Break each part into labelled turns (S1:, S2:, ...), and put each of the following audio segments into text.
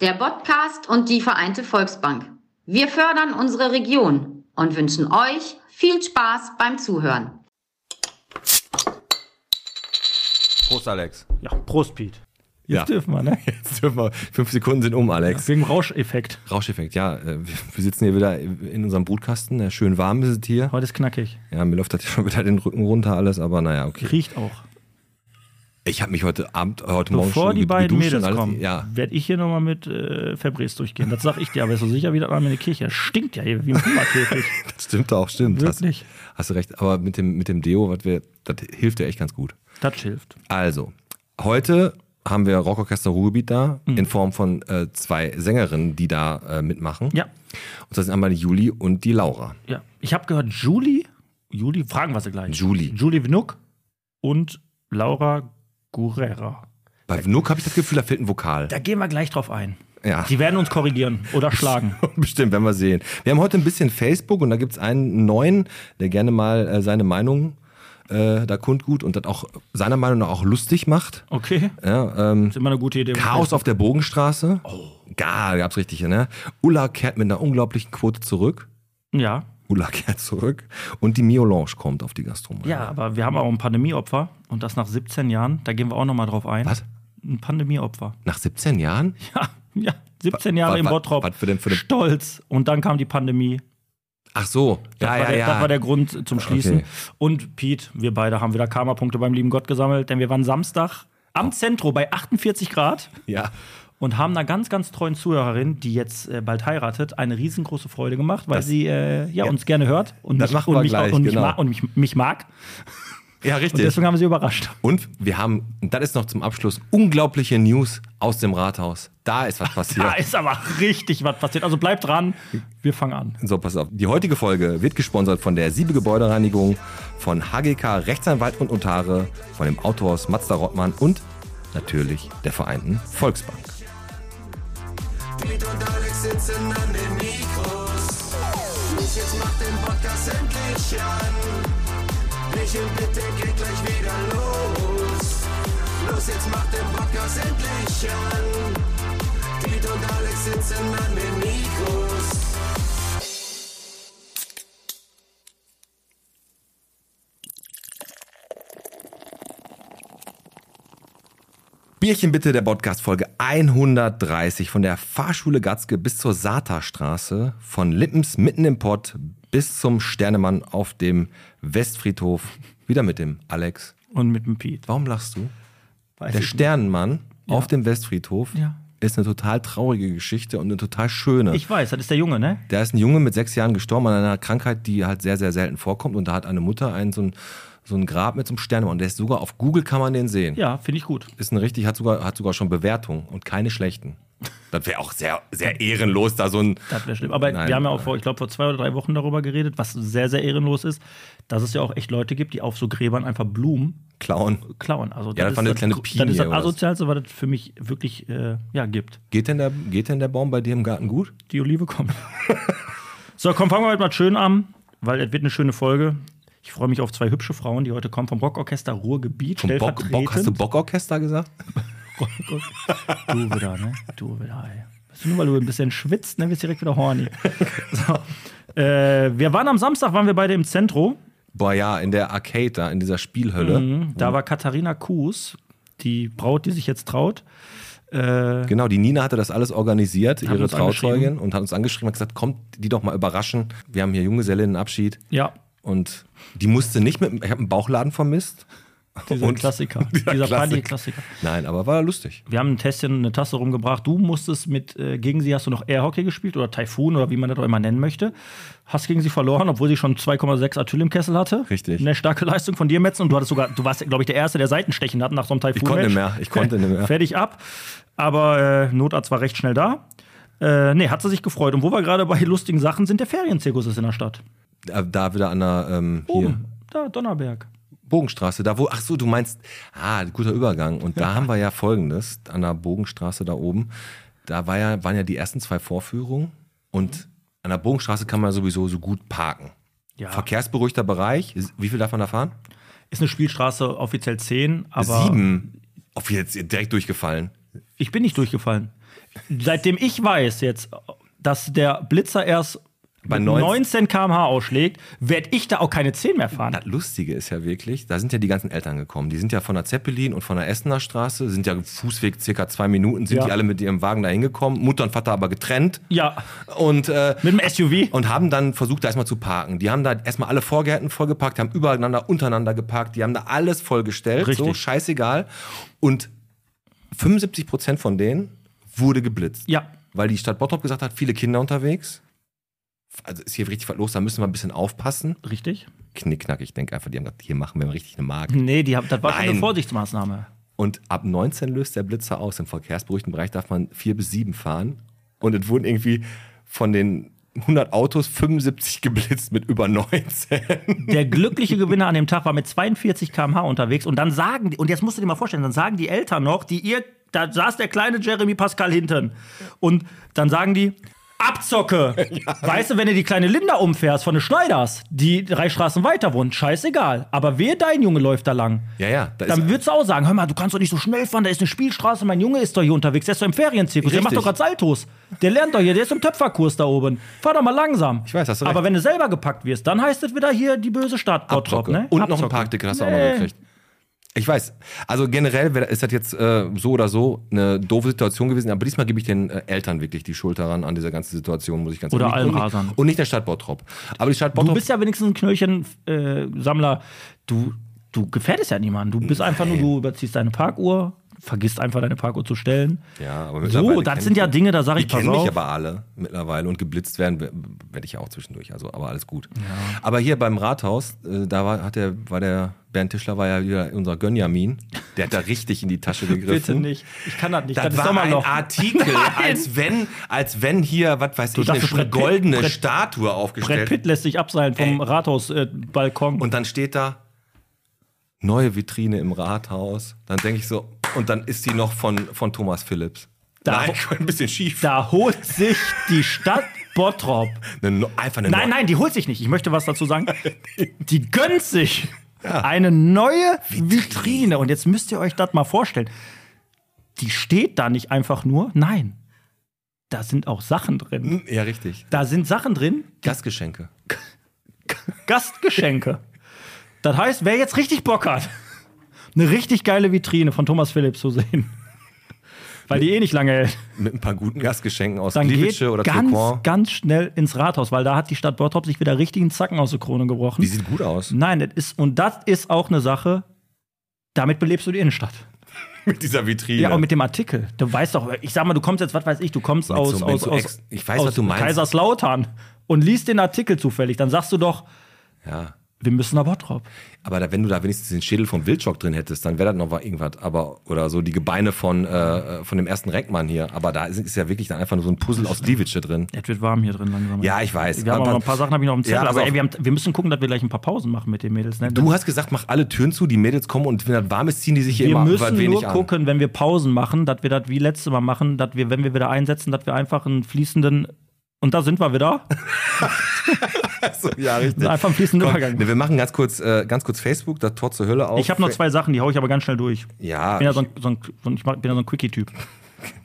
S1: der Podcast und die Vereinte Volksbank. Wir fördern unsere Region und wünschen euch viel Spaß beim Zuhören.
S2: Prost, Alex.
S3: Ja, Prost, Piet. Jetzt
S2: Ja.
S3: dürfen wir, ne?
S2: Jetzt dürfen wir. Fünf Sekunden sind um, Alex.
S3: Wegen Rauscheffekt.
S2: Rauscheffekt, ja. äh, Wir wir sitzen hier wieder in unserem Brutkasten. Ja, schön warm ist es hier.
S3: Heute ist knackig.
S2: Ja, mir läuft das schon wieder den Rücken runter alles, aber naja, okay.
S3: Riecht auch.
S2: Ich habe mich heute Abend, äh, heute Morgen
S3: Bevor
S2: schon
S3: die
S2: ge-
S3: beiden
S2: geduscht
S3: Mädels
S2: und alles.
S3: kommen,
S2: Ja,
S3: werde ich hier nochmal mit äh, Fabris durchgehen. Das sag ich dir, aber ist so sicher wie das arme in der Kirche. Das stinkt ja hier wie ein Hummerkäfig.
S2: das stimmt auch, stimmt.
S3: Wirklich.
S2: Hast, hast du recht. Aber mit dem, mit dem Deo, was wir, das hilft ja echt ganz gut.
S3: das hilft.
S2: Also, heute haben wir Rockorchester Ruhrgebiet da,
S3: Mhm.
S2: in Form von äh, zwei Sängerinnen, die da äh, mitmachen.
S3: Ja,
S2: Und das sind einmal die Juli und die Laura.
S3: ja. Ich habe gehört, Julie, Julie, fragen wir sie gleich.
S2: Julie.
S3: Julie Vnuk und Laura Guerrera.
S2: Bei Vnuk habe ich das Gefühl, da fehlt ein Vokal.
S3: Da gehen wir gleich drauf ein.
S2: Ja.
S3: Die werden uns korrigieren oder schlagen.
S2: Bestimmt, werden wir sehen. Wir haben heute ein bisschen Facebook und da gibt es einen neuen, der gerne mal äh, seine Meinung äh, da kundgut und das auch seiner Meinung nach auch lustig macht.
S3: Okay.
S2: Ja, ähm,
S3: Ist immer eine gute Idee.
S2: Chaos auf der Bogenstraße. Oh. Gar, gab's richtig, ne? Ulla kehrt mit einer unglaublichen Quote zurück.
S3: Ja.
S2: Ulla kehrt zurück. Und die Mio Lounge kommt auf die Gastronomie.
S3: Ja, aber wir haben auch ein Pandemieopfer und das nach 17 Jahren. Da gehen wir auch nochmal drauf ein.
S2: Was?
S3: Ein Pandemieopfer.
S2: Nach 17 Jahren?
S3: Ja, ja 17 Jahre
S2: wa-
S3: im
S2: wa-
S3: Bottrop.
S2: was für denn für eine-
S3: Stolz. Und dann kam die Pandemie.
S2: Ach so.
S3: Das,
S2: Ja,
S3: war,
S2: ja,
S3: der,
S2: ja.
S3: das war der Grund zum Schließen.
S2: Okay.
S3: Und Pete, wir beide haben wieder Karma-Punkte beim lieben Gott gesammelt, denn wir waren Samstag am Zentro bei 48 Grad
S2: ja.
S3: und haben einer ganz, ganz treuen Zuhörerin, die jetzt äh, bald heiratet, eine riesengroße Freude gemacht, weil sie äh, ja, uns gerne hört und,
S2: Das
S3: mich,
S2: machen wir
S3: und, mich,
S2: gleich,
S3: und, mich,
S2: genau.
S3: mag, und mich, mich mag.
S2: Ja,
S3: Und
S2: richtig.
S3: deswegen haben wir sie überrascht.
S2: Und wir haben, und das ist noch zum Abschluss, unglaubliche News aus dem Rathaus. Da ist was passiert.
S3: Da ist aber richtig was passiert. Also bleibt dran, wir fangen an.
S2: So, pass auf. Die heutige Folge wird gesponsert von der Siebe Gebäudereinigung, von HGK Rechtsanwalt und Notare, von dem Autohaus Mazda Rottmann und natürlich der Vereinten Volksbank.
S4: Piet und Alex sitzen an den Mikros. Ich jetzt mach den Podcast endlich an. Michel, bitte geht gleich wieder los. Los, jetzt mach den Podcast endlich an. Piet und Alex sitzen an den Mikros.
S2: Bierchen bitte, der Podcast Folge 130 von der Fahrschule Gatzke bis zur Sata-Straße, von Lippens mitten im Pott bis zum Sternemann auf dem Westfriedhof. Wieder mit dem Alex.
S3: Und mit dem Pete.
S2: Warum lachst du?
S3: Weiß
S2: Der
S3: ich
S2: Sternenmann auf dem Westfriedhof
S3: Ja.
S2: ist eine total traurige Geschichte und eine total schöne.
S3: nicht. ich weiß, das ist der Junge, ne?
S2: da ist ein Junge mit sechs Jahren gestorben an einer Krankheit, die halt sehr, sehr selten vorkommt. Und da hat eine Mutter einen, so, ein, so ein Grab mit so einem Sternenmann. Der ist sogar auf Google kann man den sehen.
S3: Ja, finde ich gut.
S2: Ist ein richtig, hat sogar, hat sogar schon Bewertungen und keine schlechten. Das wäre auch sehr, sehr ehrenlos, da so ein.
S3: Das wäre schlimm. Aber
S2: Nein,
S3: wir haben ja auch vor, ich glaube, vor zwei oder drei Wochen darüber geredet, was sehr, sehr ehrenlos ist, dass es ja auch echt Leute gibt, die auf so Gräbern einfach Blumen
S2: Clown.
S3: klauen. Also
S2: Ja, das war eine kleine
S3: Das
S2: Pinie
S3: ist das
S2: oder was?
S3: Asozialste, was es für mich wirklich äh, ja, gibt.
S2: Geht denn, der, geht denn der Baum bei dir im Garten gut?
S3: Die Olive kommt. so, komm, fangen wir heute mal schön an, weil es wird eine schöne Folge. Ich freue mich auf zwei hübsche Frauen, die heute kommen vom Rockorchester Ruhrgebiet.
S2: Vom Bock, Bock, hast du
S3: stellvertretend.
S2: Bockorchester gesagt?
S3: Du wieder, ne? Du wieder, ey. Weißt du, nur weil du ein bisschen schwitzt, ne? Wirst direkt wieder horny. So. Äh, wir waren am Samstag, waren wir beide im Zentrum.
S2: Boah, ja, in der Arcade da, in dieser Spielhölle.
S3: Da war Katharina Kuhs, die Braut, die sich jetzt traut. Äh,
S2: Genau, die Nina hatte das alles organisiert, ihre
S3: uns
S2: Trauzeugin,
S3: angeschrieben.
S2: und hat uns angeschrieben, hat gesagt, kommt die doch mal überraschen. Wir haben hier Junggesellinnenabschied.
S3: ja,
S2: Und die musste nicht mit, ich habe einen Bauchladen vermisst.
S3: dieser
S2: Und-
S3: Klassiker.
S2: Dieser
S3: dieser
S2: Klassiker.
S3: Klassiker. Klassiker.
S2: Nein, aber war lustig.
S3: Wir haben ein Tässchen, eine Tasse rumgebracht. Du musstest mit, äh, gegen sie hast du noch Airhockey gespielt oder Taifun oder wie man das auch immer nennen möchte. Hast gegen sie verloren, obwohl sie schon 2,6 Atyl im Kessel hatte.
S2: Richtig.
S3: Eine starke Leistung von dir, Metzen. Und du hattest sogar, du warst, glaube ich, der Erste, der Seitenstechen hat nach so einem Taifun.
S2: konnte nicht mehr, ich konnte nicht mehr.
S3: Fertig ab. Aber äh, Notarzt war recht schnell da. Äh, nee, hat sie sich gefreut. Und wo wir gerade bei lustigen Sachen sind, der Ferienzirkus ist in der Stadt.
S2: Da- Äh, Da wieder an der ähm, hier,
S3: Oben, da, Donnerberg.
S2: Bogenstraße, da wo, ach so, du meinst, ah, guter Übergang. Und da haben wir ja folgendes, an der Bogenstraße da oben, da war ja, waren ja die ersten zwei Vorführungen und an der Bogenstraße kann man sowieso so gut parken.
S3: Ja.
S2: Verkehrsberuhigter Bereich, wie viel darf man da fahren?
S3: Ist eine Spielstraße offiziell 10, aber
S2: Sieben. Auf jetzt direkt durchgefallen.
S3: ich bin nicht durchgefallen. seitdem ich weiß jetzt, dass der Blitzer erst
S2: Bei
S3: mit
S2: 19
S3: 19 km/h ausschlägt, werde ich da auch keine 10 mehr fahren.
S2: Das Lustige ist ja wirklich, da sind ja die ganzen Eltern gekommen. Die sind ja von der Zeppelin und von der Essener Straße, sind ja Fußweg circa zwei Minuten, sind
S3: Ja.
S2: die alle mit ihrem Wagen da hingekommen. Mutter und Vater aber getrennt.
S3: Ja,
S2: Und, äh,
S3: mit dem SUV.
S2: und haben dann versucht, da erstmal zu parken. Die haben da erstmal alle Vorgärten vollgepackt, haben übereinander, untereinander geparkt, die haben da alles vollgestellt, so
S3: Richtig.
S2: scheißegal. Und 75 Prozent von denen wurde geblitzt.
S3: Ja.
S2: Weil die Stadt Bottrop gesagt hat, viele Kinder unterwegs. Also ist hier richtig was los, da müssen wir ein bisschen aufpassen.
S3: Richtig?
S2: Knickknack, ich denke einfach, die haben gesagt, hier machen wir richtig eine Marke.
S3: Nee, die, haben- das war schon
S2: Nein.
S3: eine Vorsichtsmaßnahme.
S2: Und ab 19 löst der Blitzer aus. Im verkehrsberuhigten Bereich darf man vier bis sieben fahren. Und es wurden irgendwie von den 100 Autos 75 geblitzt mit über 19.
S3: Der glückliche Gewinner an dem Tag war mit 42 km/h unterwegs und dann sagen die, und jetzt musst du dir mal vorstellen, dann sagen die Eltern noch, die ihr, da saß der kleine Jeremy Pascal hinten und dann sagen die, Abzocke! Weißt du, wenn du die kleine Linda umfährst von den Schneiders, die drei Straßen weiter wohnt, scheißegal. Aber wer dein Junge läuft da lang?
S2: Ja, ja. Da
S3: Dann würdest du auch sagen, hör mal, du kannst doch nicht so schnell fahren, da ist eine Spielstraße, mein Junge ist doch hier unterwegs, der ist doch im Ferienzirkus, der
S2: Richtig.
S3: macht doch gerade Saltos. Der lernt doch hier, der ist im Töpferkurs da oben. Fahr doch mal langsam.
S2: Ich weiß, hast du recht.
S3: Aber wenn du selber gepackt wirst, dann heißt es wieder hier die böse Stadt Bottrop,
S2: Abzocke.
S3: ne?
S2: Und noch ein
S3: Abzocke.
S2: Parkticket hast du auch
S3: Nee.
S2: noch gekriegt. Ich weiß. Also generell wär- ist das jetzt äh, so oder so eine doofe Situation gewesen, aber diesmal gebe ich den äh, Eltern wirklich die Schuld daran an dieser ganzen Situation, muss ich ganz
S3: Oder
S2: ehrlich-
S3: allen
S2: und nicht-
S3: Rasern.
S2: Und nicht der Stadt Bottrop. Aber die Stadt
S3: Du
S2: Bottrop
S3: bist ja wenigstens ein Knöllchen-Sammler. du, du gefährdest ja niemanden. Du bist einfach nur, du überziehst deine Parkuhr, vergisst einfach deine Parkuhr zu stellen.
S2: Ja, aber
S3: So,
S2: mittlerweile
S3: das
S2: kenn
S3: sind
S2: ich
S3: ja
S2: die.
S3: Dinge, da sage ich,
S2: die
S3: pass
S2: kennen mich
S3: auf.
S2: aber alle mittlerweile und geblitzt werden we- werde ich ja auch zwischendurch, also aber alles gut. Aber hier beim Rathaus, äh, da war hat der war der Bernd Tischler war ja wieder unser Gönjamin, der hat da richtig in die Tasche gegriffen.
S3: Bitte nicht. Ich kann das nicht.
S2: Das,
S3: Das, ist
S2: war ein
S3: Sommerloch.
S2: Artikel, als wenn als wenn hier, was weiß ich,
S3: dachtest,
S2: eine
S3: Brett Pitt-
S2: goldene
S3: Brett-
S2: Statue
S3: Brett
S2: aufgestellt
S3: Pitt lässt sich abseilen vom äh,
S2: Ey.
S3: Rathausbalkon.
S2: und dann steht da neue Vitrine im Rathaus, dann denke ich so und dann ist die noch von von Thomas Phillips.
S3: Da-
S2: Nein, ein bisschen schief.
S3: da holt sich die Stadt Bottrop.
S2: Eine, no- einfach eine
S3: Nein,
S2: neue-
S3: nein, die holt sich nicht. Ich möchte was dazu sagen. Die gönnt sich eine neue Vitrine. Und jetzt müsst ihr euch das mal vorstellen. Die steht da nicht einfach nur. Nein. Da sind auch Sachen drin.
S2: hm, Ja, richtig.
S3: Da sind Sachen drin.
S2: Gastgeschenke.
S3: Gastgeschenke. Das heißt, wer jetzt richtig Bock hat, eine richtig geile Vitrine von Thomas Phillips zu sehen. Weil die eh nicht lange hält.
S2: Mit ein paar guten Gastgeschenken aus
S3: dann geht
S2: Gliwice oder
S3: ganz,
S2: Tourcoing.
S3: ganz schnell ins Rathaus, weil da hat die Stadt Bottrop sich wieder richtigen Zacken aus der Krone gebrochen.
S2: Die sieht gut aus.
S3: Nein, das ist, und das ist auch eine Sache, damit belebst du die Innenstadt.
S2: Mit dieser Vitrine.
S3: Ja, auch mit dem Artikel. Du weißt doch, ich sag mal, du kommst jetzt, was weiß ich, du kommst
S2: Mit
S3: aus,
S2: so- mit
S3: aus,
S2: so
S3: aus,
S2: Ex- ich weiß,
S3: aus
S2: was du meinst.
S3: Kaiserslautern und liest den Artikel zufällig, dann sagst du doch,
S2: ja.
S3: wir müssen nach Bottrop.
S2: Aber da, wenn du da wenigstens den Schädel vom Wildschock drin hättest, dann wäre das noch was irgendwas. Aber, oder so die Gebeine von, äh, von dem ersten Reckmann hier. Aber da ist, ist ja wirklich dann einfach nur so ein Puzzle aus Gliwice drin.
S3: Es wird warm hier drin langsam.
S2: Ja, ich weiß.
S3: Wir
S2: Aber-
S3: haben aber noch ein paar Sachen, habe ich noch im Zettel.
S2: Ja, pass
S3: aber
S2: auf.
S3: ey, wir, haben, wir müssen gucken, dass wir gleich ein paar Pausen machen mit den Mädels. Ne?
S2: Du hast gesagt, mach alle Türen zu, die Mädels kommen und wenn das warm ist, ziehen die sich hier
S3: Wir
S2: immer
S3: müssen
S2: wenig
S3: nur gucken, wenn wir Pausen machen, dass wir das wie letztes Mal machen, dass wir, wenn wir wieder einsetzen, dass wir einfach einen fließenden. Und da sind wir wieder.
S2: an. So, Also, ja, richtig.
S3: Einfach einen fließenden
S2: Komm,
S3: Übergang.
S2: ne, wir machen ganz kurz, äh, ganz kurz Facebook, das Tor zur Hölle auf.
S3: Ich habe noch zwei Sachen, die hau ich aber ganz schnell durch.
S2: Ja,
S3: Ich bin ja so ein, so ein, so ein, ich mach- bin ja so ein Quickie-Typ.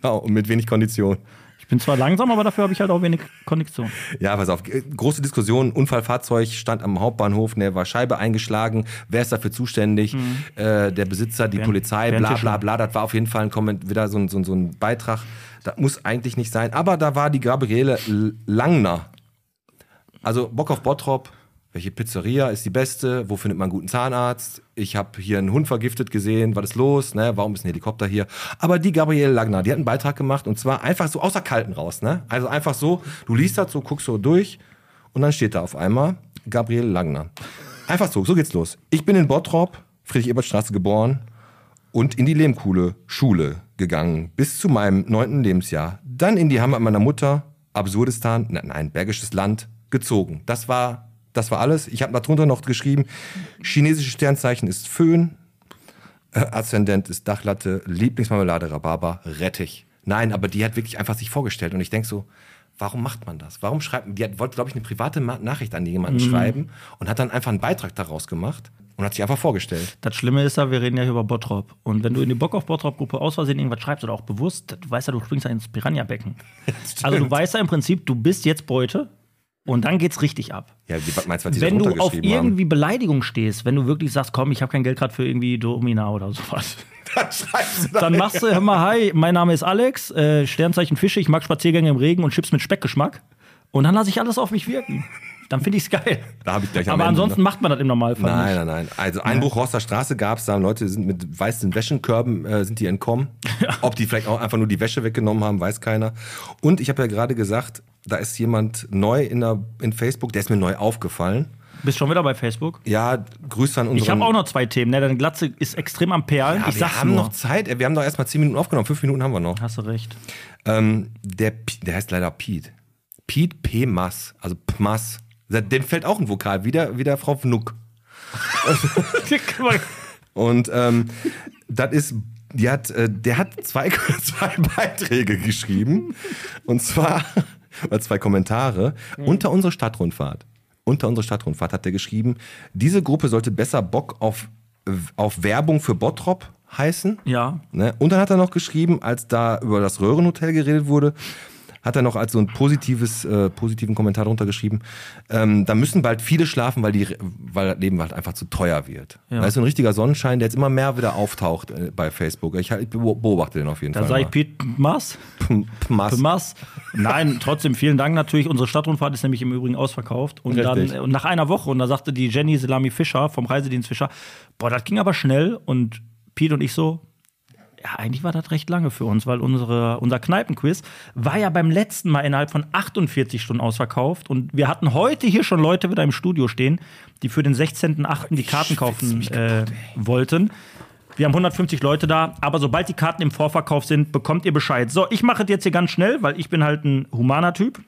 S2: genau, und mit wenig Kondition.
S3: Ich bin zwar langsam, aber dafür habe ich halt auch wenig Kondition.
S2: Ja, pass auf. Große Diskussion. Unfallfahrzeug stand am Hauptbahnhof, ne, war Scheibe eingeschlagen. Wer ist dafür zuständig? Äh, der Besitzer, die
S3: Bernd-
S2: Polizei,
S3: Bernd
S2: bla bla
S3: Tischler.
S2: bla. Das war auf jeden Fall ein Komment, wieder so ein, so, ein, so ein Beitrag. Das muss eigentlich nicht sein. Aber da war die Gabriele L- Langner. Also Bock auf Bottrop. Welche Pizzeria ist die beste? Wo findet man einen guten Zahnarzt? Ich habe hier einen Hund vergiftet gesehen. Was ist los? Ne? Warum ist ein Helikopter hier? Aber die Gabriele Lagner, die hat einen Beitrag gemacht und zwar einfach so aus der Kalten raus. Ne? Also einfach so, du liest das so, guckst so durch und dann steht da auf einmal Gabriele Lagner. Einfach so, so geht's los. Ich bin in Bottrop, Friedrich-Ebert-Straße geboren und in die Lehmkuhle Schule gegangen bis zu meinem neunten Lebensjahr. Dann in die Heimat meiner Mutter, Absurdistan, nein, nein Bergisches Land, gezogen. Das war, das war alles. Ich habe darunter noch geschrieben, chinesisches Sternzeichen ist Föhn, äh, Aszendent ist Dachlatte, Lieblingsmarmelade Rhabarber, Rettich. Nein, aber die hat wirklich einfach sich vorgestellt und ich denk so, Warum macht man das? Warum schreibt man, die hat, wollte, glaube ich, eine private Ma- Nachricht an jemanden
S3: Mhm.
S2: schreiben und hat dann einfach einen Beitrag daraus gemacht und hat sich einfach vorgestellt.
S3: Das Schlimme ist ja, wir reden ja hier über Bottrop. Und wenn du in die Bock auf Bottrop-Gruppe aus Versehen irgendwas schreibst oder auch bewusst, du weißt ja, du springst ja ins Piranha-Becken. Also du weißt ja im Prinzip, du bist jetzt Beute und dann geht's richtig ab.
S2: Ja, wie, was meinst du, was die
S3: wenn
S2: da
S3: du auf
S2: runtergeschrieben haben?
S3: irgendwie Beleidigung stehst, wenn du wirklich sagst, komm, ich habe kein Geld gerade für irgendwie Domina oder sowas,
S2: Dann schreibst du
S3: dann machst du immer, hi, mein Name ist Alex, äh, Sternzeichen Fische, ich mag Spaziergänge im Regen und Chips mit Speckgeschmack. Und dann lasse ich alles auf mich wirken. Dann finde ich's geil.
S2: Da hab ich gleich am
S3: Aber
S2: Ende
S3: ansonsten
S2: noch-
S3: macht man das im Normalfall
S2: Nein,
S3: nicht.
S2: nein, nein. Also Einbruch Horster Straße gab es, da haben Leute sind mit weißen Wäschenkörben äh, sind die entkommen. Ob die vielleicht auch einfach nur die Wäsche weggenommen haben, weiß keiner. Und ich habe ja gerade gesagt, da ist jemand neu in, der, in Facebook, der ist mir neu aufgefallen.
S3: Bist schon wieder bei Facebook?
S2: Ja, Grüße an unseren...
S3: Ich habe auch noch zwei Themen. Ne? Deine Glatze ist extrem am Perlen.
S2: ja,
S3: ich
S2: wir
S3: sag's
S2: haben
S3: nur.
S2: noch Zeit. Äh, Wir haben doch erst mal zehn Minuten aufgenommen. Fünf Minuten haben wir noch.
S3: Hast du recht.
S2: Ähm, der, P- der heißt leider Pete. Pete P. Mass. Also Pmas. Dem fällt auch ein Vokal. Wieder, wieder Frau Vnuck. Und ähm, das ist, die hat, äh, der hat zwei, zwei Beiträge geschrieben. Und zwar, oder zwei Kommentare, unter unsere Stadtrundfahrt. Unter unsere Stadtrundfahrt hat er geschrieben, diese Gruppe sollte besser Bock auf, auf Werbung für Bottrop heißen.
S3: ja.
S2: Ne? Und dann hat er noch geschrieben, als da über das Röhrenhotel geredet wurde, hat er noch als so ein positives, äh, positiven Kommentar drunter geschrieben, ähm, da müssen bald viele schlafen, weil, die, weil das Leben halt einfach zu teuer wird.
S3: Ja.
S2: Das ist so ein richtiger Sonnenschein, der jetzt immer mehr wieder auftaucht äh, bei Facebook. Ich, halt- ich beobachte den auf jeden
S3: Da
S2: Fall.
S3: sage ich Piet Mass.
S2: mal. P- Mass.
S3: Mass. Nein, trotzdem vielen Dank natürlich. Unsere Stadtrundfahrt ist nämlich im Übrigen ausverkauft. Und dann
S2: Richtig.
S3: äh, und nach einer Woche, und da sagte die Jenny Salami Fischer vom Reisedienst Fischer, boah, das ging aber schnell. Und Piet und ich so, ja, eigentlich war das recht lange für uns, weil unsere, unser Kneipenquiz war ja beim letzten Mal innerhalb von 48 Stunden ausverkauft. Und wir hatten heute hier schon Leute wieder im Studio stehen, die für den 16.8. die Karten kaufen äh, wollten. Wir haben 150 Leute da, aber sobald die Karten im Vorverkauf sind, bekommt ihr Bescheid. So, ich mache es jetzt hier ganz schnell, weil ich bin halt ein humaner Typ.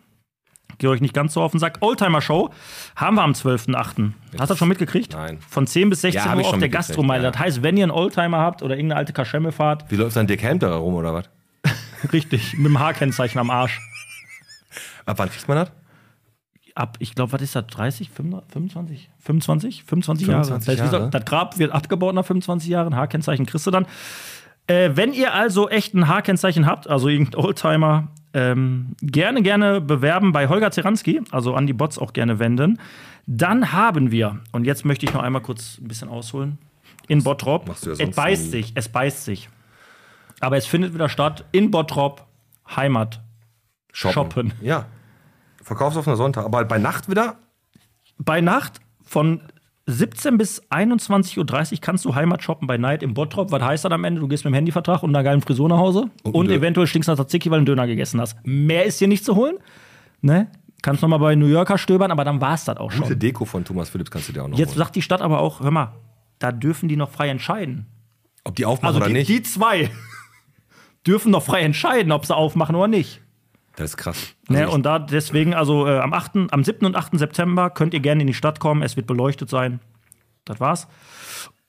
S3: Gehe euch nicht ganz so auf den Sack. Oldtimer Show haben wir am 12.8. Hast du das schon mitgekriegt?
S2: Nein.
S3: Von 10 bis 16
S2: Ja, hab
S3: Uhr
S2: ich
S3: auf
S2: schon
S3: der
S2: mitgekriegt,
S3: Gastromeile.
S2: ja.
S3: Das heißt, wenn ihr einen Oldtimer habt oder irgendeine alte Kaschemmelfahrt,
S2: Wie läuft dann Dick Helm da rum oder was?
S3: Richtig, mit dem Haarkennzeichen am Arsch.
S2: Ab wann kriegt man das?
S3: Ab, ich glaube, was ist das? 30, 25, 25, 25 Jahre.
S2: 25
S3: Das, heißt, wie so-
S2: Jahre.
S3: das Grab wird abgebaut nach 25 Jahren. Haarkennzeichen kriegst du dann. Äh, wenn ihr also echt ein Haarkennzeichen habt, also irgendein Oldtimer, ähm, gerne, gerne bewerben bei Holger Zeranski, also an die Bots auch gerne wenden. Dann haben wir, und jetzt möchte ich noch einmal kurz ein bisschen ausholen, in Bottrop.
S2: machst du ja
S3: es
S2: sonst
S3: beißt
S2: nie.
S3: sich, es beißt sich. Aber es findet wieder statt in Bottrop, Heimat. Shoppen.
S2: Ja. Verkaufsoffener Sonntag. Aber halt bei Nacht wieder?
S3: bei Nacht von 17 bis 21.30 Uhr kannst du Heimat shoppen bei Night im Bottrop. Was heißt das am Ende? Du gehst mit dem Handyvertrag und einer geilen Frisur nach Hause und,
S2: Dö-
S3: eventuell stinkst nach Tzatziki, weil du einen Döner gegessen hast. Mehr ist hier nicht zu holen. Ne? Kannst nochmal bei New Yorker stöbern, aber dann war es das auch
S2: Gute
S3: schon.
S2: Deko von Thomas Phillips kannst du dir auch noch
S3: Jetzt
S2: holen.
S3: sagt die Stadt aber auch, hör mal, da dürfen die noch frei entscheiden.
S2: Ob die aufmachen
S3: Also
S2: oder
S3: die,
S2: nicht?
S3: die zwei dürfen noch frei entscheiden, ob sie aufmachen oder nicht.
S2: Das ist krass.
S3: Ne,
S2: Also ich-
S3: und da deswegen, also äh, am, 8., am 7. und 8. September könnt ihr gerne in die Stadt kommen. Es wird beleuchtet sein. Das war's.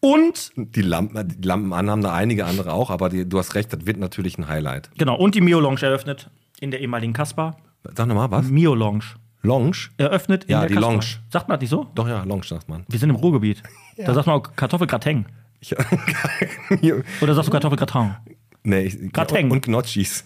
S3: Und,
S2: Die Lampen, die Lampen an haben da einige andere auch, aber die, du hast recht, das wird natürlich ein Highlight.
S3: genau, und die Mio Lounge eröffnet in der ehemaligen Kasper.
S2: Sag nochmal was?
S3: Mio Lounge
S2: Lounge?
S3: eröffnet in
S2: Ja,
S3: der
S2: die
S3: Kasper.
S2: Lounge.
S3: Sagt man das nicht so?
S2: Doch ja, Lounge sagt man.
S3: Wir sind im Ruhrgebiet. Da sagt man auch Kartoffelgrateng.
S2: Ich,
S3: Oder sagst du Kartoffelgratin?
S2: nee, ich,
S3: Grateng.
S2: und Gnocchis.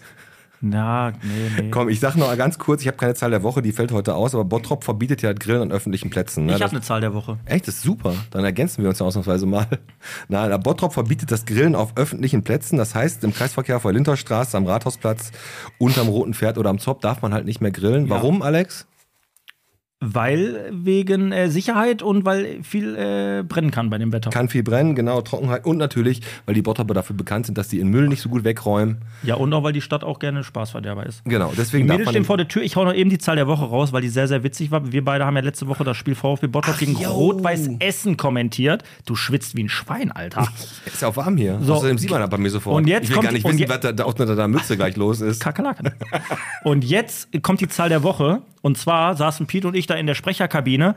S3: Na, nee, nee.
S2: Komm, ich sag noch ganz kurz, ich habe keine Zahl der Woche, die fällt heute aus, aber Bottrop verbietet ja Grillen an öffentlichen Plätzen. Ne?
S3: Ich habe
S2: Das,
S3: eine Zahl der Woche.
S2: echt, das ist super. Dann ergänzen wir uns ja ausnahmsweise mal. Nein, aber Bottrop verbietet das Grillen auf öffentlichen Plätzen. Das heißt, im Kreisverkehr vor der Linterstraße, am Rathausplatz, unterm Roten Pferd oder am Zopp darf man halt nicht mehr grillen. Warum, Alex?
S3: Weil wegen äh, Sicherheit und weil viel äh, brennen kann bei dem Wetter.
S2: Kann viel brennen, genau, Trockenheit und natürlich, weil die Bottroper dafür bekannt sind, dass die ihren Müll nicht so gut wegräumen.
S3: Ja, und auch weil die Stadt auch gerne Spaßverderber ist.
S2: Genau, deswegen darf
S3: Mädels
S2: man
S3: stehen vor der Tür. Ich hau noch eben die Zahl der Woche raus, weil die sehr, sehr witzig war. Wir beide haben ja letzte Woche das Spiel VfB Bottrop gegen
S2: jo.
S3: Rot-Weiß Essen kommentiert. Du schwitzt wie ein Schwein, Alter.
S2: Ist ja auch warm hier.
S3: So.
S2: Außerdem sieht man das bei mir sofort.
S3: Und jetzt
S2: ich will
S3: kommt-
S2: gar nicht
S3: und
S2: wissen,
S3: je-
S2: was da, da unter der Mütze gleich los ist.
S3: Kakerlaken. Und jetzt kommt die Zahl der Woche. Und zwar saßen Pete und ich da in der Sprecherkabine.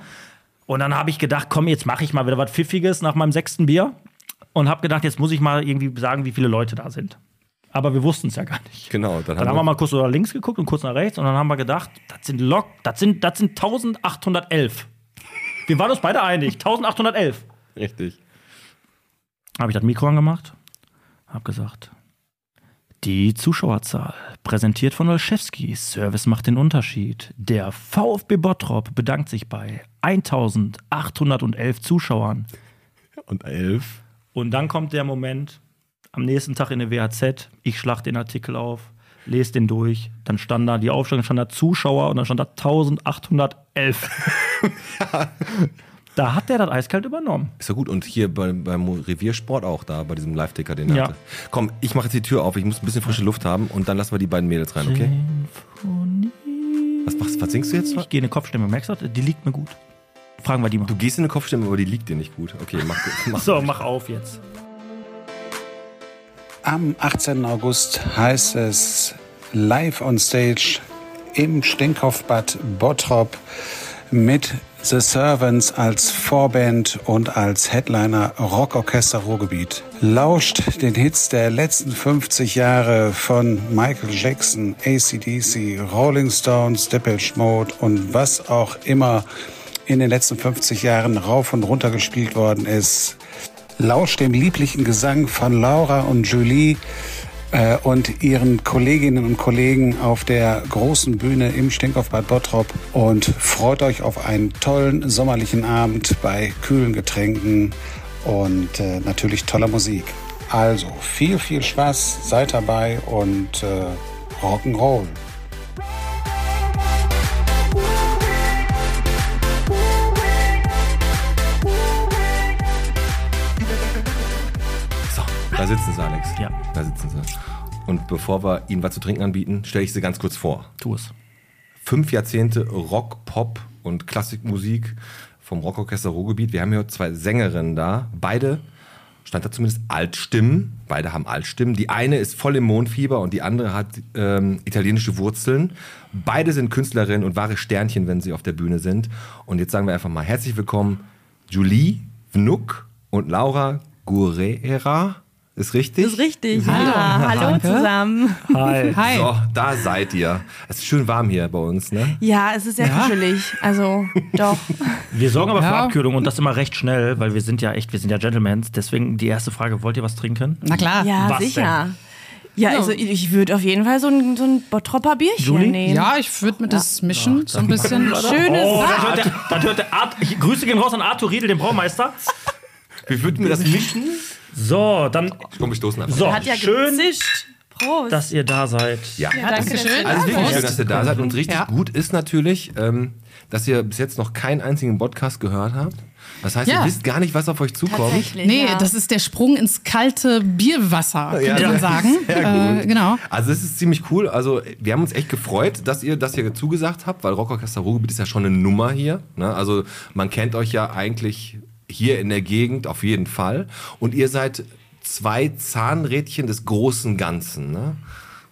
S3: Und dann habe ich gedacht, komm, jetzt mache ich mal wieder was Pfiffiges nach meinem sechsten Bier. Und habe gedacht, jetzt muss ich mal irgendwie sagen, wie viele Leute da sind. Aber wir wussten es ja gar nicht.
S2: Genau,
S3: Dann haben wir mal kurz nach links geguckt und kurz nach rechts und dann haben wir gedacht, das sind Lok, das sind, das sind 1811. Wir waren uns beide einig, 1811.
S2: richtig.
S3: Habe ich das Mikro angemacht, habe gesagt, die Zuschauerzahl, präsentiert von Olszewski, Service macht den Unterschied. Der VfB Bottrop bedankt sich bei 1811 Zuschauern.
S2: Und elf.
S3: Und dann kommt der Moment, am nächsten Tag in der WHZ, ich schlag den Artikel auf, lese den durch, dann stand da die Aufstellung, stand da Zuschauer und dann stand da 1811. da hat der das eiskalt übernommen.
S2: Ist ja gut. Und hier bei, beim Reviersport auch da, bei diesem Live-Ticker, den er
S3: Ja.
S2: hatte. Komm, ich mache jetzt die Tür auf. Ich muss ein bisschen frische Luft haben und dann lassen wir die beiden Mädels rein, okay? Was, machst, was singst du jetzt?
S3: Ich gehe in eine Kopfstimme, merkst du das? Die liegt mir gut. Fragen wir die mal.
S2: Du gehst in eine Kopfstimme, aber die liegt dir nicht gut. Okay, mach, mach
S3: So, mach auf jetzt.
S5: Am 18. August heißt es live on stage im Stinkhoffbad Bottrop mit The Servants als Vorband und als Headliner Rockorchester Ruhrgebiet. Lauscht den Hits der letzten 50 Jahre von Michael Jackson, ACDC, Rolling Stones, Depeche Mode und was auch immer in den letzten 50 Jahren rauf und runter gespielt worden ist. Lauscht dem lieblichen Gesang von Laura und Julie äh, und ihren Kolleginnen und Kollegen auf der großen Bühne im Stinkhoff Bad Bottrop und freut euch auf einen tollen sommerlichen Abend bei kühlen Getränken und äh, natürlich toller Musik. Also viel, viel Spaß, seid dabei und äh, Rock'n'Roll.
S2: So, da sitzen sie, Alex.
S3: Ja.
S2: Da sitzen sie. Und bevor wir ihnen was zu trinken anbieten, stelle ich sie ganz kurz vor.
S3: Tu es.
S2: fünf Jahrzehnte Rock, Pop und Klassikmusik vom Rockorchester Ruhrgebiet. Wir haben hier zwei Sängerinnen da. Beide, stand da zumindest, Altstimmen. Beide haben Altstimmen. Die eine ist voll im Mondfieber und die andere hat ähm, italienische Wurzeln. Beide sind Künstlerinnen und wahre Sternchen, wenn sie auf der Bühne sind. Und jetzt sagen wir einfach mal herzlich willkommen, Julie Vnuk und Laura Guerrera. Ist richtig?
S6: Das ist richtig. Ja, hallo zusammen.
S3: Hi.
S6: Hi.
S2: So, da seid ihr. Es ist schön warm hier bei uns, ne?
S6: Ja, es ist sehr kuschelig. Also, doch.
S3: Wir sorgen aber für
S7: Ja.
S3: Abkühlung und das immer recht schnell, weil wir sind ja echt, wir sind ja Gentlemen. Deswegen die erste Frage, wollt ihr was trinken?
S7: Na klar.
S6: Ja,
S3: Was
S6: sicher. Ja, also ich- ich würde auf jeden Fall so ein, so ein Bottropper Bierchen
S3: Julie?
S6: nehmen.
S7: Ja, ich würde mir das mischen, so ein bisschen.
S6: Schönes.
S3: Oh, das hört der, das hört der Art, ich grüße gehen raus an Arthur Riedel, den Braumeister.
S2: Wie würden wir das mischen?
S3: So, dann
S2: Komm, wir stoßen einfach.
S3: so,
S6: Hat ja
S3: schön,
S6: gezischt. Prost.
S3: dass ihr da seid.
S2: Ja.
S7: Dankeschön.
S2: Also es ist wirklich schön,
S7: Prost.
S2: dass ihr da seid. Und richtig
S7: Ja.
S2: gut ist natürlich, ähm, dass ihr bis jetzt noch keinen einzigen Podcast gehört habt. Das heißt, ihr
S7: Ja.
S2: wisst gar nicht, was auf euch zukommt.
S6: Tatsächlich,
S7: Nee,
S6: ja.
S7: das ist der Sprung ins kalte Bierwasser, könnte
S2: Ja.
S7: man sagen. Äh, genau.
S2: Also es ist ziemlich cool. Also wir haben uns echt gefreut, dass ihr das hier zugesagt habt, weil Rockorchester Ruhrgebiet ist ja schon eine Nummer hier. Ne? Also man kennt euch ja eigentlich hier in der Gegend auf jeden Fall. Und ihr seid zwei Zahnrädchen des großen Ganzen. Ne?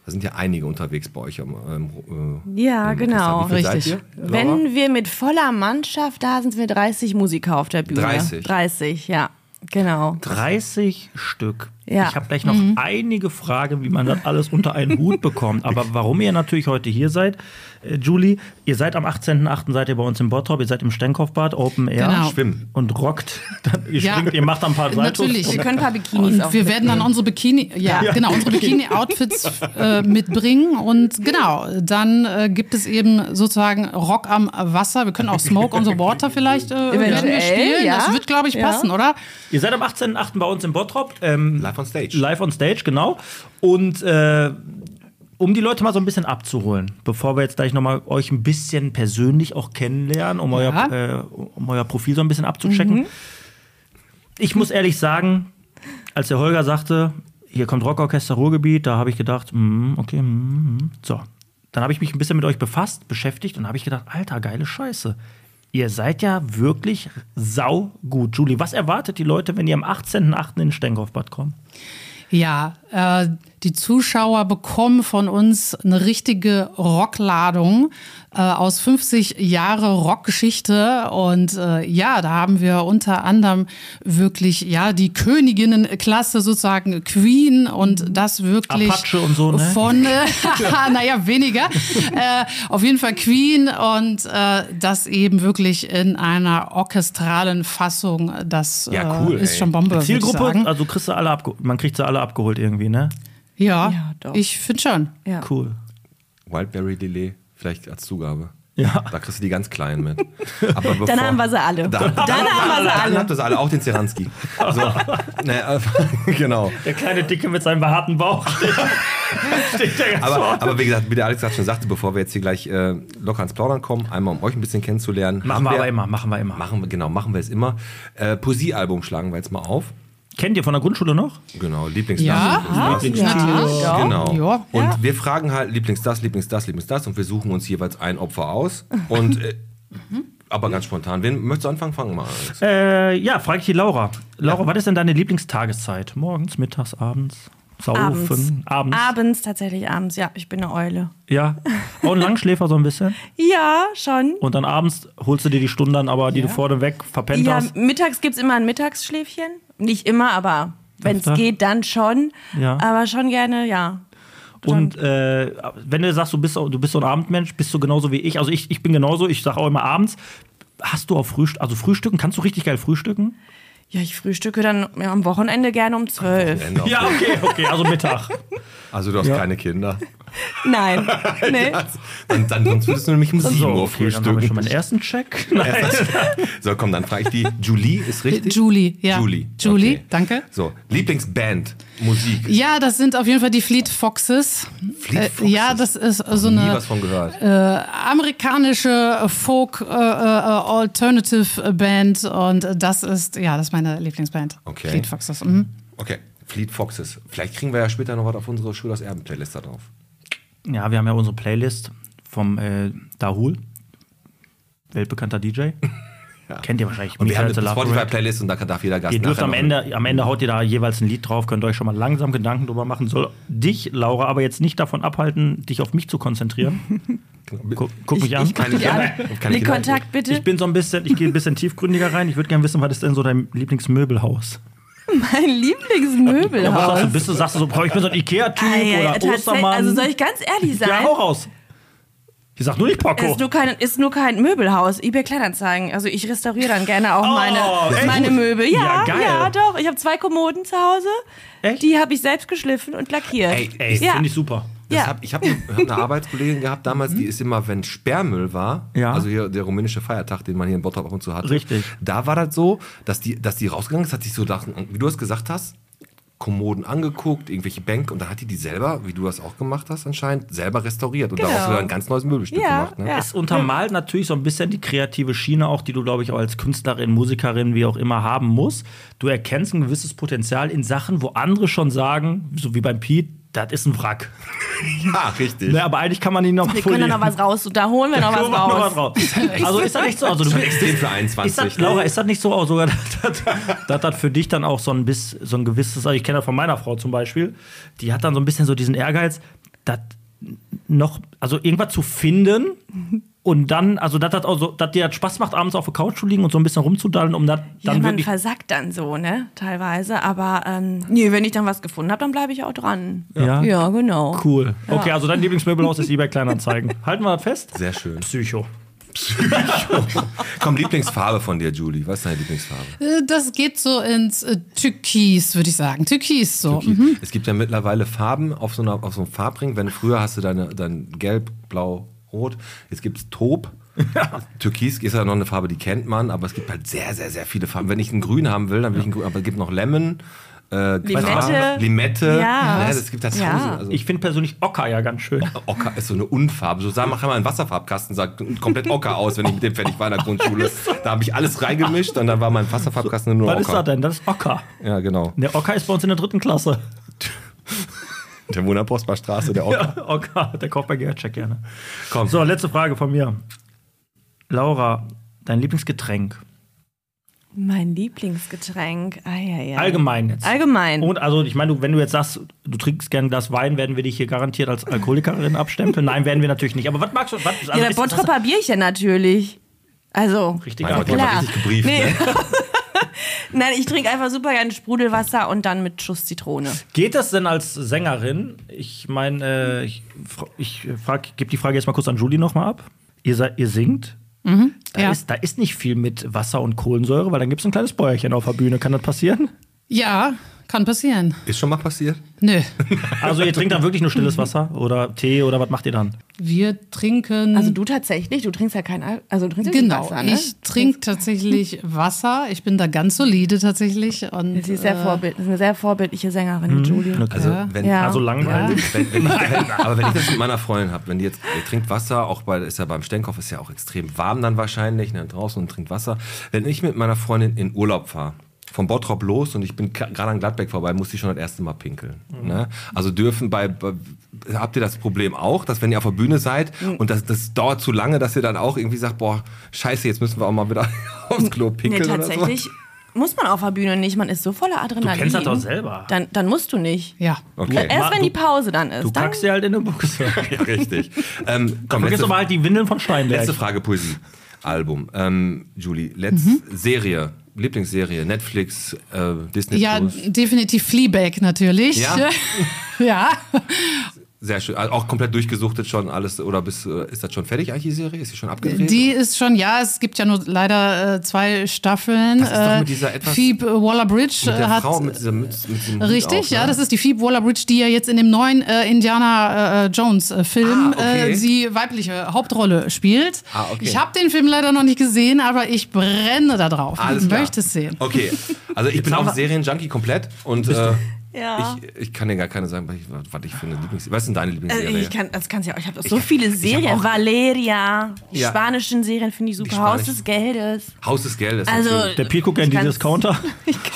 S2: Da sind ja einige unterwegs bei euch. Im, ähm, äh,
S6: Ja,
S2: im
S6: genau.
S2: Orchester. Wie viel
S7: Richtig.
S2: Seid ihr, Laura?
S6: Wenn wir mit voller Mannschaft da sind, sind wir 30 Musiker auf der Bühne.
S2: 30.
S6: 30, ja. Genau.
S3: 30 Stück.
S6: Ja.
S3: Ich habe gleich noch einige Fragen, wie man das alles unter einen Hut bekommt. Aber warum ihr natürlich heute hier seid, äh, Julie, ihr seid am 18.08. seid ihr bei uns im Bottrop, ihr seid im Stenkopfbad, Open Air.
S7: Genau.
S2: Schwimmen.
S3: Und rockt. ihr
S7: Ja.
S3: springt, ihr macht ein paar Saltos.
S7: Natürlich.
S6: Wir können ein paar Bikinis
S7: Und
S6: Oh, auch
S7: wir werden dann unsere Bikini, ja, genau, unsere Bikini-Outfits äh, mitbringen. Und genau, dann äh, gibt es eben sozusagen Rock am Wasser. Wir können auch Smoke on the Water vielleicht äh, werden wir
S6: Eventuell,
S7: spielen.
S6: ja.
S7: Das wird, glaube ich,
S6: Ja.
S7: passen, oder?
S3: Ihr seid am 18.08. bei uns im Bottrop. Ähm,
S2: Live on stage.
S3: Live on Stage, genau. Und äh, um die Leute mal so ein bisschen abzuholen, bevor wir jetzt gleich nochmal euch ein bisschen persönlich auch kennenlernen, um, euer, äh, um euer Profil so ein bisschen abzuchecken. Ich muss ehrlich sagen, als der Holger sagte, hier kommt Rockorchester Ruhrgebiet, da habe ich gedacht, hm, okay, hm, hm. so. Dann habe ich mich ein bisschen mit euch befasst, beschäftigt und habe ich gedacht, alter, geile Scheiße. Ihr seid ja wirklich saugut. Julie, was erwartet die Leute, wenn ihr am 18.08. in Stenkopfbad kommt?
S7: Ja, äh, die Zuschauer bekommen von uns eine richtige Rockladung äh, aus 50 Jahre Rockgeschichte. Und äh, ja, da haben wir unter anderem wirklich ja die Königinnenklasse sozusagen Queen und das wirklich
S3: Apache und so, ne?
S7: von äh, naja weniger äh, auf jeden Fall Queen und äh, das eben wirklich in einer orchestralen Fassung. Das
S2: Ja, cool,
S7: äh, ist
S2: ey.
S7: schon Bombe. würd ich
S3: Zielgruppe,
S7: sagen.
S3: also kriegst du alle abgeholt. Man kriegt sie alle abgeholt irgendwie, ne?
S7: Ja,
S6: Ja, doch.
S7: ich finde schon.
S6: Ja.
S3: Cool.
S2: Wildberry Delay, vielleicht als Zugabe.
S3: Ja.
S2: Da kriegst du die ganz Kleinen mit. Aber bevor,
S6: Dann haben wir sie alle. Dann haben wir sie
S2: Dann
S6: alle.
S2: habt ihr sie alle, auch den Zeranski. So, ne, äh, genau.
S3: Der kleine Dicke mit seinem behaarten Bauch steht der ganz
S2: Aber,
S3: vorne.
S2: aber wie gesagt, wie der Alex gerade schon sagte, bevor wir jetzt hier gleich äh, locker ans Plaudern kommen, einmal um euch ein bisschen kennenzulernen.
S3: Machen
S2: haben
S3: wir aber immer, machen wir immer.
S2: Machen wir, genau, machen wir es immer. Äh, Poesie-Album schlagen wir jetzt mal auf.
S3: Kennt ihr von der Grundschule noch?
S2: Genau,
S7: Ja,
S2: Lieblingsnamen.
S7: natürlich.
S6: Ja.
S2: Genau.
S7: Ja.
S2: Und wir fragen halt Lieblings das, Lieblings das, Lieblings das und wir suchen uns jeweils ein Opfer aus. Und äh, aber ganz spontan. Wen möchtest du anfangen? Fangen wir mal an.
S3: Äh, ja, frage ich die Laura. Laura, was ist denn deine Lieblingstageszeit? Morgens, mittags, abends? Saufen?
S6: Abends.
S3: Abends.
S6: Abends, tatsächlich abends. Ja, ich bin eine Eule.
S3: ja. Auch ein Langschläfer so ein bisschen.
S6: Ja, schon.
S3: Und dann abends holst du dir die Stunden dann aber, die du vorne weg verpennt
S6: Ja,
S3: hast.
S6: mittags gibt es immer ein Mittagsschläfchen. Nicht immer, aber wenn es
S3: Öfter.
S6: geht, dann schon.
S3: Ja.
S6: Aber schon gerne, ja.
S3: Und äh, wenn du sagst, du bist, so- du bist so ein Abendmensch, bist du genauso wie ich. Also ich, ich bin genauso, ich sage auch immer abends. Hast du auch Frühstück, also Frühstücken, kannst du richtig geil frühstücken?
S6: Ja, ich frühstücke dann ja, am Wochenende gerne um zwölf.
S2: Ende auf-
S3: okay, okay, also Mittag.
S2: Also du hast keine Kinder.
S6: Nein, nee.
S2: Dann, dann sonst würdest du nämlich um 7
S3: So,
S2: Uhr
S3: okay, dann habe ich
S2: frühstücken.
S3: schon meinen ersten Check. Nein.
S2: So, komm, dann frage ich die. Julie ist richtig?
S7: Äh, Julie, ja.
S2: Julie.
S7: Julie,
S2: okay.
S7: danke.
S2: So, Lieblingsband, Musik.
S7: Ja, das sind auf jeden Fall die Fleet Foxes.
S2: Fleet
S7: Äh,
S2: Foxes.
S7: ja, das ist äh, so
S2: Nie
S7: eine äh,
S2: was von gehört.
S7: amerikanische Folk äh, äh, Alternative Band und äh, das ist ja, das ist meine Lieblingsband.
S2: Okay.
S7: Fleet Foxes. Mhm.
S2: Okay, Fleet Foxes. Vielleicht kriegen wir ja später noch was auf unsere Schülers Erben-Playlist da drauf.
S3: Ja, wir haben ja unsere Playlist vom äh, Dahul, weltbekannter DJ. Kennt ihr wahrscheinlich.
S2: Und wir haben
S3: Michael
S2: eine
S3: Zalabre.
S2: Spotify-Playlist und da darf jeder Gast
S3: Ihr dürft
S2: nachher
S3: am
S2: noch-
S3: Ende, am Ende haut ihr da jeweils ein Lied drauf, könnt euch schon mal langsam Gedanken drüber machen. Soll dich, Laura, aber jetzt nicht davon abhalten, dich auf mich zu konzentrieren. Guck, guck mich an.
S6: Genau. Ich guck dich an.
S2: Keine Kinder.
S6: Blickkontakt bitte.
S3: Ich bin so ein bisschen, ich gehe ein bisschen tiefgründiger rein. Ich würde gerne wissen, was ist denn so dein Lieblingsmöbelhaus?
S6: Mein
S3: Was sagst du?
S6: Lieblingsmöbelhaus.
S3: Bist du, sagst du so, boah, ich bin so ein Ikea-Typ
S6: Ah, ja, ja,
S3: oder
S6: tatsächlich.
S3: Ostermann?
S6: Also soll ich ganz ehrlich
S3: ja,
S6: sein?
S3: hau raus. Ich sag nur nicht Paco.
S6: Ist nur, kein, ist nur kein Möbelhaus, eBay Kleinanzeigen. Also ich restauriere dann gerne auch
S3: Oh,
S6: meine,
S3: echt?
S6: meine Möbel.
S3: Ja,
S6: Ja, ja,
S3: geil.
S6: doch. Ich habe zwei Kommoden zu Hause.
S3: Echt?
S6: Die habe ich selbst geschliffen und lackiert.
S2: Ey,
S3: Ey,
S6: Ja.
S3: finde ich super.
S2: Das
S6: Ja.
S2: hab, ne- ich habe hab eine Arbeitskollegin gehabt damals, die ist immer, wenn Sperrmüll war,
S3: Mhm. Ja.
S2: also hier der rumänische Feiertag, den man hier in Bottrop ab und zu hatte,
S3: Richtig.
S2: da war das so, dass die, dass die rausgegangen ist, hat sich so, gedacht, wie du es gesagt hast, Kommoden angeguckt, irgendwelche Bänke und dann hat die die selber, wie du das auch gemacht hast anscheinend, selber restauriert und daraus
S6: Genau.
S2: wieder ein ganz neues Möbelstück
S6: Ja,
S2: gemacht. Ne?
S6: ja.
S3: Es untermalt natürlich so ein bisschen die kreative Schiene auch, die du, glaube ich, auch als Künstlerin, Musikerin, wie auch immer haben musst. Du erkennst ein gewisses Potenzial in Sachen, wo andere schon sagen, so wie beim Pete, das ist ein Wrack.
S2: Ja, richtig.
S3: Ne, aber eigentlich kann man ihn noch
S6: Wir können da noch was raus. Da holen wir noch was
S3: Knoblauch noch
S6: raus.
S3: was raus. Also ist das nicht so, also du
S2: Schon
S3: bist
S2: extrem für
S3: ist
S2: 21.
S3: das, Laura, ist das nicht so auch sogar, dass das- dass das für dich dann auch so ein bisschen, so ein gewisses, also ich kenne das von meiner Frau zum Beispiel, die hat dann so ein bisschen so diesen Ehrgeiz, dass noch, also irgendwas zu finden und dann, also dass das auch so, dass dir das Spaß macht, abends auf der Couch zu liegen und so ein bisschen rumzudallen, um das
S6: Ja,
S3: dann
S6: man
S3: wirklich.
S6: versackt dann so, ne? Teilweise. Aber ähm, nee, wenn ich dann was gefunden habe, dann bleibe ich auch dran.
S3: Ja.
S6: ja genau.
S3: Cool. Okay, also dein Lieblingsmöbelhaus ist eBay Kleinanzeigen. Halten wir das fest?
S2: Sehr schön.
S3: Psycho.
S2: Komm, Lieblingsfarbe von dir, Julie. Was ist deine Lieblingsfarbe?
S7: Äh, Das geht so ins äh, Türkis, würde ich sagen. Türkis so. Mhm.
S2: Okay. Es gibt ja mittlerweile Farben auf so, einer, auf so einem Farbring. Wenn früher hast du deine, dein Gelb, Blau, Rot. Jetzt gibt es Taub. Türkis ist ja noch eine Farbe, die kennt man, aber es gibt halt sehr, sehr, sehr viele Farben. Wenn ich ein Grün haben will, dann will ich ein Grün, aber es gibt noch Lemon, äh, Gras, Limette.
S6: Ja.
S2: Ne, das gibt das
S6: Ja.
S2: tausend. Also,
S3: Ich finde persönlich Ocker ja ganz schön.
S2: Ocker ist so eine Unfarbe. So sag, mach einmal einen Wasserfarbkasten, sag komplett Ocker aus, wenn ich mit dem fertig war in der Grundschule. Da habe ich alles reingemischt und dann war mein Wasserfarbkasten nur
S3: Was ist das
S2: Ocker.
S3: denn? Das ist Ocker.
S2: Ja, genau.
S3: Der Ocker ist bei uns in der dritten Klasse.
S2: Der Wohner Postbarstraße, der Ocker.
S3: Ocker, Oh der kauft bei Gercheck gerne.
S2: Komm.
S3: So, letzte Frage von mir. Laura, dein Lieblingsgetränk?
S6: Mein Lieblingsgetränk. Ah, ja, ja.
S3: Allgemein jetzt.
S6: Allgemein.
S3: Und also, ich meine, du- wenn du jetzt sagst, du trinkst gerne ein Glas Wein, werden wir dich hier garantiert als Alkoholikerin abstempeln. Nein, werden wir natürlich nicht. Aber was magst du? Was, also
S6: ja, der
S3: ist das
S6: Bottroper Bierchen natürlich. Also.
S3: Richtig,
S2: Mein Gott,
S3: Antwort.
S2: die haben
S6: Klar.
S2: richtig gebrieft.
S6: Nee.
S2: Ne?
S6: Nein, ich trinke einfach super gerne Sprudelwasser und dann mit Schuss Zitrone.
S3: Geht das denn als Sängerin? Ich meine, äh, ich, fra- ich frag, gebe die Frage jetzt mal kurz an Julie nochmal ab. Ihr, seid- ihr singt.
S6: Mhm,
S3: Da,
S7: ja.
S3: ist, da ist nicht viel mit Wasser und Kohlensäure, weil dann gibt es ein kleines Bäuerchen auf der Bühne. Kann das passieren?
S7: Ja, kann passieren.
S2: Ist schon mal passiert?
S7: Nö.
S3: Also ihr trinkt dann wirklich nur stilles Wasser oder Tee oder was macht ihr dann?
S7: Wir trinken.
S6: Also du tatsächlich, du trinkst ja kein Al also du trinkst ja
S7: Genau,
S6: nicht Wasser, ne?
S7: ich trinke tatsächlich Wasser. Ich bin da ganz solide tatsächlich. Und, äh,
S6: Sie ist sehr vorbild, ist eine sehr vorbildliche
S3: Mhm.
S6: Sängerin, Julie.
S2: Also, wenn,
S6: Ja.
S3: Also langweilig.
S2: wenn, wenn, wenn, aber wenn ich das mit meiner Freundin habe, wenn die jetzt ihr trinkt Wasser, auch bei, ist ja beim Steinkauf ist ja auch extrem warm dann wahrscheinlich, dann draußen und trinkt Wasser. Wenn ich mit meiner Freundin in Urlaub fahre, vom Bottrop los und ich bin ka- gerade an Gladbeck vorbei, muss ich schon das erste Mal pinkeln. Ne? Also dürfen bei, bei habt ihr das Problem auch, dass wenn ihr auf der Bühne seid
S6: Mhm.
S2: und das, das dauert zu lange, dass ihr dann auch irgendwie sagt, boah, scheiße, jetzt müssen wir auch mal wieder aufs Klo
S6: Nee,
S2: pinkeln oder so.
S6: tatsächlich muss man auf der Bühne nicht, man ist so voller Adrenalin.
S3: kennst das doch selber.
S6: Dann, dann musst du nicht.
S7: Ja.
S2: Okay.
S6: Erst
S3: Ma-
S6: wenn
S3: du-
S6: die Pause dann ist.
S3: Du
S6: dann
S3: kackst dir halt in eine Buchse.
S2: Ja, richtig. Ähm, komm,
S3: Vergiss
S2: letzte,
S3: aber halt die Windeln von Steinberg.
S2: letzte Frage, Poesie. Album. Ähm, Julie, letzte
S7: Mhm.
S2: Serie, Lieblingsserie, Netflix, äh, Disney
S7: Ja,
S2: Plus.
S7: definitiv Fleabag natürlich.
S2: Ja?
S7: ja.
S2: Sehr schön. Also auch komplett durchgesuchtet schon alles. Oder bis, äh, ist das schon fertig eigentlich, die Serie? Ist sie schon abgedreht?
S7: Die ist schon, ja, es gibt ja nur leider äh, zwei Staffeln.
S2: Das ist doch
S7: Äh,
S2: mit dieser etwas-
S7: Phoebe Waller-Bridge äh,
S2: mit der
S7: hat
S2: Frau mit dieser Mütze. Mit diesem Hut
S7: Richtig,
S2: auf, ne?
S7: ja, das ist die Phoebe Waller-Bridge, die ja jetzt in dem neuen äh, Indiana äh, Jones-Film
S2: Ah, okay.
S7: äh, die weibliche Hauptrolle spielt.
S2: Ah, okay.
S7: Ich habe den Film leider noch nicht gesehen, aber ich brenne da drauf.
S2: Alles
S7: ich
S2: klar.
S7: möchte es sehen.
S2: Okay, also ich bin
S3: haben
S2: auch
S3: wir-
S2: Serienjunkie komplett und äh,
S6: Ja.
S2: ich, ich kann dir gar keine sagen, was ich, was ich für eine Lieblingsserie. Was ist denn deine
S6: Also
S2: Lieblingsserie?
S6: ich kann, das kannst du ja auch. Ich habe so viele
S2: ich hab
S6: Serien.
S2: auch-
S6: Valeria, die
S2: Ja.
S6: spanischen Serien finde ich super. Haus
S2: spanischen.
S6: des Geldes.
S2: Haus des Geldes.
S6: Also-
S2: natürlich.
S3: Der Pier guckt ja in die
S6: Ich kann's-
S3: Discounter.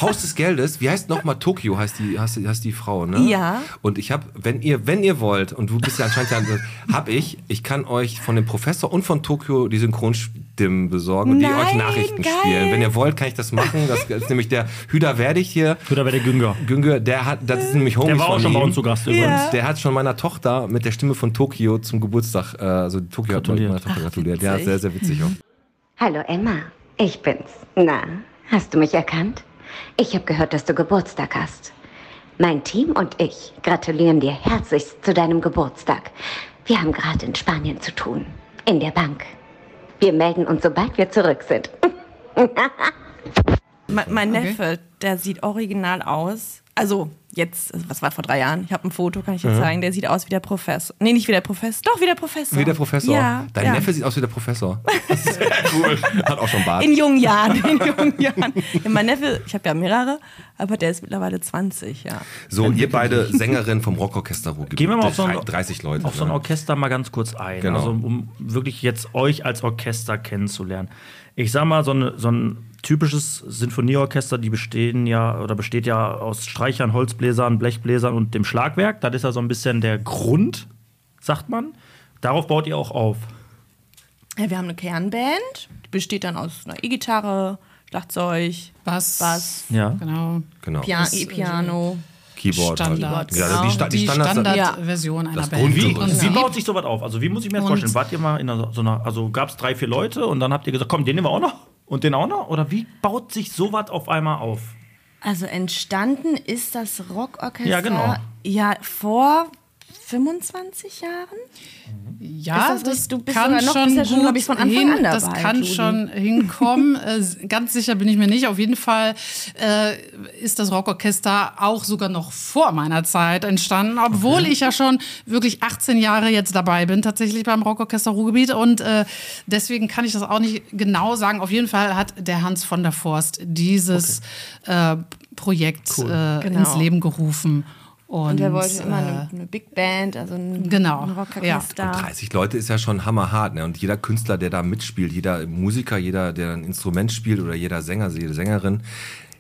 S2: Haus des Geldes, wie heißt nochmal Tokio, heißt die, heißt, die- heißt die Frau, ne?
S6: Ja.
S2: Und ich habe, wenn ihr, wenn ihr wollt, und du bist ja anscheinend, ja- hab ich, ich kann euch von dem Professor und von Tokio die Synchronstimmen besorgen und die
S6: Nein,
S2: euch Nachrichten
S6: geil.
S2: spielen. Wenn ihr wollt, kann ich das machen. Das ist nämlich der Hüder Werdig hier.
S3: Oder wäre der Günger.
S2: Günger, der hat, das ist nämlich Homies
S3: Der war auch
S2: von
S3: schon bei
S2: ihm.
S3: uns zu Gast übrigens.
S2: Der hat schon meiner Tochter mit der Stimme von Tokio zum Geburtstag, äh, also Tokio hat
S3: Gratuliert.
S2: meiner Tochter gratuliert. Ja,
S6: witzig.
S2: sehr, sehr witzig auch.
S8: Hallo Emma, ich bin's. Na, hast du mich erkannt? Ich habe gehört, dass du Geburtstag hast. Mein Team und ich gratulieren dir herzlichst zu deinem Geburtstag. Wir haben gerade in Spanien zu tun, in der Bank. Wir melden uns, sobald wir zurück sind.
S6: Me- mein Neffe, der sieht original aus. Also jetzt, also was war vor drei Jahren? Ich habe ein Foto, kann ich jetzt sagen. Der sieht aus wie der Professor. Nee, nicht wie der Professor. Doch, wie der Professor.
S2: Wie der Professor.
S6: Ja,
S2: Dein
S6: ja.
S2: Neffe sieht aus wie der Professor. Das ist sehr cool. Hat auch schon Bart.
S6: In jungen Jahren, in jungen Jahren. Ja, mein Neffe, ich habe ja mehrere, aber der ist mittlerweile 20, ja.
S2: So, ihr beide Sängerinnen vom Rockorchester Ruhrgebiet.
S3: Gehen wir mal auf so ein,
S2: 30 Leute.
S3: auf so ein
S2: ne?
S3: Orchester mal ganz kurz ein.
S2: Genau.
S3: Also, um wirklich jetzt euch als Orchester kennenzulernen. Ich sag mal, so, eine, so ein typisches Sinfonieorchester, die bestehen ja oder besteht ja aus Streichern, Holzbläsern, Blechbläsern und dem Schlagwerk. Das ist ja so ein bisschen der Grund, sagt man. Darauf baut ihr auch auf.
S6: ja. Wir haben eine Kernband, die besteht dann aus einer E-Gitarre, Schlagzeug,
S7: Was?
S6: Bass,
S3: Ja.
S7: Genau.
S2: genau.
S6: Pia E-Piano.
S2: Keyboard.
S7: Standard.
S2: Halt. Ja, also die, Sta die
S7: Genau, Die
S2: Standards.
S7: Standardversion einer
S2: Das
S7: Band.
S3: Wie,
S2: Grundgerüst.
S7: Und
S3: wie
S7: ja.
S3: baut sich sowas auf? Also, wie muss ich mir das vorstellen? Wart ihr mal in einer, so einer, also gab es drei, vier Leute und dann habt ihr gesagt, komm, den nehmen wir auch noch und den auch noch? Oder wie baut sich sowas auf einmal auf?
S6: Also entstanden ist das Rockorchester
S3: Ja, genau.
S6: ja vor 25 Jahren.
S7: Ja,
S6: Ist das richtig? Du bist
S7: kann
S6: sogar noch-
S7: schon
S6: bist ja schon,
S7: gut
S6: glaub ich, von Anfang
S7: hin,
S6: an dabei,
S7: Das kann
S6: Judy.
S7: schon hinkommen. Äh, s- Ganz sicher bin ich mir nicht. Auf jeden Fall äh, ist das Rockorchester auch sogar noch vor meiner Zeit entstanden, obwohl ich ja schon wirklich 18 Jahre jetzt dabei bin, tatsächlich beim Rockorchester Ruhrgebiet. Und äh, deswegen kann ich das auch nicht genau sagen. Auf jeden Fall hat der Hans von der Forst dieses äh, Projekt äh,
S6: Genau.
S7: ins Leben gerufen. Und,
S6: Und er wollte immer
S7: äh,
S6: eine, eine Big Band, also ein,
S7: Genau,
S6: ein Rockorchester.
S2: 30 Leute ist ja schon hammerhart. Ne? Und jeder Künstler, der da mitspielt, jeder Musiker, jeder, der ein Instrument spielt oder jeder Sänger, jede Sängerin,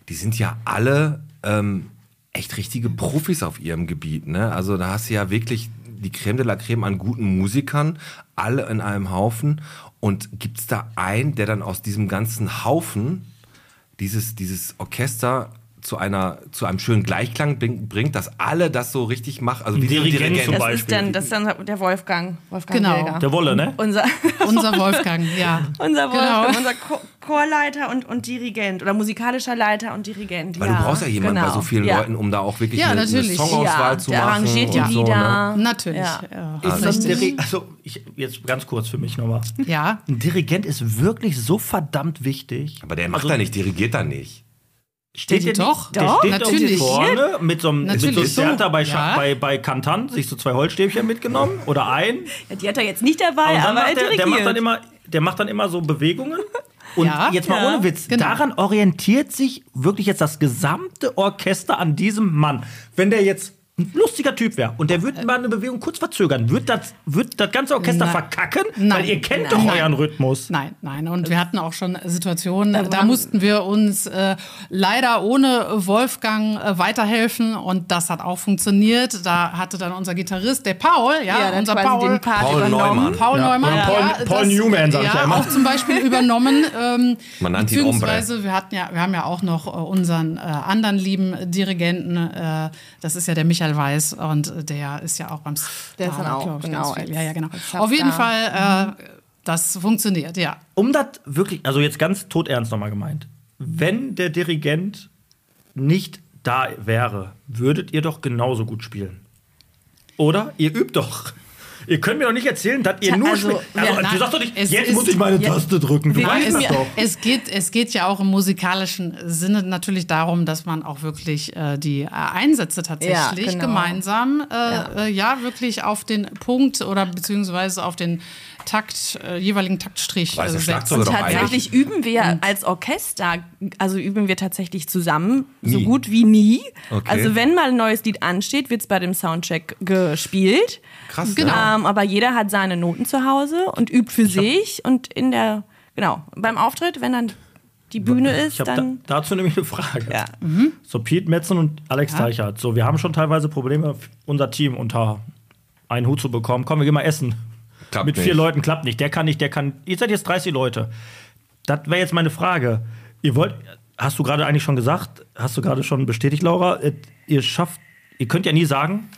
S2: die sind ja alle ähm, echt richtige Profis auf ihrem Gebiet. Ne? Also da hast du ja wirklich die Creme de la Creme an guten Musikern, alle in einem Haufen. Und gibt es da einen, der dann aus diesem ganzen Haufen dieses, dieses Orchester zu einer zu einem schönen Gleichklang bring, bringt, dass alle das so richtig machen. Also wie so ein
S3: Dirigent zum
S6: Das
S3: Beispiel.
S6: ist, dann, das ist dann der Wolfgang. Wolfgang
S7: Genau.
S6: Jäger.
S3: Der Wolle, ne?
S6: Unser,
S7: Unser Wolfgang, ja.
S6: unser,
S7: Genau.
S6: Wolfgang, unser Cho- Chorleiter und, und Dirigent oder musikalischer Leiter und Dirigent.
S2: Weil
S6: ja,
S2: du brauchst ja jemanden
S6: genau.
S2: bei so vielen
S6: ja.
S2: Leuten, um da auch wirklich
S7: Ja,
S2: eine, eine
S7: natürlich.
S2: Songauswahl
S6: ja,
S2: zu
S6: der
S2: machen.
S6: arrangiert die
S2: und so, ne?
S6: Lieder.
S7: Natürlich.
S6: Ja.
S7: Ja.
S3: Ist das
S7: Richtig.
S3: Diri also ich, jetzt ganz kurz für mich nochmal.
S7: ja.
S3: Ein Dirigent ist wirklich so verdammt wichtig.
S2: Aber der macht
S3: Also,
S2: da nicht, dirigiert da nicht.
S3: Steht der
S7: Doch,
S3: der
S7: doch,
S3: steht
S7: natürlich.
S3: irgendwie vorne mit so einem mit so einem
S7: Natürlich.
S3: Theater bei, Scha-
S7: Ja.
S3: bei, bei Kantan, sich so zwei Holzstäbchen mitgenommen oder ein.
S6: Ja, die hat er jetzt nicht dabei,
S3: Und dann
S6: aber er
S3: macht der, der, macht
S6: dirigiert.
S3: dann immer, der macht dann immer so Bewegungen. Und
S7: Ja.
S3: jetzt mal
S6: Ja.
S3: ohne Witz,
S7: Genau.
S3: daran orientiert sich wirklich jetzt das gesamte Orchester an diesem Mann. Wenn der jetzt ein lustiger Typ wäre und der würde mal eine Bewegung kurz verzögern, wird das, wird das ganze Orchester
S7: äh. Nein.
S3: verkacken?
S7: Nein.
S3: Weil ihr kennt doch
S7: Nein.
S3: euren Rhythmus.
S7: Nein, nein. Und wir hatten auch schon Situationen, da, mussten wir uns äh, leider ohne Wolfgang äh, weiterhelfen. Und das hat auch funktioniert. Da hatte dann unser Gitarrist, der Paul, ja,
S6: ja, dann
S7: unser
S6: quasi
S7: Paul.
S6: den Part
S2: Paul
S6: übernommen.
S2: Neumann.
S7: Paul Neumann,
S3: oder genau. Paul-
S7: ja,
S3: Paul Newman, sag ich
S7: ja,
S3: ja immer.
S7: auch zum Beispiel übernommen. Ähm,
S2: Man nannte ihn
S7: beziehungsweise wir hatten ja, wir haben ja auch noch äh, unseren äh, anderen lieben Dirigenten. Äh, das ist ja der Michael Weiß und äh, der ist ja auch beim
S6: Der ist dann
S7: Star,
S6: auch,
S7: glaub ich,
S6: genau,
S7: ganz viel.
S6: als-
S7: Ja, ja, genau.
S6: als
S7: Auf jeden
S6: Substar.
S7: Fall, äh, das funktioniert, ja.
S3: Um das wirklich, also jetzt ganz todernst nochmal gemeint, wenn der Dirigent nicht da wäre, würdet ihr doch genauso gut spielen. Oder? Ihr übt doch. Ihr könnt mir doch nicht erzählen, dass ihr
S6: Tja,
S3: nur
S6: also,
S3: spielt. Also,
S7: ja,
S3: du
S7: nein,
S3: sagst doch nicht,
S7: es
S3: jetzt
S7: ist-
S3: muss ich meine
S6: ja.
S3: Taste drücken. Du
S6: Wir
S3: weißt
S6: wissen
S3: das
S6: ja-
S3: doch.
S7: Es geht, es geht ja auch im musikalischen Sinne natürlich darum, dass man auch wirklich äh, die äh, Einsätze tatsächlich
S6: Ja, genau.
S7: gemeinsam, äh, ja. Äh, ja, wirklich auf den Punkt oder beziehungsweise auf den Takt, äh, jeweiligen Taktstrich
S2: Weiß
S7: äh,
S2: der
S7: setzt.
S2: Schlagzeuger doch eigentlich.
S6: Tatsächlich üben wir als Orchester, also üben wir tatsächlich zusammen, so
S2: Nie.
S6: gut wie nie.
S2: Okay.
S6: Also wenn mal ein neues Lied ansteht, wird es bei dem Soundcheck gespielt.
S2: Krass,
S7: Genau.
S2: ne?
S6: Ähm, aber jeder hat seine Noten zu Hause und übt für sich und in der, genau, beim Auftritt, wenn dann die Bühne ist,
S3: Ich habe da,
S6: dann.
S3: dazu nämlich eine Frage.
S6: Ja.
S3: So, Pete Metzen und Alex Teichert. So, wir haben schon teilweise Probleme, unser Team unter einen Hut zu bekommen. Komm, wir gehen mal essen.
S2: Klappt
S3: Mit vier
S2: nicht.
S3: Leuten klappt nicht. Der kann nicht, der kann. Ihr seid jetzt 30 Leute. Das wäre jetzt meine Frage. Ihr wollt, hast du gerade eigentlich schon gesagt, hast du gerade schon bestätigt, Laura, äh, ihr schafft, ihr könnt ja nie sagen,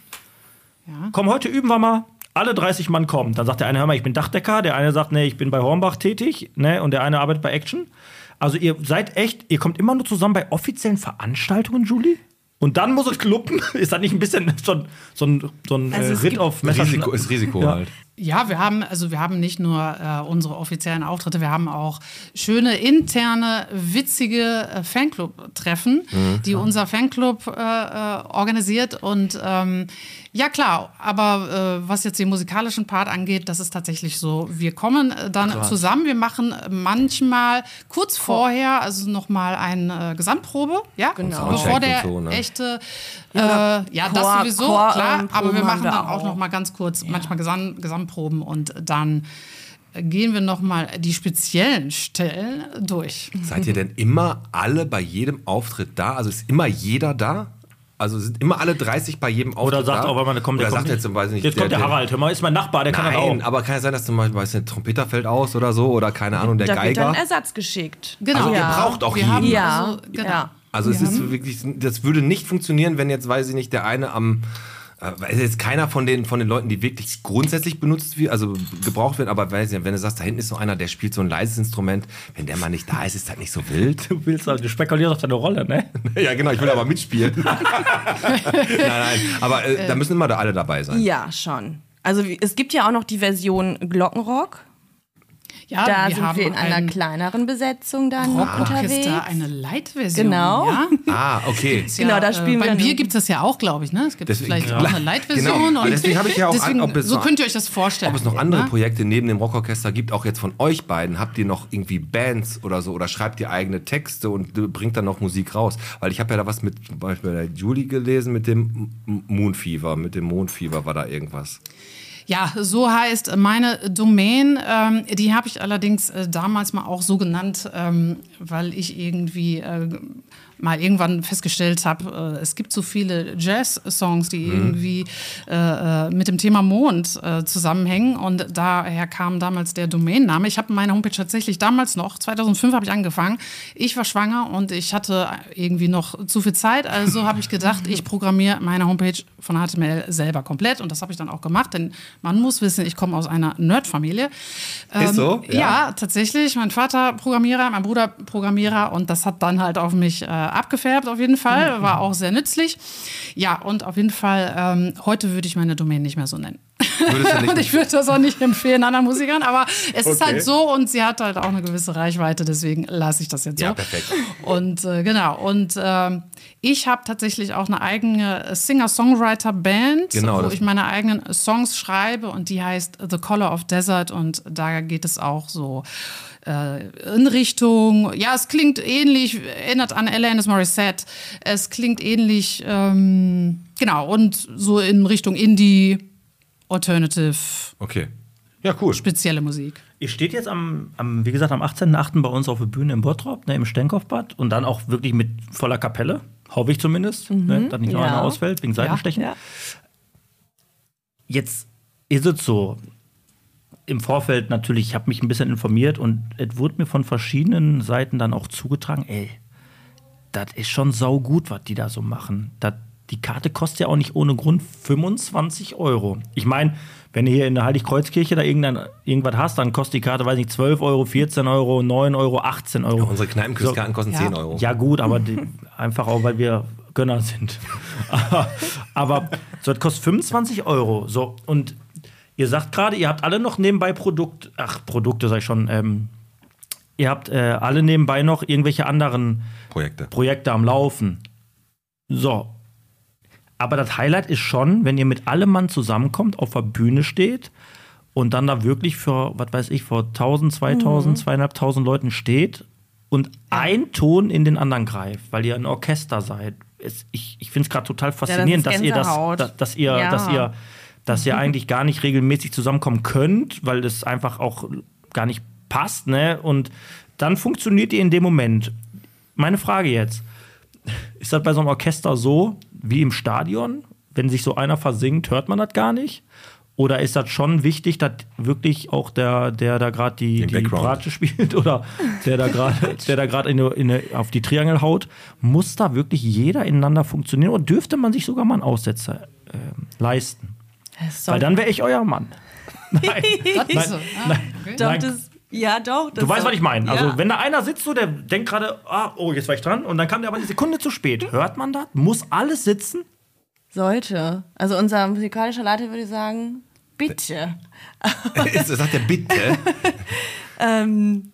S3: komm, heute üben wir mal. Alle 30 Mann kommen. Dann sagt der eine, hör mal, ich bin Dachdecker. Der eine sagt, nee, ich bin bei Hornbach tätig. Ne? Und der eine arbeitet bei Action. Also ihr seid echt, ihr kommt immer nur zusammen bei offiziellen Veranstaltungen, Julie? Und dann muss es kluppen? Ist das nicht ein bisschen schon so ein, so ein
S6: Also
S3: äh,
S6: es
S3: Ritt
S6: gibt-
S3: auf Messerschneide?
S2: Risiko ist Risiko
S3: Ja.
S2: halt.
S7: Ja, wir haben also wir haben nicht nur äh, unsere offiziellen Auftritte, wir haben auch schöne interne witzige äh, Fanclub-Treffen,
S2: Mhm.
S7: die unser Fanclub äh, äh, organisiert und ähm, ja klar, aber äh, was jetzt den musikalischen Part angeht, das ist tatsächlich so. Wir kommen äh, dann zusammen, wir machen manchmal kurz vorher also noch mal eine äh, Gesamtprobe, ja,
S6: Genau.
S7: bevor
S2: Soundcheck
S7: der
S2: und so, ne?
S7: echte äh, ja, das
S6: Chor-
S7: sowieso
S6: Chor-
S7: klar,
S6: ähm,
S7: aber wir
S6: Proben
S7: machen
S6: haben wir
S7: dann auch
S6: auch.
S7: noch mal ganz kurz manchmal Gesam Gesamtproben und dann gehen wir noch mal die speziellen Stellen durch.
S2: Seid ihr denn immer alle bei jedem Auftritt da? Also ist immer jeder da? Also sind immer alle 30 bei jedem Auftritt
S3: Oder sagt
S2: da?
S3: auch, wenn man kommt,
S2: Oder
S3: der kommt
S2: sagt jetzt zum Beispiel nicht
S3: Jetzt kommt der, Harald, hör mal, ist mein Nachbar, der kann das
S2: Nein,
S3: auch.
S2: aber kann ja sein, dass zum Beispiel weiß nicht, der Trompeter fällt aus oder so oder keine Ahnung, der
S6: Da wird
S2: Geiger.
S6: dann Ersatz geschickt.
S7: Genau.
S2: Also
S6: Ja.
S2: ihr braucht auch
S7: wir
S2: jeden.
S7: haben
S6: Ja.
S7: also genau.
S6: Ja.
S2: Also es ist wirklich, das würde nicht funktionieren, wenn jetzt, weiß ich nicht, der eine am äh, weil jetzt keiner von den, von den Leuten, die wirklich grundsätzlich benutzt wird, also gebraucht wird, aber weiß nicht, wenn du sagst, da hinten ist so einer, der spielt so ein leises Instrument, wenn der mal nicht da ist, ist das nicht so wild.
S3: Du willst halt, du spekulierst auf deine Rolle, ne?
S2: ja, genau, ich will aber mitspielen. nein, nein, aber äh, da müssen immer da alle dabei sein.
S6: Ja, schon. Also wie- es gibt ja auch noch die Version Glockenrock.
S7: Ja,
S6: Da
S7: Ah, wir
S6: sind
S7: haben
S6: wir in einer
S7: ein
S6: kleineren Besetzung dann unterwegs.
S7: Rockorchester, eine Light-Version.
S6: Genau.
S7: Ja?
S2: Ah, okay.
S6: Genau, da
S7: äh,
S6: spielen wir
S7: Beim Bier
S6: dann-
S7: gibt es das ja auch, glaube ich. Ne? Es gibt
S2: Deswegen-
S7: vielleicht
S2: Ja.
S7: auch eine Light-Version.
S2: Genau, aber
S7: und-
S2: deswegen habe ich ja auch an,
S7: deswegen,
S2: ob es
S7: So
S2: noch-
S7: könnt ihr euch das vorstellen.
S2: Ob es noch andere
S7: ne?
S2: Projekte neben dem Rockorchester gibt, auch jetzt von euch beiden, habt ihr noch irgendwie Bands oder so oder schreibt ihr eigene Texte und bringt dann noch Musik raus? Weil ich habe ja da was mit zum Beispiel der Julie gelesen mit dem M- M- Moon Fever, mit dem Mondfieber war da irgendwas.
S7: Ja, so heißt meine Domain. Ähm, die habe ich allerdings äh, damals mal auch so genannt, ähm, weil ich irgendwie äh, mal irgendwann festgestellt habe, äh, es gibt so viele Jazz-Songs, die irgendwie äh, äh, mit dem Thema Mond äh, zusammenhängen. Und daher kam damals der Domainname. Ich habe meine Homepage tatsächlich damals noch, 2005 habe ich angefangen. Ich war schwanger und ich hatte irgendwie noch zu viel Zeit. Also habe ich gedacht, ich programmiere meine Homepage von HTML selber komplett. Und das habe ich dann auch gemacht, denn man muss wissen, ich komme aus einer Nerd-Familie.
S2: Ist so?
S7: Ähm, Ja. tatsächlich. Mein Vater Programmierer, mein Bruder Programmierer und das hat dann halt auf mich äh, abgefärbt, auf jeden
S2: Mhm.
S7: Fall. War auch sehr nützlich. Ja, und auf jeden Fall, ähm, heute würde ich meine Domain nicht mehr so nennen.
S2: Würdest du nicht
S7: und ich würde das auch nicht empfehlen anderen Musikern, aber es ist
S2: Okay.
S7: halt so und sie hat halt auch eine gewisse Reichweite, deswegen lasse ich das jetzt so.
S2: Ja, perfekt.
S7: Und äh, genau, und ähm, ich habe tatsächlich auch eine eigene Singer-Songwriter-Band,
S2: Genau,
S7: wo
S2: das-
S7: ich meine eigenen Songs schreibe und die heißt The Color of Desert und da geht es auch so äh, in Richtung, ja, es klingt ähnlich, erinnert an Alanis Morissette, es klingt ähnlich, ähm, genau, und so in Richtung Indie, Alternative,
S2: Okay. Ja, cool.
S7: spezielle Musik.
S3: Ihr steht jetzt am, am wie gesagt, am 18.8. bei uns auf der Bühne im Bottrop, ne, im Stenkopfbad und dann auch wirklich mit voller Kapelle, hoffe ich zumindest, ne, dass nicht noch
S6: Mhm. ja.
S3: einer ausfällt wegen Seitenstechen.
S6: Ja.
S3: Jetzt ist es so, im Vorfeld natürlich, ich habe mich ein bisschen informiert und es wurde mir von verschiedenen Seiten dann auch zugetragen, ey, das ist schon saugut, was die da so machen. Das, die Karte kostet ja auch nicht ohne Grund 25 Euro. Ich meine, wenn du hier in der Heiligkreuzkirche da irgendein, irgendwas hast, dann kostet die Karte, weiß nicht, 12 Euro, 14 Euro, 9 Euro, 18 Euro.
S2: Unsere Kneipenküsskarten kosten
S7: Ja.
S2: 10 Euro.
S3: Ja, gut, aber die, einfach auch, weil wir Gönner sind. aber, aber so, das kostet 25 Euro. So, und ihr sagt gerade, ihr habt alle noch nebenbei Produkt, ach, Produkte sag ich schon, ähm, ihr habt äh, alle nebenbei noch irgendwelche anderen
S2: Projekte.
S3: Projekte am Laufen. So. Aber das Highlight ist schon, wenn ihr mit allem Mann zusammenkommt, auf der Bühne steht und dann da wirklich vor, was weiß ich, vor 1000,
S6: Mhm.
S3: 2000, zweieinhalbtausend Leuten steht und ein Ton in den anderen greift, weil ihr ein Orchester seid. Es, ich ich finde es gerade total
S6: ist
S3: faszinierend, dass ihr das,
S6: Gänsehaut.
S3: dass, dass ihr,
S6: Ja.
S3: dass ihr, dass ihr eigentlich gar nicht regelmäßig zusammenkommen könnt, weil es einfach auch gar nicht passt, ne? Und dann funktioniert ihr in dem Moment. Meine Frage jetzt: Ist das bei so einem Orchester so wie im Stadion? Wenn sich so einer versingt, hört man das gar nicht? Oder ist das schon wichtig, dass wirklich auch der, der da gerade die,
S2: Den
S3: die
S2: Background.
S3: Bratsch- spielt oder der da gerade, der da gerade in, eine- in, eine- auf die Triangel haut, muss da wirklich jeder ineinander funktionieren oder dürfte man sich sogar mal einen Aussetzer ähm, leisten?
S6: Das
S3: Weil
S6: soll-
S3: dann wäre ich euer Mann. Nein.
S7: Das ist so. Ah, okay.
S6: Doch,
S3: Nein.
S6: das, ja, doch. Das
S3: Du weißt, was ich meine. Also,
S6: ja.
S3: wenn da einer sitzt, so, der denkt gerade, ah, oh, jetzt war ich dran und dann kam der aber eine Sekunde zu spät. Hört man das? Muss alles sitzen?
S6: Sollte. Also unser musikalischer Leiter würde sagen, bitte.
S2: Ist- sagt er bitte.
S6: Ähm,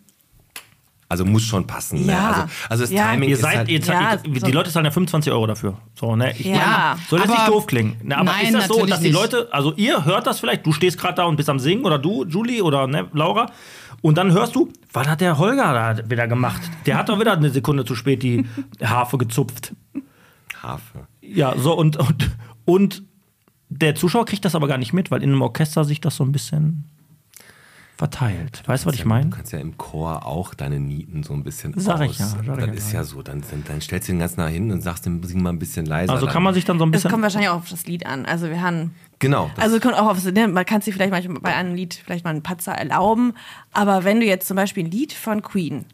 S2: Also muss schon passen. Ne?
S6: Ja.
S2: Also, also das
S6: Ja.
S2: Timing
S3: Ihr
S2: ist
S3: seid,
S2: halt,
S3: ihr,
S6: Ja,
S3: ihr,
S6: so-
S3: die Leute zahlen ja 25 Euro dafür. So, ne? Ich,
S6: Ja.
S3: Soll das
S7: Aber-
S3: nicht doof klingen? Na, aber
S7: Nein,
S3: ist das so,
S7: natürlich
S3: dass die
S7: nicht.
S3: Leute, also ihr hört das vielleicht, du stehst gerade da und bist am Singen oder du, Julie oder ne, Laura, und dann hörst du, was hat der Holger da wieder gemacht? Der hat doch wieder eine Sekunde zu spät die Harfe gezupft.
S2: Harfe.
S3: Ja, so und, und, und der Zuschauer kriegt das aber gar nicht mit, weil in einem Orchester sich das so ein bisschen verteilt. Weißt du, was ich meine?
S2: Du kannst ja im Chor auch deine Nieten so ein bisschen
S3: Sag
S2: aus.
S3: ich ja, sag ich
S2: dann
S3: ja.
S2: ist ja so. Dann, dann, dann stellst du den ganz nah hin und sagst dem sing mal ein bisschen leiser.
S3: Also
S2: dann.
S3: kann man sich dann so ein
S6: Es kommt
S3: bisschen.
S6: wahrscheinlich auch auf das Lied an. Also wir haben.
S2: Genau. das-
S6: Also kommt auch auf, ne, man kann sich vielleicht manchmal bei einem Lied vielleicht mal einen Patzer erlauben, aber wenn du jetzt zum Beispiel ein Lied von Queen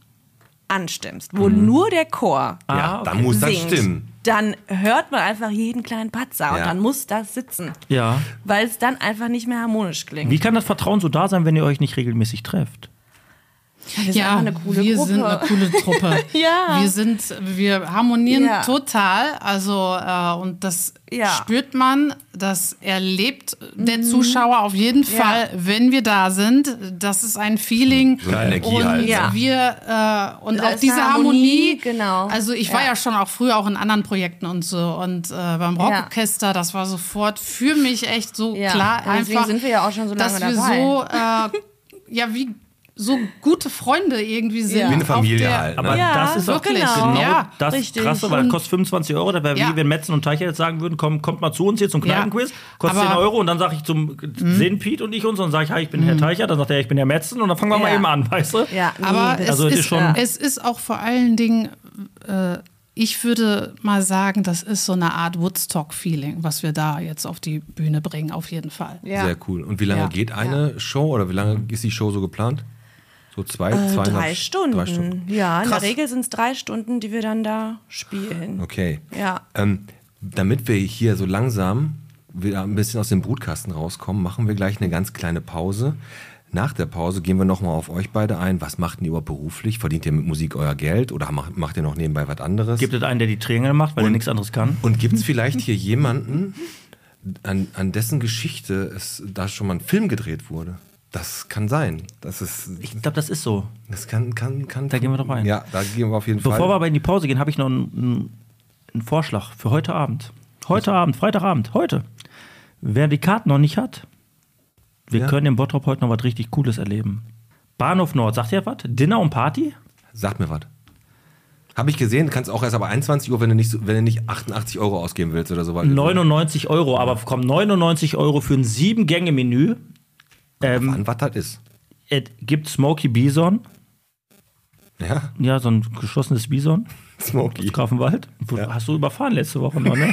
S6: anstimmst, wo nur der Chor
S2: ja,
S3: Mhm. Ah,
S2: da
S3: okay.
S2: muss das
S6: singt,
S2: stimmen.
S6: dann hört man einfach jeden kleinen Patzer und
S2: Ja.
S6: dann muss das sitzen,
S3: Ja.
S6: weil es dann einfach nicht mehr harmonisch klingt.
S3: Wie kann das Vertrauen so da sein, wenn ihr euch nicht regelmäßig trefft?
S6: Wir sind
S7: Ja,
S6: einfach eine coole
S7: wir
S6: Gruppe.
S7: sind eine coole Truppe.
S6: Ja.
S7: Wir sind, wir harmonieren
S6: Ja.
S7: total. Also, äh, und das
S6: Ja. Mhm.
S7: spürt man, das erlebt der Zuschauer auf jeden Fall, wenn wir da sind. Das ist ein Feeling.
S2: So eine Energie
S7: und
S2: halt.
S6: Ja.
S7: wir äh, und
S6: Da
S7: auch
S6: ist
S7: diese
S6: eine
S7: Harmonie,
S6: Harmonie, genau.
S7: Also ich war
S6: Ja.
S7: ja schon auch früher auch in anderen Projekten und so und äh, beim Rockorchester, das war sofort für mich echt so
S6: Ja.
S7: klar
S6: Und deswegen
S7: einfach.
S6: sind wir ja auch schon so lange
S7: dass wir
S6: dabei.
S7: so äh, ja wie so gute Freunde irgendwie sind.
S6: Wie eine
S7: auf
S2: Familie
S7: der-
S2: halt, ne?
S3: Aber
S6: Ja,
S3: das ist auch
S7: wirklich.
S3: genau
S7: Ja,
S3: das
S6: richtig.
S3: Krasse, weil das kostet 25 Euro. Da wäre
S7: Ja.
S3: wie wenn Metzen und Teicher jetzt sagen würden, komm, kommt mal zu uns hier zum
S7: Ja.
S3: Kneipenquiz, kostet
S7: Aber-
S3: 10 Euro und dann sage ich zum,
S6: Mhm.
S3: sehen Piet und ich uns und dann sage ich, hi, ich bin Herr Teicher, dann sagt er, ich bin Herr Metzen und dann fangen wir mal
S6: Ja.
S3: eben an, weißt du?
S6: Ja, nee,
S7: Aber
S6: das-
S7: es,
S3: Also, es
S7: ist,
S3: ist schon-
S7: es ist auch vor allen Dingen, äh, ich würde mal sagen, das ist so eine Art Woodstock-Feeling, was wir da jetzt auf die Bühne bringen, auf jeden Fall.
S6: ja.
S2: Sehr cool. Und wie lange
S7: Ja.
S2: geht eine Show oder wie lange ist die Show so geplant? So zwei,
S6: Äh,
S2: zweieinhalb
S6: drei, Stunden.
S2: Also, Drei Stunden.
S6: Ja, in
S2: Krass.
S6: der Regel sind es drei Stunden, die wir dann da spielen.
S2: Okay.
S6: Ja.
S2: Ähm, damit wir hier so langsam wieder ein bisschen aus dem Brutkasten rauskommen, machen wir gleich eine ganz kleine Pause. Nach der Pause gehen wir nochmal auf euch beide ein. Was macht denn ihr überhaupt beruflich? Verdient ihr mit Musik euer Geld oder macht, macht ihr noch nebenbei was anderes?
S3: Gibt es einen, der die Triangel macht, weil er nichts anderes kann?
S2: Und gibt es vielleicht hier jemanden, an, an dessen Geschichte es da schon mal ein Film gedreht wurde? Das kann sein. Das ist.
S3: Ich glaube, das ist so.
S2: Das kann, kann, kann.
S3: Da gehen wir doch rein.
S2: Ja, da gehen wir auf jeden
S3: Bevor
S2: Fall.
S3: wir aber in die Pause gehen, habe ich noch einen, einen Vorschlag für heute Abend. Heute Abend, Freitagabend, heute. Wer die Karten noch nicht hat, wir
S2: Ja.
S3: können im Bottrop heute noch was richtig Cooles erleben. Bahnhof Nord, sagt ihr was? Dinner und Party?
S2: Sag mir was. Habe ich gesehen, kannst auch erst aber 21 Uhr, wenn du nicht, so- wenn du nicht 88 Euro ausgeben willst oder so.
S3: 99 Euro, aber komm, 99 Euro für ein Sieben-Gänge-Menü. Ähm,
S2: An was das ist.
S3: es gibt Smoky Bison,
S2: Ja,
S3: ja, so ein geschossenes Bison.
S2: Smokey.
S3: Aus Grafenwald? Wo- Hast du überfahren letzte Woche noch, ne?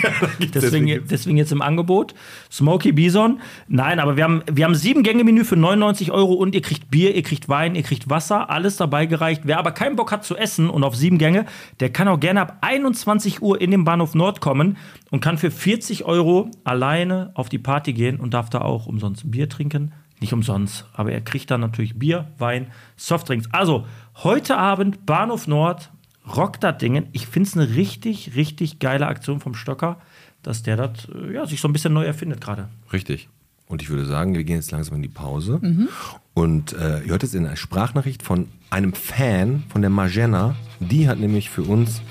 S3: deswegen, deswegen jetzt im Angebot. Smoky Bison. Nein, aber wir haben, wir haben sieben Gänge-Menü für 99 Euro und ihr kriegt Bier, ihr kriegt Wein, ihr kriegt Wasser, alles dabei gereicht. Wer aber keinen Bock hat zu essen und auf sieben Gänge, der kann auch gerne ab 21 Uhr in den Bahnhof Nord kommen und kann für 40 Euro alleine auf die Party gehen und darf da auch umsonst Bier trinken. Nicht umsonst, aber er kriegt dann natürlich Bier, Wein, Softdrinks. Also, heute Abend Bahnhof Nord, rockt das Dingen. Ich finde es eine richtig, richtig geile Aktion vom Stocker, dass der das äh, ja, sich so ein bisschen neu erfindet gerade.
S2: Richtig. Und ich würde sagen, wir gehen jetzt langsam in die Pause.
S3: Mhm.
S2: Und äh, ihr hört jetzt in einer Sprachnachricht von einem Fan, von der Magena. Die hat nämlich für uns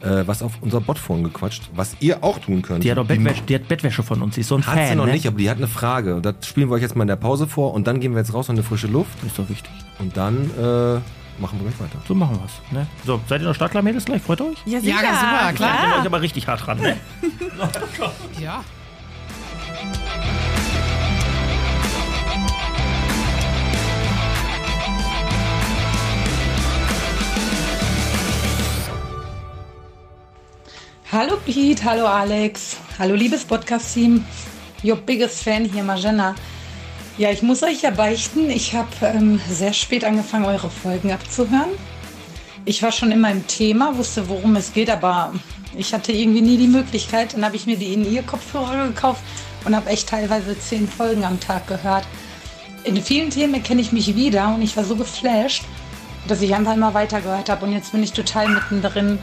S2: äh, was auf unser Botphone gequatscht, was ihr auch tun könnt.
S3: Die hat auch Bettwäsche, die hat Bettwäsche von uns. Die ist so ein
S2: Hat
S3: Fan.
S2: sie noch
S3: ne?
S2: nicht, aber die hat eine Frage. Und das spielen wir euch jetzt mal in der Pause vor. Und dann gehen wir jetzt raus an eine frische Luft.
S3: Ist doch wichtig.
S2: Und dann äh, machen wir gleich weiter.
S3: So machen wir's. Ne? So, seid ihr noch startklar, Mädels? Gleich freut euch.
S6: Ja,
S7: Ja, ganz super,
S3: Ich
S7: klar.
S3: bin euch aber richtig hart ran. Ne?
S7: Ja.
S9: Hallo Piet, hallo Alex, hallo liebes Podcast-Team, your biggest fan hier, Magena. Ja, ich muss euch ja beichten, ich habe ähm, sehr spät angefangen, eure Folgen abzuhören. Ich war schon immer im Thema, wusste, worum es geht, aber ich hatte irgendwie nie die Möglichkeit. Dann habe ich mir die In-Ear-Kopfhörer gekauft und habe echt teilweise zehn Folgen am Tag gehört. In vielen Themen erkenne ich mich wieder und ich war so geflasht, dass ich einfach immer weitergehört habe. Und jetzt bin ich total mittendrin.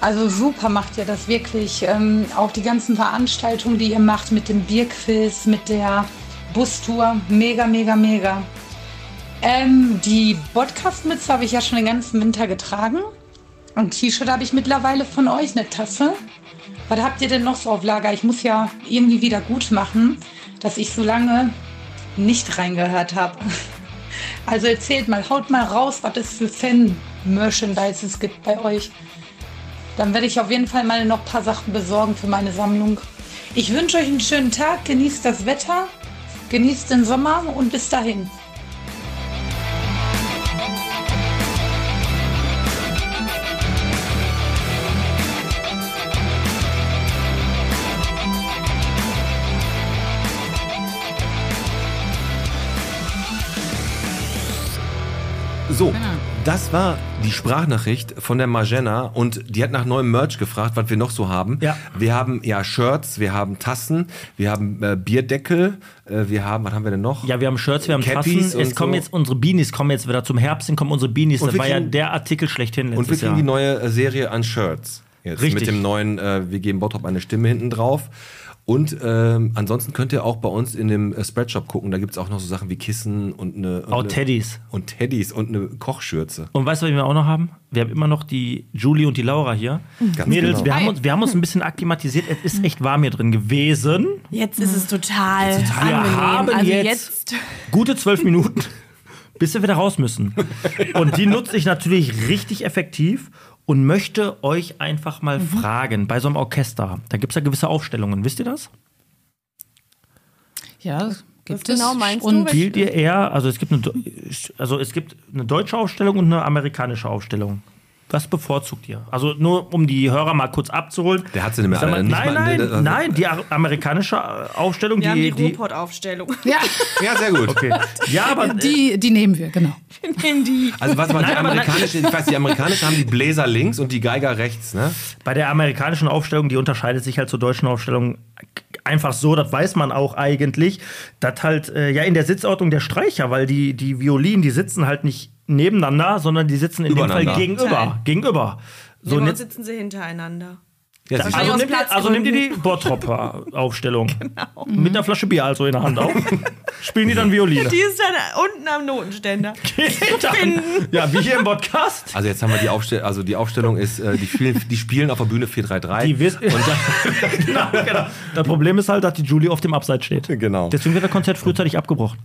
S9: Also super macht ihr das wirklich. Ähm, auch die ganzen Veranstaltungen, die ihr macht mit dem Bierquiz, mit der Bustour. Mega, mega, mega. Ähm, die Podcast-Mütze habe ich ja schon den ganzen Winter getragen. Ein T-Shirt habe ich mittlerweile von euch, eine Tasse. Was habt ihr denn noch so auf Lager? Ich muss ja irgendwie wieder gut machen, dass ich so lange nicht reingehört habe. Also erzählt mal, haut mal raus, was es für Fan-Merchandises gibt bei euch. Dann werde ich auf jeden Fall mal noch ein paar Sachen besorgen für meine Sammlung. Ich wünsche euch einen schönen Tag, genießt das Wetter, genießt den Sommer und bis dahin.
S2: So, das war die Sprachnachricht von der Magena und die hat nach neuem Merch gefragt, was wir noch so haben.
S3: Ja.
S2: Wir haben ja Shirts, wir haben Tassen, wir haben äh, Bierdeckel, äh, wir haben, was haben wir denn noch?
S3: Ja, wir haben Shirts, wir haben
S2: Cappies
S3: Tassen. Es
S2: und
S3: kommen
S2: so.
S3: jetzt unsere Beanies, kommen jetzt wieder zum Herbst, dann kommen unsere Beanies.
S2: Und
S3: Das
S2: wir
S3: war ja
S2: kriegen-
S3: der Artikel schlechthin letztes
S2: und wir kriegen
S3: Jahr.
S2: die neue äh, Serie an Shirts. Jetzt
S3: Richtig.
S2: Mit dem neuen, äh, wir geben Bottrop eine Stimme hinten drauf. Und ähm, ansonsten könnt ihr auch bei uns in dem äh, Spreadshop gucken. Da gibt es auch noch so Sachen wie Kissen und eine. Und
S3: Auch
S2: eine-
S3: Teddys.
S2: Und Teddys und eine Kochschürze.
S3: Und weißt du, was wir auch noch haben? Wir haben immer noch die Julie und die Laura hier. Mädels,
S2: genau.
S3: wir, haben uns, wir haben uns ein bisschen akklimatisiert. Es ist echt warm hier drin gewesen.
S6: Jetzt ist es total
S3: Wir
S6: angenehm.
S3: haben
S6: also
S3: jetzt, gute zwölf Minuten bis wir wieder raus müssen. Und die nutze ich natürlich richtig effektiv und möchte euch einfach mal
S6: Mhm.
S3: fragen, bei so einem Orchester, da gibt es ja gewisse Aufstellungen, wisst ihr das?
S7: Ja,
S6: Was
S7: gibt es.
S6: genau meinst du?
S7: und
S6: Welche-
S3: Spielt ihr eher, also es gibt eine, Do- also es gibt eine deutsche Aufstellung und eine amerikanische Aufstellung. Was bevorzugt ihr? Also nur um die Hörer mal kurz abzuholen.
S2: Der hat sie nicht mehr
S3: Ich sag mal,
S2: alle, nicht
S3: Nein,
S2: mal-
S3: nein,
S2: nee, das-
S3: nein, die a- amerikanische äh, Aufstellung,
S6: Wir haben
S3: die,
S6: die Ruhrpott-Aufstellung.
S7: ja,
S2: Ja, sehr gut.
S3: okay. Ja, aber
S7: die, die nehmen wir, genau.
S6: Nehmen die.
S2: Also was war die
S3: Nein, aber nein.
S2: amerikanische? Ich weiß, die amerikanischen haben die Bläser links und die Geiger rechts, ne?
S3: Bei der amerikanischen Aufstellung, die unterscheidet sich halt zur deutschen Aufstellung einfach so, das weiß man auch eigentlich, dass halt äh, ja in der Sitzordnung der Streicher, weil die, die Violinen, die sitzen halt nicht nebeneinander, sondern die sitzen in dem Fall
S2: Übereinander.
S3: gegenüber. Gegenüber. So,
S6: So,
S3: und
S6: jetzt
S3: jetzt,
S6: sitzen sie hintereinander.
S2: Ja, siehst du.
S3: also,
S6: aus
S3: nehmt ihr, also
S6: Platzgründen.
S3: nehmt ihr die Bottropper-Aufstellung. genau. Mit einer Flasche Bier also in der Hand auf. Spielen die dann Violine.
S6: Die ist dann unten am Notenständer.
S3: dann, ja, wie hier im Podcast.
S2: also jetzt haben wir die Aufstellung, also die Aufstellung ist, äh, die, spielen, die spielen auf der Bühne 4-3-3.
S3: Die wissen. genau, genau. Das Problem ist halt, dass die Julie auf dem Abseits steht.
S2: Genau.
S3: Deswegen wird das Konzert frühzeitig abgebrochen.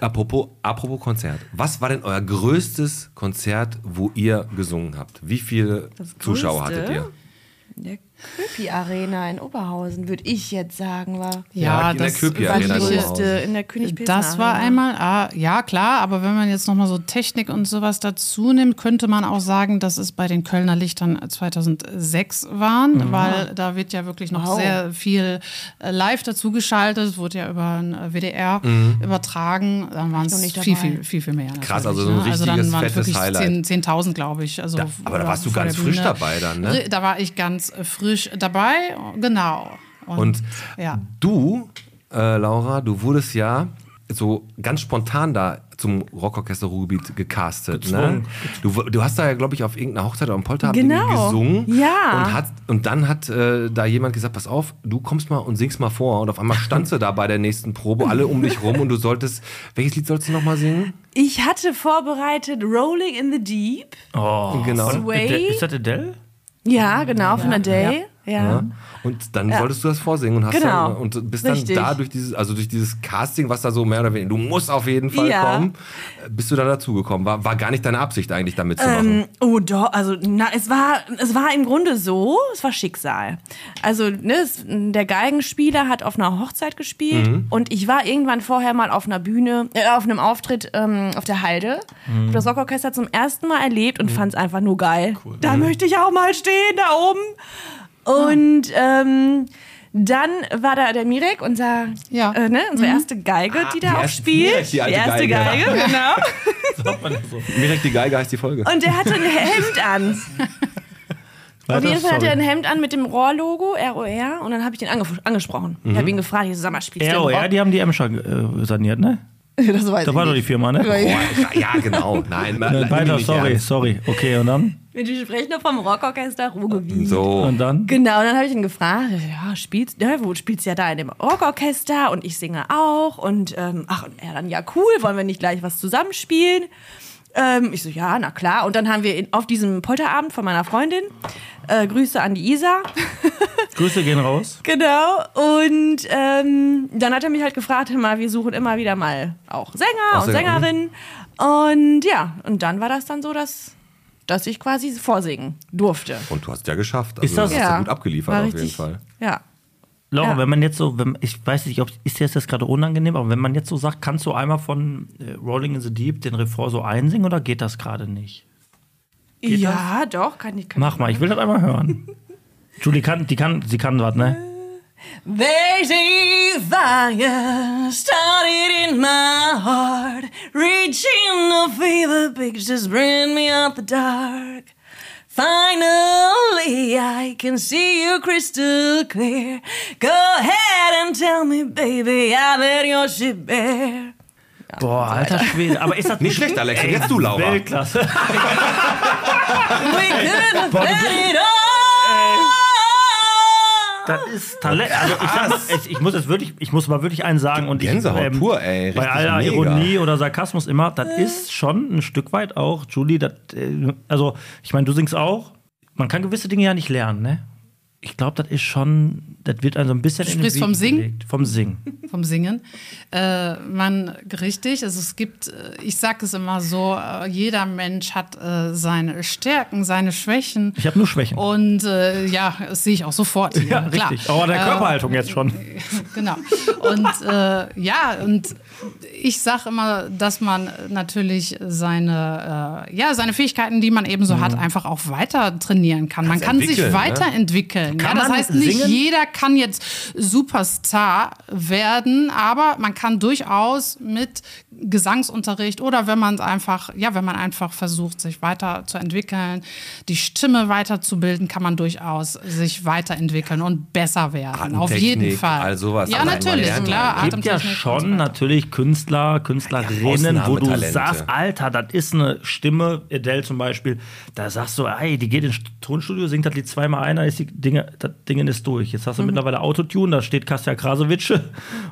S2: Apropos, apropos Konzert. Was war denn euer größtes Konzert, wo ihr gesungen habt? Wie viele Zuschauer
S6: größte?
S2: hattet ihr?
S6: In der Köpi-Arena in Oberhausen, würde ich jetzt sagen, war
S2: Ja,
S7: Ja,
S2: in der
S7: das
S2: Köpi
S6: war
S2: Arena
S6: die
S2: in
S7: das,
S6: größte
S2: Oberhausen.
S6: äh, in der könig
S7: das war einmal, ah, ja klar, aber wenn man jetzt nochmal so Technik und sowas dazu nimmt, könnte man auch sagen, dass es bei den Kölner Lichtern 2006 waren,
S2: Mhm.
S7: weil da wird ja wirklich noch sehr viel äh, live dazu geschaltet, wurde ja über den äh, WDR übertragen, dann waren es
S6: nicht dabei.
S7: viel, viel, viel, viel mehr.
S2: Mhm. Krass,
S7: natürlich,
S2: also so ein
S7: ne?
S2: richtiges,
S7: dann waren
S2: fettes
S7: wirklich
S2: Highlight.
S7: 10 10.000, glaube ich. Also
S2: aber da
S7: oder
S2: warst du
S7: vor
S2: ganz
S7: der
S2: frisch
S7: Bühne.
S2: dabei dann, ne?
S7: Da war ich ganz frisch dabei, genau.
S2: Und
S7: ja.
S2: du, äh, Laura, du wurdest ja so ganz spontan da zum Rockorchester Ruhrgebiet gecastet. Ne?
S3: Gezwungen.
S2: Du, w- du hast da ja, glaube ich, auf irgendeiner Hochzeit oder einem Polterabend
S6: Genau.
S2: irgendwie gesungen.
S6: Ja.
S2: Und, hat, und dann hat äh, da jemand gesagt, pass auf, du kommst mal und singst mal vor. Und auf einmal standst du da bei der nächsten Probe, alle um dich rum und du solltest, welches Lied sollst du nochmal singen?
S6: Ich hatte vorbereitet Rolling in the Deep.
S3: Oh,
S2: Genau.
S3: von
S6: Sway.
S3: Adele- Ist das Adele?
S6: Ja, genau, von Adele. Ja.
S2: Ja. Und dann solltest du das vorsingen und hast
S6: Genau.
S2: dann, und bist dann
S6: Richtig.
S2: da durch dieses, also durch dieses Casting, was da so mehr oder weniger, du musst auf jeden Fall
S6: Ja.
S2: kommen, äh, bist du da dazugekommen. War, war gar nicht deine Absicht eigentlich damit zu machen.
S6: Oh doch, also na, es war es war im Grunde so, es war Schicksal. Also ne, es, der Geigenspieler hat auf einer Hochzeit gespielt
S2: Mhm.
S6: und ich war irgendwann vorher mal auf einer Bühne, äh, auf einem Auftritt ähm, auf der Halde,
S2: Mhm.
S6: hab das Rockorchester zum ersten Mal erlebt und fand es einfach nur geil. Da
S2: Mhm.
S6: möchte ich auch mal stehen da oben. Und ähm, dann war da der Mirek, unser,
S7: Ja.
S6: äh, ne, unsere erste Geige, die da
S2: Ah, die
S6: auch
S2: erste-
S6: spielt.
S2: Mirek, die alte
S6: erste
S2: Geige.
S6: Geige, genau.
S2: Direkt die Geige heißt die Folge.
S6: Und er hatte ein Hemd an. Auf jeden Fall hat er ein Hemd an mit dem Rohrlogo, ROR, und dann habe ich den angef- angesprochen. Ich habe ihn gefragt, ich so, sag mal, spielst du
S3: ROR,
S6: den Rock?
S3: die haben die Emscher äh, saniert, ne?
S6: Das weiß
S3: Da
S6: ich
S3: war doch
S6: nicht.
S3: die Firma, ne?
S2: Boah, ja, genau. Nein, nein, nimm mich
S3: Weiter,
S2: nicht
S3: sorry,
S2: ernst.
S3: sorry. Okay, und dann?
S6: Wir sprechen doch vom Rockorchester
S2: Mhm.
S6: Ruhrgebiet.
S2: So.
S3: Und dann?
S6: Genau, und dann habe ich ihn gefragt, ja, spielst, ja, wo spielst du ja da in dem Rockorchester und ich singe auch und ähm, ach, und er dann, ja cool, wollen wir nicht gleich was zusammenspielen? Ähm, ich so, ja, na klar. Und dann haben wir in, auf diesem Polterabend von meiner Freundin, äh, Grüße an die Isa,
S3: Grüße gehen raus.
S6: Genau. Und ähm, dann hat er mich halt gefragt, hör mal, wir suchen immer wieder mal auch Sänger
S2: Auch
S6: und
S2: Sänger, mhm.
S6: Sängerinnen. Und ja, und dann war das dann so, dass, dass ich quasi vorsingen durfte.
S2: Und du hast ja geschafft. Also
S3: Ist das-
S2: du hast ja
S6: Ja.
S2: gut abgeliefert
S6: War
S2: auf jeden
S6: richtig-
S2: Fall.
S6: Ja.
S3: Laura,
S6: Ja.
S3: wenn man jetzt so, wenn, ich weiß nicht, ob ist dir das jetzt gerade unangenehm, aber wenn man jetzt so sagt, kannst du einmal von äh, Rolling in the Deep den Refrain so einsingen oder geht das gerade nicht?
S6: ja, doch, kann ich. Kann
S3: Mach mal, ich will das einmal hören. Julie kann, die kann, sie kann was, ne?
S6: They see fire started in my heart, reaching the fever pictures, bring me out the dark. Finally, I can see you crystal clear. Go ahead and tell me, baby, I bet your ship bare.
S3: Boah, alter Schwede. Aber ist das
S2: Nicht schlecht, Alexa. Jetzt du, Laura.
S3: Weltklasse.
S6: We could have let it all.
S3: Das ist Talent. Also ich, sag mal, ich, ich muss jetzt wirklich, ich muss mal wirklich einen sagen und
S2: Gänsehaut
S3: ich, ähm,
S2: pur, ey.
S3: bei
S2: Richtig
S3: aller
S2: mega.
S3: Ironie oder Sarkasmus immer, das ist schon ein Stück weit auch, Julie. Das, äh, also ich meine, du singst auch. Man kann gewisse Dinge ja nicht lernen, ne? ich glaube, das ist schon, das wird also ein bisschen
S7: Du
S3: in den
S7: sprichst vom
S3: Wiegen
S7: Singen?
S3: gelegt. Vom Singen.
S7: vom Singen. Äh, man, richtig, also es gibt, äh, ich sage es immer so, äh, jeder Mensch hat äh, seine Stärken, seine Schwächen.
S3: Ich habe nur Schwächen.
S7: Und äh, ja, das sehe ich auch sofort. Hier,
S3: ja,
S7: klar. Ähm, Äh,
S3: richtig. Aber der halt Körperhaltung jetzt schon.
S7: genau. Und äh, ja, und ich sage immer, dass man natürlich seine, äh, ja, seine Fähigkeiten, die man eben
S3: Mhm.
S7: so hat, einfach auch weiter trainieren kann. Man kann sich
S2: entwickeln, ne?
S7: weiterentwickeln.
S3: Kann
S7: ja, das
S3: man
S7: heißt, nicht
S3: singen?
S7: jeder kann jetzt Superstar werden, aber man kann durchaus mit Gesangsunterricht oder wenn man einfach, ja, wenn man einfach versucht, sich weiterzuentwickeln, die Stimme weiterzubilden, kann man durchaus sich weiterentwickeln und besser werden. Auf
S2: Atemtechnik,
S7: jeden Fall.
S2: all sowas.
S7: Ja,
S2: Also
S7: natürlich,
S2: man lernt
S7: klar.
S2: ja.
S3: Es gibt ja
S7: Atemtechnik und so
S3: schon
S7: weiter.
S3: natürlich Künstler, Künstlerinnen, wo du
S2: Ausnahmetalente.
S3: sagst, Alter, das ist eine Stimme, Adele zum Beispiel, da sagst du, ey, die geht ins Tonstudio, singt das Lied zweimal ein, dann ist die Dinge, das Ding ist durch. Jetzt
S7: Mhm.
S3: hast du mittlerweile Autotune, da steht Kastja Krasowitsche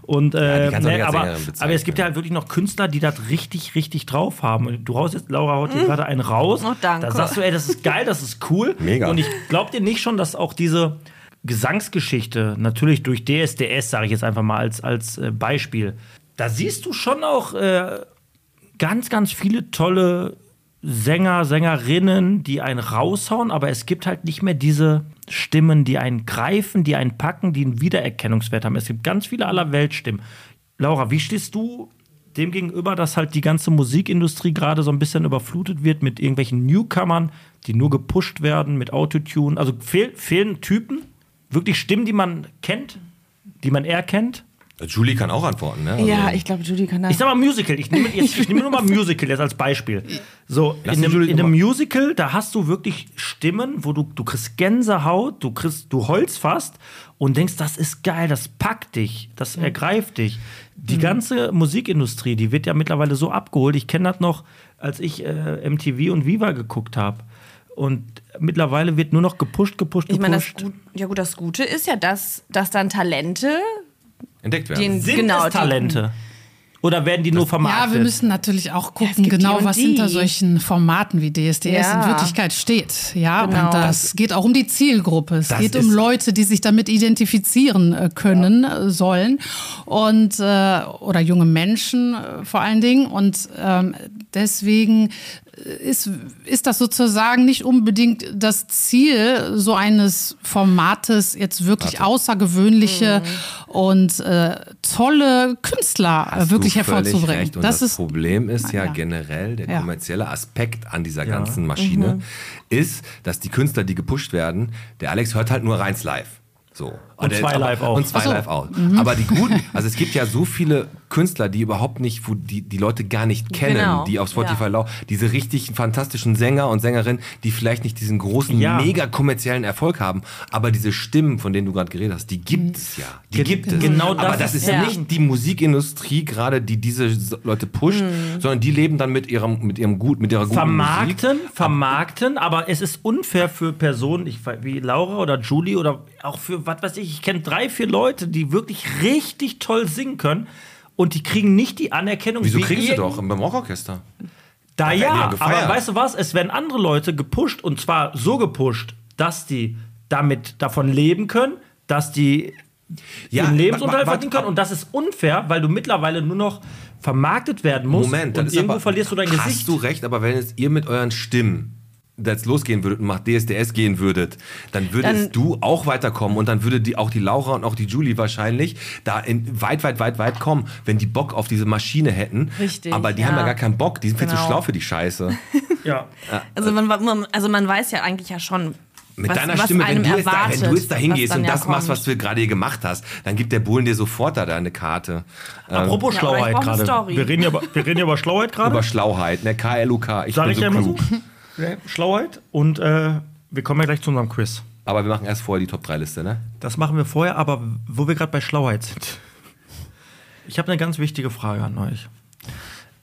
S3: und äh,
S2: die kannst du
S3: nee,
S2: nicht als
S3: aber,
S2: Sängerin bezeichnen.
S3: aber es gibt ja halt wirklich noch Künstler, die das richtig, richtig drauf haben. Und du haust jetzt, Laura haut
S7: Mhm.
S3: hier gerade einen raus,
S6: Oh, danke.
S3: da sagst du, ey, das ist geil, das ist cool.
S2: Mega.
S3: Und ich Glaubt ihr nicht schon, dass auch diese Gesangsgeschichte, natürlich durch DSDS, sage ich jetzt einfach mal als, als äh, Beispiel, da siehst du schon auch äh, ganz, ganz viele tolle Sänger, Sängerinnen, die einen raushauen, aber es gibt halt nicht mehr diese Stimmen, die einen greifen, die einen packen, die einen Wiedererkennungswert haben. Es gibt ganz viele aller Weltstimmen. Laura, wie stehst du dem gegenüber, dass halt die ganze Musikindustrie gerade so ein bisschen überflutet wird mit irgendwelchen Newcomern, die nur gepusht werden mit Autotune. Also fehl, fehlen Typen, wirklich Stimmen, die man kennt, die man erkennt.
S2: Julie kann auch antworten, ne?
S6: Ja,
S2: Also,
S6: ich glaube, Judy kann da.
S3: Ich sag mal Musical, ich nehme jetzt, ich nehme nur mal Musical jetzt als Beispiel. So, in
S2: die
S3: einem,
S2: Julie
S3: in einem
S2: mal.
S3: Musical, da hast du wirklich Stimmen, wo du, du kriegst Gänsehaut, du kriegst, du holst fast und denkst, das ist geil, das packt dich, das ergreift dich.
S6: Mhm.
S3: Die ganze Musikindustrie, die wird ja mittlerweile so abgeholt. Ich kenne das noch, als ich äh, MTV und Viva geguckt habe. Und mittlerweile wird nur noch gepusht, gepusht,
S6: Ich meine, das,
S3: gepusht.
S6: Gut- ja gut, das Gute ist ja, dass, dass dann Talente,
S2: entdeckt werden.
S6: den
S3: Sind
S6: genau
S3: es Talente? Oder werden die nur vermarktet?
S7: Ja, wir müssen natürlich auch gucken,
S6: gibt die
S7: genau
S6: und
S7: was
S6: die.
S7: hinter solchen Formaten wie DSDS in
S6: Ja.
S7: Wirklichkeit steht. Ja,
S6: Genau.
S7: und das, geht auch um die Zielgruppe. Es
S2: Das
S7: geht um
S2: ist-
S7: Leute, die sich damit identifizieren äh, können, äh, sollen und äh, oder junge Menschen äh, vor allen Dingen. Und ähm, deswegen ist, ist das sozusagen nicht unbedingt das Ziel so eines Formates, jetzt wirklich außergewöhnliche und äh, tolle Künstler äh,
S2: Hast
S7: wirklich
S2: du völlig
S7: hervorzubringen.
S2: recht. Und das,
S7: das, ist
S2: Problem ist ja,
S7: ja.
S2: generell, der
S7: Ja.
S2: kommerzielle Aspekt an dieser ganzen Maschine ist, dass die Künstler, die gepusht werden, der Alex hört halt nur reins live. So.
S3: Und
S2: der-
S3: zwei
S2: aber-
S3: live auch.
S2: Und zwei
S7: Ach so.
S2: live auch. Aber die guten, also es gibt ja so viele Künstler, die überhaupt nicht, wo die, die Leute gar nicht kennen,
S6: Genau,
S2: die auf Spotify
S6: ja.
S2: laufen, diese richtig fantastischen Sänger und Sängerinnen, die vielleicht nicht diesen großen,
S3: Ja.
S2: mega kommerziellen Erfolg haben, aber diese Stimmen, von denen du gerade geredet hast, die gibt es ja. Die gibt es.
S3: genau das
S2: aber das
S3: ist-
S2: ist
S6: ja.
S2: nicht die Musikindustrie gerade, die diese S- Leute pusht,
S6: Mhm.
S2: sondern die leben dann mit ihrem, mit ihrem gut, mit ihrer guten Musik.
S3: Vermarkten, vermarkten, aber es ist unfair für Personen ich, weiß, wie Laura oder Julie oder auch für, was weiß ich, ich kenne drei, vier Leute, die wirklich richtig toll singen können und die kriegen nicht die Anerkennung.
S2: Wieso
S3: wie
S2: kriegst du
S3: irgend-
S2: doch beim Rockorchester?
S3: Da
S2: werden die
S3: ja,
S2: doch gefeiert.
S3: aber weißt du was, es werden andere Leute gepusht und zwar so gepusht, dass die damit davon leben können, dass die
S2: Ja,
S3: ihren
S2: wa- wa-
S3: Lebensunterhalt
S2: wa-
S3: verdienen können und das ist unfair, weil du mittlerweile nur noch vermarktet werden musst
S2: Moment,
S3: und
S2: das ist
S3: irgendwo
S2: aber,
S3: verlierst du dein
S2: hast
S3: Gesicht.
S2: Hast du recht, aber wenn jetzt ihr mit euren Stimmen da jetzt losgehen würdet und nach DSDS gehen würdet, dann würdest
S6: Dann-
S2: du auch weiterkommen und dann würde die, auch die Laura und auch die Julie wahrscheinlich da in, weit, weit, weit, weit kommen, wenn die Bock auf diese Maschine hätten.
S6: Richtig,
S2: Aber die haben ja
S6: ja.
S2: gar keinen Bock, die sind viel zu
S6: Genau.
S2: schlau für die Scheiße.
S3: ja.
S6: also man, man, also man weiß ja eigentlich ja schon,
S2: Mit
S6: was,
S2: deiner
S6: was
S2: Stimme, wenn
S6: einem
S2: du, jetzt da,
S6: erwartet,
S2: wenn du jetzt da
S6: was
S2: hingehst
S6: dann
S2: und
S6: ja
S2: das machst,
S6: kommt.
S2: was du gerade gemacht hast, dann gibt der Bohlen dir sofort da deine Karte. Ähm,
S3: Apropos
S6: Ja, aber ich
S3: Schlauheit
S6: brauch eine
S3: gerade.
S6: Story.
S3: Wir reden ja über, wir reden ja über Schlauheit gerade.
S2: Über Schlauheit, ne? KLUK, ich
S3: Sag
S2: bin
S3: ich
S2: so
S3: ja immer so.
S2: klug.
S3: Ja, Schlauheit. Und äh, wir kommen ja gleich zu unserem Quiz.
S2: Aber wir machen erst vorher die Top-3-Liste, ne?
S3: Das machen wir vorher, aber wo wir gerade bei Schlauheit sind. Ich habe eine ganz wichtige Frage an euch.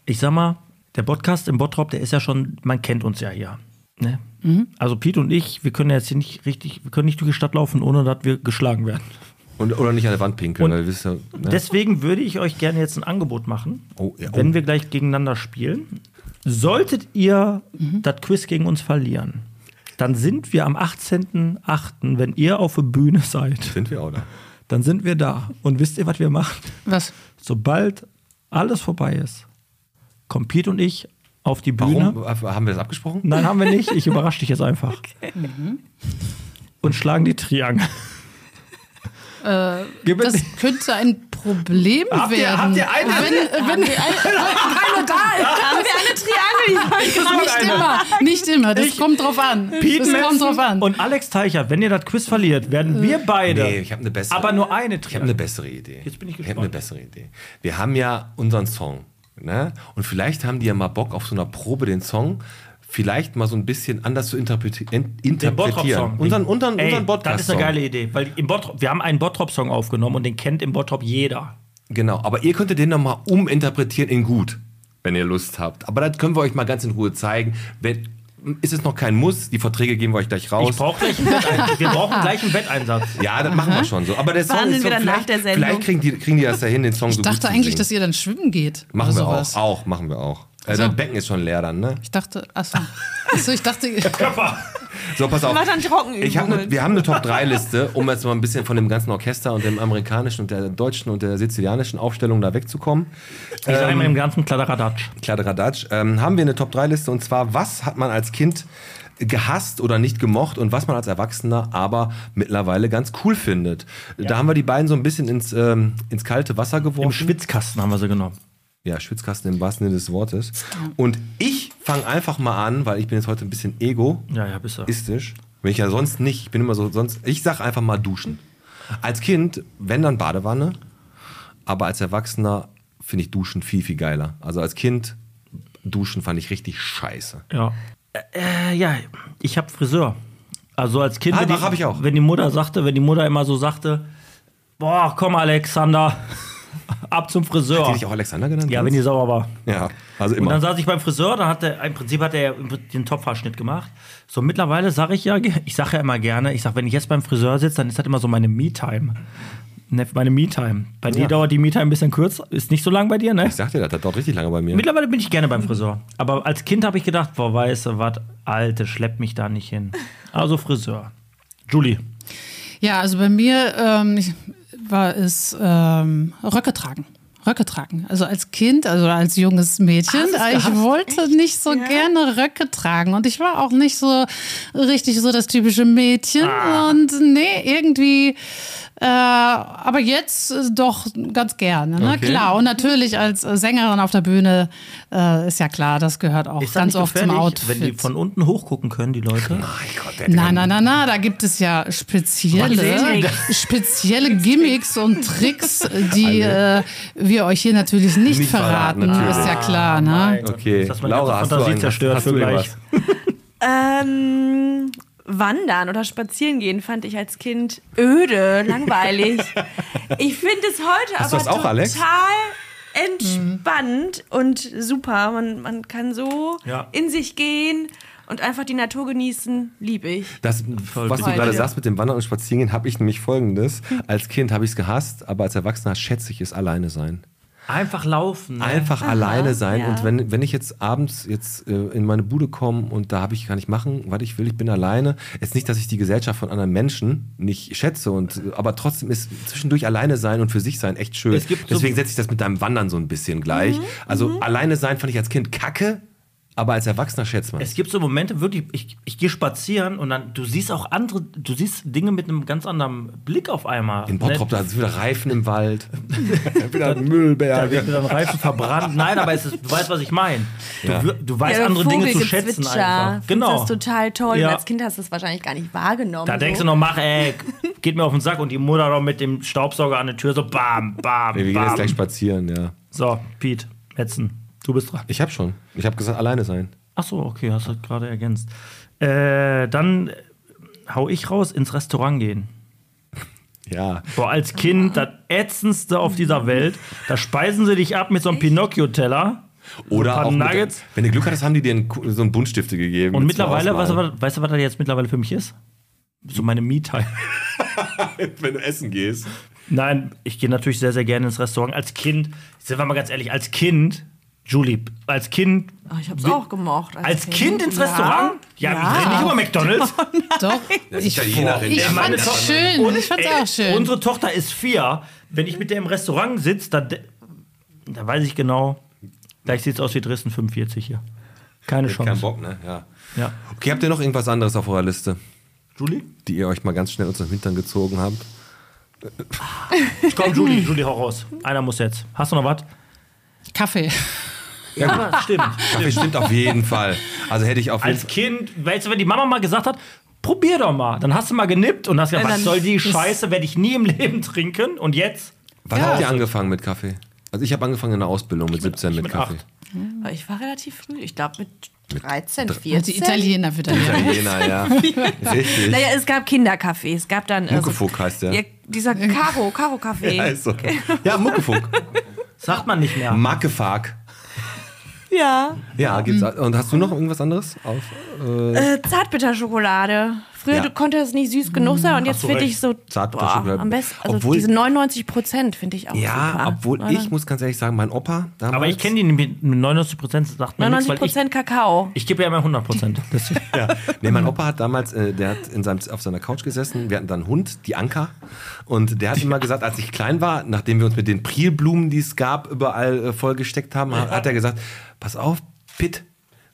S3: Ich sag mal, der Podcast im Bottrop, der ist ja schon, man kennt uns ja hier. Ne? Also Pete und ich, wir können ja jetzt hier nicht richtig, wir können nicht durch die Stadt laufen, ohne dass wir geschlagen werden.
S2: Und, oder nicht an der Wand pinkeln, weil wir wissen ja, ne?
S3: Deswegen würde ich euch gerne jetzt ein Angebot machen,
S2: Oh, ja, oh.
S3: wenn wir gleich gegeneinander spielen. Solltet ihr das Quiz gegen uns verlieren, dann sind wir am 18.08., wenn ihr auf der Bühne seid,
S2: Sind wir auch da.
S3: dann sind wir da. Und wisst ihr, was wir machen?
S7: Was?
S3: Sobald alles vorbei ist, kommt Piet und ich auf die Bühne.
S2: Warum haben wir das abgesprochen?
S3: Nein, haben wir nicht. Ich überrasche dich jetzt einfach. Und schlagen die Triangel. Gib mir-
S7: Das könnte ein Problem
S3: Habt ihr-
S7: werden.
S3: habt ihr eine?
S7: Wenn, wenn,
S6: Eine da ist. Haben wir eine Triangel? Die wollen
S7: nicht immer, nicht immer. Das kommt drauf an.
S3: Piet
S7: das kommt
S3: Metzen
S7: drauf an.
S3: und Alex Teicher, wenn ihr das Quiz verliert, werden wir beide.
S2: Nee, ich habe eine bessere
S3: aber nur
S2: Ich habe
S3: eine
S2: eine
S3: Triangel.
S2: bessere Idee.
S3: Jetzt bin ich
S2: Ich habe eine bessere Idee. Wir haben ja unseren Song. Ne? Und vielleicht haben die ja mal Bock auf so einer Probe den Song vielleicht mal so ein bisschen anders zu interpreti in- interpretieren. Unseren, unseren, unseren
S3: Ey, Das ist eine
S2: Podcast-Song.
S3: geile Idee, weil im Bottrop, wir haben einen Bottrop-Song aufgenommen und den kennt im Bottrop jeder.
S2: Genau, aber ihr könntet den nochmal uminterpretieren in gut, wenn ihr Lust habt. Aber das können wir euch mal ganz in Ruhe zeigen. Wenn, ist es noch kein Muss? Die Verträge geben wir euch gleich raus.
S3: Ich brauch gleich einen Wetteinsatz. Wir brauchen gleich einen Wetteinsatz.
S2: ja, das machen wir schon so. Aber der Song
S6: Verhandeln
S2: ist so,
S6: wir dann nach
S2: vielleicht,
S6: der Sendung.
S2: vielleicht kriegen die, kriegen die das dahin, den Song so
S7: ich
S2: gut
S7: dachte
S2: zu
S7: eigentlich,
S2: singen.
S7: dass ihr dann schwimmen geht.
S2: Machen
S7: oder
S2: wir auch.
S7: sowas.
S2: Auch, machen wir auch. Äh,
S6: Also-
S7: so.
S2: dein Becken ist schon leer dann, ne?
S7: Ich dachte, achso. achso ich dachte,
S2: So, pass auf.
S6: Mach dann Trockenübungen.
S2: Ich hab ne, wir haben eine Top-3-Liste, um jetzt mal ein bisschen von dem ganzen Orchester und dem amerikanischen und der deutschen und der sizilianischen Aufstellung da wegzukommen.
S3: Ich sage
S2: Ähm.
S3: immer im ganzen Kladderadatsch.
S2: Kladderadatsch, ähm, haben wir eine Top-3-Liste und zwar, was hat man als Kind gehasst oder nicht gemocht und was man als Erwachsener aber mittlerweile ganz cool findet. Da haben wir die beiden so ein bisschen ins, ähm, ins kalte Wasser geworfen.
S3: Im Schwitzkasten haben wir sie genommen.
S2: Ja, Schwitzkasten im wahrsten Sinne des Wortes. Und ich fange einfach mal an, weil ich bin jetzt heute ein bisschen ego
S3: Ja, ja, bist du.
S2: istisch. Bin ich ja sonst nicht. Ich bin immer so sonst. Ich sag einfach mal duschen. Als Kind, wenn dann Badewanne, aber als Erwachsener finde ich Duschen viel, viel geiler. Also als Kind, Duschen fand ich richtig scheiße.
S3: Ja. Äh, ja, ich habe Friseur. Also als Kind,
S2: Ah,
S3: wenn, die,
S2: doch, hab ich auch.
S3: wenn die Mutter sagte, wenn die Mutter immer so sagte, boah, komm Alexander, ab zum Friseur.
S2: Hat die dich auch Alexander genannt?
S3: ja, wenn die sauer war.
S2: Ja, also
S3: Und
S2: immer.
S3: dann saß ich beim Friseur, dann hat er, im Prinzip hat er den Topfhaarschnitt gemacht. So mittlerweile sage ich ja, ich sage ja immer gerne, ich sage, wenn ich jetzt beim Friseur sitze, dann ist das immer so meine Me-Time. Ne, meine Me-Time. Bei dir
S2: Ja.
S3: dauert die Me-Time ein bisschen kürzer, ist nicht so lang bei dir, ne?
S2: ich sag dir das, das dauert richtig lange bei mir.
S3: Mittlerweile bin ich gerne beim Friseur. Aber als Kind habe ich gedacht, boah, weißt du was, Alte, schlepp mich da nicht hin. Also Friseur. Julie.
S7: Ja, also bei mir ähm, ich, war es ähm, Röcke tragen. Röcke tragen. Also als Kind, also als junges Mädchen, ich wollte nicht so gerne Röcke tragen und ich war auch nicht so richtig so das typische Mädchen
S3: Ah.
S7: und nee, irgendwie äh, aber jetzt äh, doch ganz gerne, ne?
S2: Okay.
S7: Klar, und natürlich als äh, Sängerin auf der Bühne äh, ist ja klar, das gehört auch
S3: Ist das
S7: ganz
S3: nicht
S7: oft zum
S3: gefährlich,
S7: Outfit.
S3: Wenn die von unten hochgucken können, die Leute.
S7: Nein, nein, nein, nein, da gibt es ja spezielle, spezielle Gimmicks und Tricks, die äh, wir euch hier natürlich nicht,
S2: Nicht verraten,
S7: verraten,
S2: natürlich.
S7: ist ja klar, ne?
S2: Okay,
S3: Dass man
S2: Laura,
S3: ganze
S2: hast du,
S3: Fantasie
S2: einen,
S3: zerstört
S2: hast du
S3: für
S2: ihr
S3: gleich.
S2: was?
S6: Ähm, wandern oder spazieren gehen fand ich als Kind öde, langweilig. ich finde es heute
S2: Hast du
S6: aber
S2: das auch,
S6: total
S2: Alex? Mhm.
S6: entspannt und super. Man, man kann so
S3: Ja.
S6: in sich gehen und einfach die Natur genießen. Liebe ich.
S2: Das, was du
S6: Voll,
S2: gerade
S6: ja.
S2: sagst mit dem Wandern und Spazierengehen, habe ich nämlich folgendes. Als Kind habe ich es gehasst, aber als Erwachsener schätze ich es alleine sein.
S3: Einfach laufen. ne?
S2: einfach alleine sein.
S6: ja.
S2: Und wenn, wenn ich jetzt abends jetzt äh, in meine Bude komme und da habe ich kann ich machen, was ich will, ich bin alleine. Jetzt nicht, dass ich die Gesellschaft von anderen Menschen nicht schätze, und äh, aber trotzdem ist zwischendurch alleine sein und für sich sein echt schön.
S3: Es gibt so- Mhm,
S2: Deswegen setze ich das mit deinem Wandern so ein bisschen gleich. Also alleine sein fand ich als Kind kacke, aber als Erwachsener schätzt man.
S3: Es gibt so Momente, wirklich, ich, ich gehe spazieren und dann, du siehst auch andere, du siehst Dinge mit einem ganz anderen Blick auf einmal.
S2: in Bottrop, da
S3: Ne?
S2: ist wieder Reifen im Wald, wieder ein
S3: Da
S2: Müllberg.
S3: wird mir dann Reifen verbrannt. Nein, aber es ist, du weißt, was ich meine. Du, wir- du weißt
S6: Ja,
S3: andere Dinle Dinge zu
S6: Vogelgezwitscher.
S3: schätzen einfach.
S6: Findest
S3: Genau.
S6: Das total toll.
S3: Ja.
S6: Und als Kind hast du das wahrscheinlich gar nicht wahrgenommen.
S3: Da denkst du noch, mach, ey, geht mir auf den Sack und die Mutter noch mit dem Staubsauger an der Tür so bam, bam,
S2: Wir gehen jetzt gleich
S3: bam.
S2: spazieren, ja.
S3: So, Pete, Metzen, du bist dran.
S2: Ich habe schon. Ich habe gesagt, alleine sein.
S3: Ach so, okay, hast du gerade ergänzt. Äh, dann hau ich raus, ins Restaurant gehen.
S2: Ja.
S3: Boah, als Kind, das ätzendste auf dieser Welt. Da speisen sie dich ab mit so einem Pinocchio-Teller.
S2: Oder
S3: ein paar
S2: auch mit-
S3: Nuggets.
S2: wenn du Glück hattest, haben die dir einen, Ku- so einen Buntstifte gegeben.
S3: Und
S2: Mit zwei
S3: mittlerweile, weißt du,
S2: Ausmalen.
S3: was- weißt du, was das jetzt mittlerweile für mich ist? So meine Me-Time.
S2: wenn du essen gehst.
S3: Nein, ich gehe natürlich sehr, sehr gerne ins Restaurant. Als Kind, sind wir mal ganz ehrlich, als Kind Julie, als Kind.
S6: Ach, ich hab's auch gemocht.
S3: Als Kind ins Restaurant? Ja,
S6: Ja.
S3: wir reden nicht über McDonalds.
S7: Doch.
S2: Das
S7: Ich,
S2: ist Italienerin,
S7: ich
S2: der Mann
S7: fand's
S2: ist-
S7: schön. ich fand's
S3: Ey,
S7: auch schön.
S3: äh, Unsere Tochter ist vier. Wenn ich mit der im Restaurant sitze, dann, de- da weiß ich genau, gleich sieht's aus wie Dresden 45 hier. Keine
S2: Kein
S3: Chance.
S2: Bock, ne? Ja.
S3: Ja.
S2: Okay, habt ihr noch irgendwas anderes auf eurer Liste,
S3: Julie?
S2: die ihr euch mal ganz schnell unter den Hintern gezogen habt?
S3: Ich komm, Julie, Julie, hau raus. Einer muss jetzt. Hast du noch was?
S7: Kaffee.
S6: Ah.
S3: Ja, stimmt.
S2: Kaffee stimmt auf jeden Fall. Also hätte ich auf jeden
S3: Als Kind, weißt du, wenn die Mama mal gesagt hat, probier doch mal. Dann hast du mal genippt und hast gesagt,
S6: Ja,
S3: was
S6: dann
S3: soll die
S6: ist-
S3: Scheiße, werde ich nie im Leben trinken. Und jetzt?
S2: Wann habt ihr angefangen mit Kaffee? Also ich habe angefangen in der Ausbildung mit 17 mit,
S3: mit
S2: Kaffee.
S3: acht.
S6: Aber Ich war relativ früh, ich glaube mit 13,
S7: Und die
S6: 14.
S7: Italiener wieder. Ja.
S2: Italiener, ja. Richtig.
S6: Naja, es gab Kinderkaffee. Es gab dann. äh, so-
S2: Muckefuck heißt der.
S6: Ja, dieser Karo, Karo-Kaffee.
S2: ja, ist so. Also. ja Muckefuck.
S3: Sagt man nicht
S2: Hm.
S3: mehr.
S2: Mackefag.
S6: Ja.
S2: Ja, gibt's.
S3: Mhm.
S2: Und hast du noch irgendwas anderes? Auf, äh,
S6: Äh, Zartbitterschokolade. Früher
S2: Ja.
S6: du- konnte es nicht süß genug sein und jetzt
S3: so,
S6: finde
S3: recht.
S6: ich so
S2: Zartbitterschokolade.
S6: boah, am besten. Also
S2: Obwohl-
S6: diese 99 Prozent finde ich auch
S2: ja,
S6: super.
S2: obwohl ich muss ganz ehrlich sagen, mein Opa damals.
S3: Aber ich kenne die mit 99% sagt man nichts,
S6: 99
S3: weil ich,
S6: Prozent Kakao.
S3: ich gebe ja immer 100%. Das,
S2: Nee, mein Opa hat damals, äh, der hat in seinem, auf seiner Couch gesessen. Wir hatten dann einen Hund, die Anka. Und der hat immer gesagt, als ich klein war, nachdem wir uns mit den Prielblumen, die es gab, überall äh, vollgesteckt haben, hat, hat er gesagt: Pass auf, Pitt.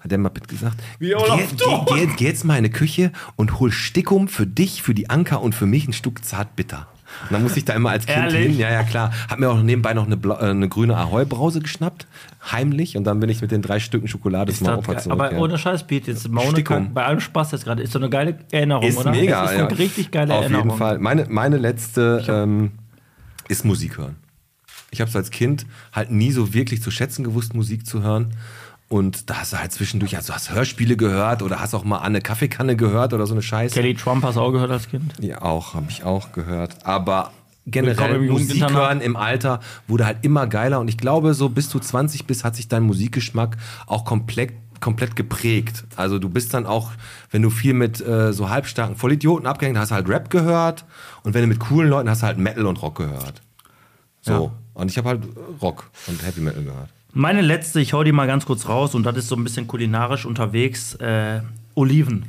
S2: Hat er mal Pitt gesagt? Wie geh, geh, geh, geh jetzt mal in die Küche und hol Stickum für dich, für die Anka und für mich ein Stück Zartbitter. Und dann musste ich da immer als Kind
S3: Ehrlich?
S2: hin. Ja, ja, klar. Hab mir auch nebenbei noch eine, bla, äh, eine grüne Ahoi-Brause geschnappt, heimlich. Und dann bin ich mit den drei Stücken Schokolade zu meinem Opa
S3: das,
S2: zurück.
S3: aber
S2: ja.
S3: ohne Scheiß, Pete, jetzt mal ohne
S2: Stickum.
S3: Kack, bei allem Spaß jetzt gerade. Ist so eine geile Erinnerung,
S2: Ist
S3: oder?
S2: mega,
S3: Das ist
S2: ja.
S3: eine richtig geile
S2: Auf
S3: Erinnerung.
S2: jeden Fall. Meine, meine letzte ähm, ist Musik hören. Ich habe es als Kind halt nie so wirklich zu schätzen gewusst, Musik zu hören. Und da hast du halt zwischendurch, also hast Hörspiele gehört oder hast auch mal eine Kaffeekanne gehört oder so eine Scheiße.
S3: Kelly Trump hast du auch gehört als Kind.
S2: Ja, auch, habe ich auch gehört. Aber
S3: Willkommen
S2: generell
S3: im
S2: Musik
S3: Jugendinternat.
S2: hören im Alter wurde halt immer geiler. Und ich glaube, so bis du 20 bist, hat sich dein Musikgeschmack auch komplett komplett geprägt. Also du bist dann auch, wenn du viel mit äh, so halbstarken Vollidioten abgehängt hast, halt Rap gehört und wenn du mit coolen Leuten hast, halt Metal und Rock gehört. So. Und ich habe halt Rock und Happy Metal gehört.
S3: Meine letzte, ich hau die mal ganz kurz raus und das ist so ein bisschen kulinarisch unterwegs. Äh, Oliven.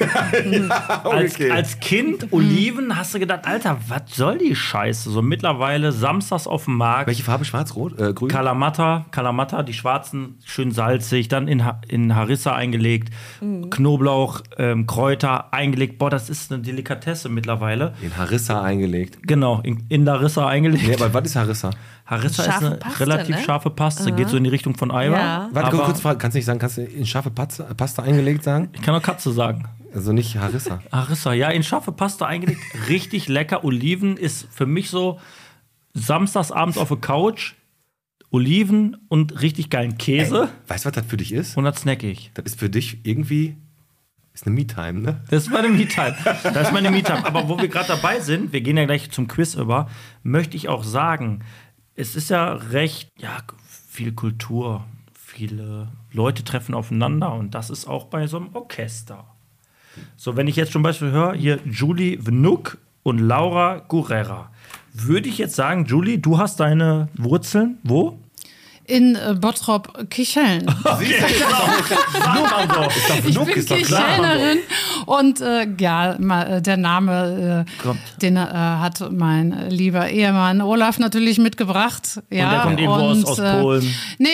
S2: Oh,
S3: als, als
S2: Mhm.
S3: Kind Oliven hast du gedacht, Alter, was soll die Scheiße? So mittlerweile samstags auf dem Markt.
S2: Welche Farbe? Schwarz, Rot, äh, Grün?
S3: Kalamata, Kalamata, die schwarzen, schön salzig, dann in, Ha- in Harissa eingelegt,
S6: Mhm.
S3: Knoblauch, ähm, Kräuter eingelegt. Boah, das ist eine Delikatesse mittlerweile.
S2: In Harissa eingelegt.
S3: Genau, in, in Harissa eingelegt.
S2: Nee, aber was ist Harissa?
S3: Harissa ist
S6: Scharfe
S3: eine
S6: Paste,
S3: relativ
S6: ne?
S3: scharfe Paste, geht so in die Richtung von Eiweiß.
S6: Ja.
S2: Warte,
S3: Aber-
S2: kurz, Frage. kannst du nicht sagen, kannst du in scharfe Pasta, Pasta eingelegt sagen?
S3: Ich kann auch Katze sagen.
S2: Also nicht Harissa.
S3: Harissa, ja, in scharfe Pasta eingelegt. Richtig lecker. Oliven ist für mich so samstagsabends auf der Couch. Oliven und richtig geilen Käse.
S2: Weißt du, was das für dich ist?
S3: Und das snack ich.
S2: Das ist für dich irgendwie. Ist eine Me-Time, ne?
S3: Das ist meine Me-Time. Das ist meine Me-Time. Aber wo wir gerade dabei sind, wir gehen ja gleich zum Quiz über, möchte ich auch sagen, es ist ja recht, ja, viel Kultur. Viele Leute treffen aufeinander und das ist auch bei so einem Orchester. So, wenn ich jetzt zum Beispiel höre, hier Julie Vnuk und Laura Guerrera, würde ich jetzt sagen, Julie, du hast deine Wurzeln wo?
S7: In äh, Bottrop Kicheln.
S3: Sagt man so.
S7: Ich
S2: Vnuk
S7: bin
S2: ist doch klar.
S7: Kichelnerin und äh, ja, ma- äh, der Name, äh,
S3: Kommt.
S7: den äh, hat mein äh, lieber Ehemann Olaf natürlich mitgebracht. Ja, äh,
S3: der kommt irgendwo aus- aus Polen.
S7: Nee,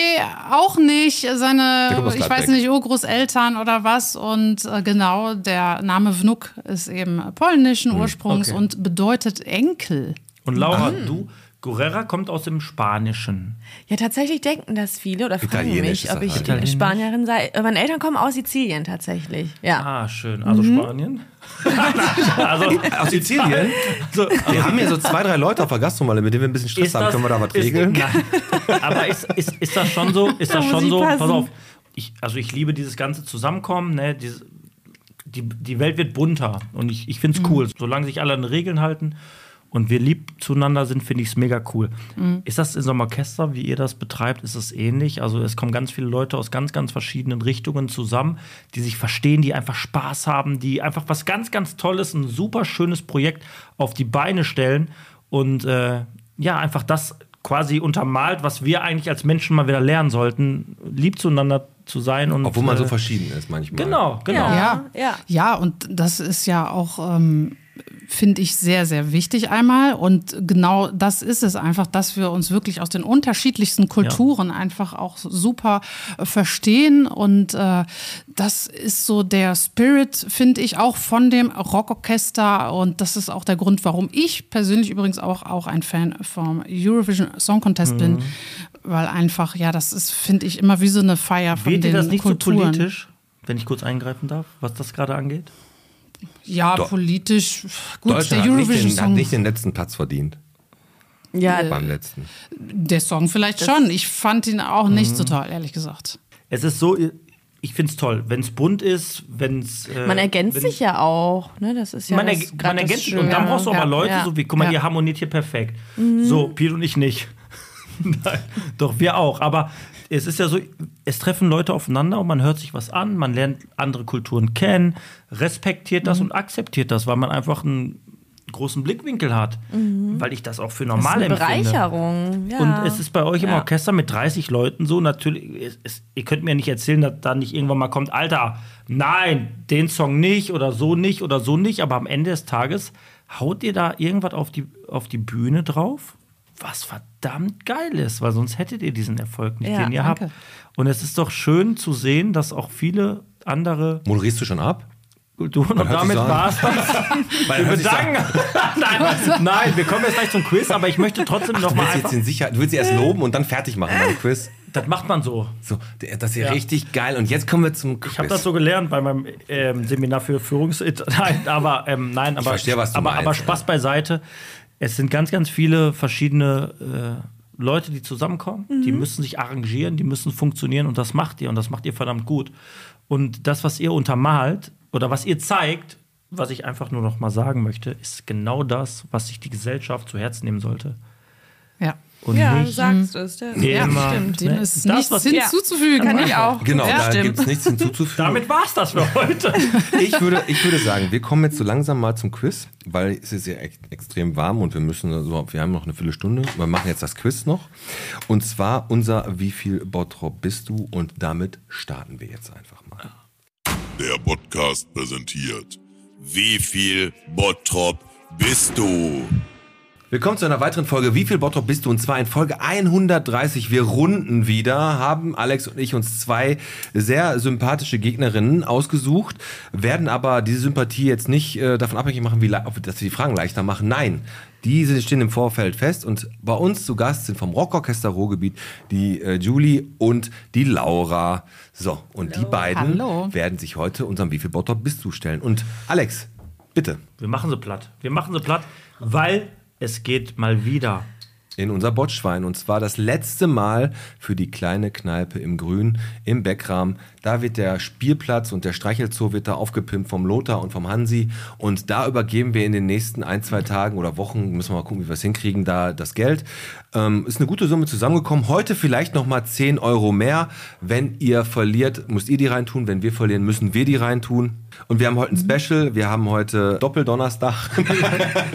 S7: auch nicht.
S2: Der kommt
S7: Seine,
S2: aus
S7: ich
S2: Gladbeck.
S7: weiß nicht, Urgroßeltern oder was. Und äh, genau, der Name Wnuk ist eben polnischen Ursprungs
S2: Hm, okay.
S7: und bedeutet Enkel.
S3: Und Laura,
S7: Mhm.
S3: du, Guerrera kommt aus dem Spanischen.
S6: Ja, tatsächlich denken das viele oder fragen
S2: Italienisch ist
S6: mich, ob
S2: das
S6: ich
S2: halt.
S3: Italienisch.
S6: Spanierin sei. Äh, Meine Eltern kommen aus Sizilien tatsächlich. Ja. Mhm.
S3: Ah, schön. Also Spanien. also,
S2: Aus Sizilien?
S3: so,
S2: Wir haben hier so zwei, drei Leute auf der Gastronomale, mit denen wir ein bisschen Stress
S3: ist
S2: haben.
S3: das,
S2: Können wir da was
S3: ist,
S2: regeln?
S3: Nein. Aber ist, ist, ist das schon so? Ist
S6: Da
S3: das
S6: muss
S3: schon
S6: ich
S3: so? Pass
S6: passen.
S3: auf. Ich, also ich liebe dieses ganze Zusammenkommen. Ne? Diese, die, die Welt wird bunter und ich, ich
S6: Mhm.
S3: finde es cool. Solange sich alle an Regeln halten und wir lieb zueinander sind, finde ich es mega cool.
S7: Mhm.
S3: Ist das in so einem Orchester, wie ihr das betreibt, ist es ähnlich? Also es kommen ganz viele Leute aus ganz, ganz verschiedenen Richtungen zusammen, die sich verstehen, die einfach Spaß haben, die einfach was ganz, ganz Tolles, ein super schönes Projekt auf die Beine stellen und äh, ja, einfach das quasi untermalt, was wir eigentlich als Menschen mal wieder lernen sollten, lieb zueinander zu sein und
S2: Obwohl man so
S3: äh,
S2: verschieden ist manchmal.
S3: Genau, genau.
S6: Ja,
S7: Ja,
S6: ja.
S7: ja. ja, und das ist ja auch, ähm, finde ich, sehr, sehr wichtig einmal. Und genau das ist es einfach, dass wir uns wirklich aus den unterschiedlichsten Kulturen einfach auch super äh, verstehen. Und äh, das ist so der Spirit, finde ich, auch von dem Rockorchester. Und das ist auch der Grund, warum ich persönlich übrigens auch, auch ein Fan vom Eurovision Song Contest
S3: Mhm.
S7: bin. Weil einfach, ja, das ist, finde ich, immer wie so eine Feier von
S3: Wird dir
S7: den
S3: das nicht
S7: Kulturen.
S3: so politisch, wenn ich kurz eingreifen darf, was das gerade angeht?
S7: Ja,
S2: Do-
S7: politisch. Gut, der
S2: Deutschland hat nicht,
S7: Eurovision
S2: den, hat
S7: Song.
S2: nicht den letzten Platz verdient
S6: Ja,
S3: Äh,
S2: beim letzten.
S7: der Song vielleicht schon. Ich fand ihn auch
S2: Mhm.
S7: nicht so toll, ehrlich gesagt.
S3: Es ist so, ich finde es toll, wenn es bunt ist, wenn es. äh,
S6: man ergänzt
S3: wenn-
S6: sich ja auch. Ne? Das ist ja
S3: man,
S6: das,
S3: erg-
S6: grad
S3: man
S6: das
S3: ergänzt sich
S6: Schöne.
S3: und dann brauchst du aber
S6: Ja,
S3: Leute,
S6: ja, Mhm.
S3: so wie, guck mal,
S7: ja.
S3: ihr harmoniert hier perfekt. So, Piet und ich nicht. Nein, doch, wir auch. Aber es ist ja so, es treffen Leute aufeinander und man hört sich was an, man lernt andere Kulturen kennen, respektiert
S6: Mhm.
S3: das und akzeptiert das, weil man einfach einen großen Blickwinkel hat. Weil ich das auch für
S6: Mhm. Das ist
S3: normal
S6: eine
S3: empfinde.
S6: Bereicherung. Ja.
S3: Und es ist bei euch im
S6: Ja.
S3: Orchester mit 30 Leuten so, natürlich, es, es, ihr könnt mir nicht erzählen, dass da nicht irgendwann mal kommt, Alter, nein, den Song nicht oder so nicht oder so nicht, aber am Ende des Tages haut ihr da irgendwas auf die, auf die Bühne drauf, was verdammt geil ist, weil sonst hättet ihr diesen Erfolg nicht,
S6: Ja,
S3: den ihr
S6: danke.
S3: habt. Und es ist doch schön zu sehen, dass auch viele andere
S2: Moderierst du schon ab?
S3: Kulturen und
S2: hört sich
S3: damit
S2: so an.
S3: war's das.
S2: Weil
S3: Wir
S2: hört sich so an.
S3: bedanken. nein, nein, wir kommen jetzt gleich zum Quiz, aber ich möchte trotzdem
S2: Du
S3: nochmal
S2: willst
S3: einfach.
S2: jetzt in Sicherheit, du willst sie erst loben und dann fertig machen beim Quiz.
S3: Das macht man so.
S2: So, der- das ist ja
S3: Ja.
S2: richtig geil. Und jetzt kommen wir zum Quiz.
S3: Ich habe das so gelernt bei meinem ähm, Seminar für Führungs... Nein, aber, ähm, nein, aber,
S2: verstehe, was du
S3: aber,
S2: meinst,
S3: aber Spaß
S2: ja.
S3: beiseite. Es sind ganz, ganz viele verschiedene äh, Leute, die zusammenkommen. Die müssen sich arrangieren, die müssen funktionieren und das macht ihr und das macht ihr verdammt gut. Und das, was ihr untermalt oder was ihr zeigt, was ich einfach nur noch mal sagen möchte, ist genau das, was sich die Gesellschaft zu Herzen nehmen sollte.
S7: Ja.
S3: Und
S6: ja, du
S3: nicht
S6: sagst es. Ja,
S3: immer,
S7: Dem
S3: ne,
S7: ist
S3: das,
S7: nichts
S3: was
S7: hinzuzufügen.
S6: Kann ich auch.
S2: Genau,
S6: ja,
S2: da
S6: stimmt.
S2: gibt es nichts hinzuzufügen.
S3: Damit war's das für heute.
S2: ich, würde, ich würde sagen, wir kommen jetzt so langsam mal zum Quiz, weil es ist ja echt extrem warm und wir müssen, so, wir haben noch eine Viertelstunde. Wir machen jetzt das Quiz noch. Und zwar unser Wie viel Bottrop bist du? Und damit starten wir jetzt einfach mal.
S10: Der Podcast präsentiert. Wie viel Bottrop bist du?
S2: Willkommen zu einer weiteren Folge Wie viel Bottrop bist du? Und zwar in Folge 130. Wir runden wieder, haben Alex und ich uns zwei sehr sympathische Gegnerinnen ausgesucht, werden aber diese Sympathie jetzt nicht äh, davon abhängig machen, wie, le- ob- dass wir die Fragen leichter machen. Nein, diese stehen im Vorfeld fest und bei uns zu Gast sind vom Rockorchester Ruhrgebiet die äh, Julie und die Laura. So, und die beiden
S7: Hallo.
S2: werden sich heute unserem Wie viel Bottrop bist du stellen. Und Alex, bitte,
S3: Wir machen sie platt. Wir machen sie platt, weil es geht mal wieder.
S2: in unser Botschwein. Und zwar das letzte Mal für die kleine Kneipe im Grün, im Beckrahmen. Da wird der Spielplatz und der Streichelzoo wird da aufgepimpt vom Lothar und vom Hansi. Und da übergeben wir in den nächsten ein, zwei Tagen oder Wochen, müssen wir mal gucken, wie wir es hinkriegen, da das Geld. Ähm, ist eine gute Summe zusammengekommen. Heute vielleicht nochmal 10 Euro mehr. Wenn ihr verliert, müsst ihr die reintun. Wenn wir verlieren, müssen wir die reintun. Und wir haben heute ein Special. Wir haben heute Doppeldonnerstag.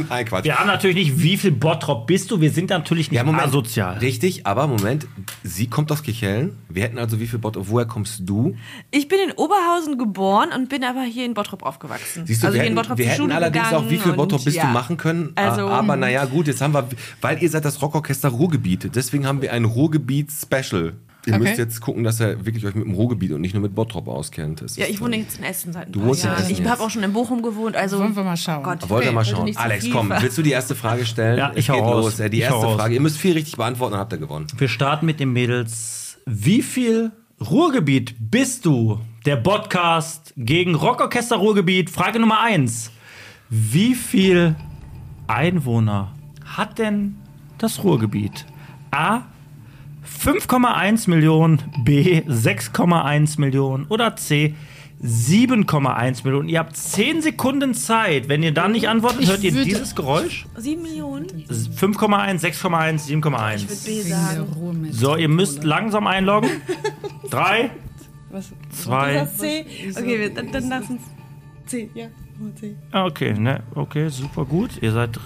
S2: Nein, Quatsch.
S3: Wir haben natürlich nicht, wie viel Bottrop bist du? Wir sind natürlich nicht
S2: Ja, Moment.
S3: asozial.
S2: Richtig, aber Moment, sie kommt aus Kirchhellen. Wir hätten also wie viel Bot. Woher kommst du?
S6: Ich bin in Oberhausen geboren und bin aber hier in Bottrop aufgewachsen.
S2: Siehst du,
S6: also
S2: wir
S6: hier in
S2: hätten,
S6: Bottrop
S2: wir
S6: zur
S2: hätten
S6: Schule
S2: allerdings
S6: gegangen
S2: auch wie viel
S6: und
S2: Bottrop bist
S6: ja.
S2: du machen können.
S6: Also,
S2: Also, aber naja, gut, jetzt haben wir, weil ihr seid das Rockorchester Ruhrgebiet, deswegen haben wir ein Ruhrgebiet-Special. Ihr
S7: Okay.
S2: müsst jetzt gucken, dass ihr wirklich euch mit dem Ruhrgebiet und nicht nur mit Bottrop auskennt. Das
S6: Ja,
S2: ist
S6: ich
S2: dann-
S6: wohne jetzt in Essen seit ein
S2: Du
S6: paar
S2: wohnst in
S6: Jahren.
S2: Essen
S6: ich
S2: jetzt.
S6: habe auch schon in Bochum gewohnt, also
S7: Wollen wir mal schauen.
S6: Gott,
S2: Wollt ihr mal
S6: wollte
S2: schauen.
S6: also nicht zu
S2: Alex,
S6: viel
S2: komm,
S6: ver-
S2: willst du die erste Frage stellen?
S3: Ja,
S2: es
S3: ich hau
S2: geht
S3: raus.
S2: los. Ja, Die
S3: Ich hau
S2: erste
S3: raus.
S2: Frage. Ihr müsst viel richtig beantworten, dann habt ihr gewonnen.
S3: Wir starten mit den Mädels. Wie viel Ruhrgebiet bist du? Der Podcast gegen Rockorchester Ruhrgebiet. Frage Nummer 1. Wie viel Einwohner hat denn das Ruhrgebiet? A. 5,1 Millionen, B. 6,1 Millionen oder C. 7,1 Millionen. Ihr habt 10 Sekunden Zeit. Wenn ihr dann nicht antwortet,
S7: Ich
S3: hört ihr
S7: würde-
S3: dieses Geräusch?
S6: Sieben Millionen?
S3: 5,1, 6,1, 7,1.
S6: B sagen.
S7: Ruhe mit.
S3: So, ihr müsst langsam einloggen. Drei, zwei.
S6: C. Okay, wir- dann, dann lass uns C. Ja, C.
S3: Ah, Okay, ne, okay, super gut. Ihr seid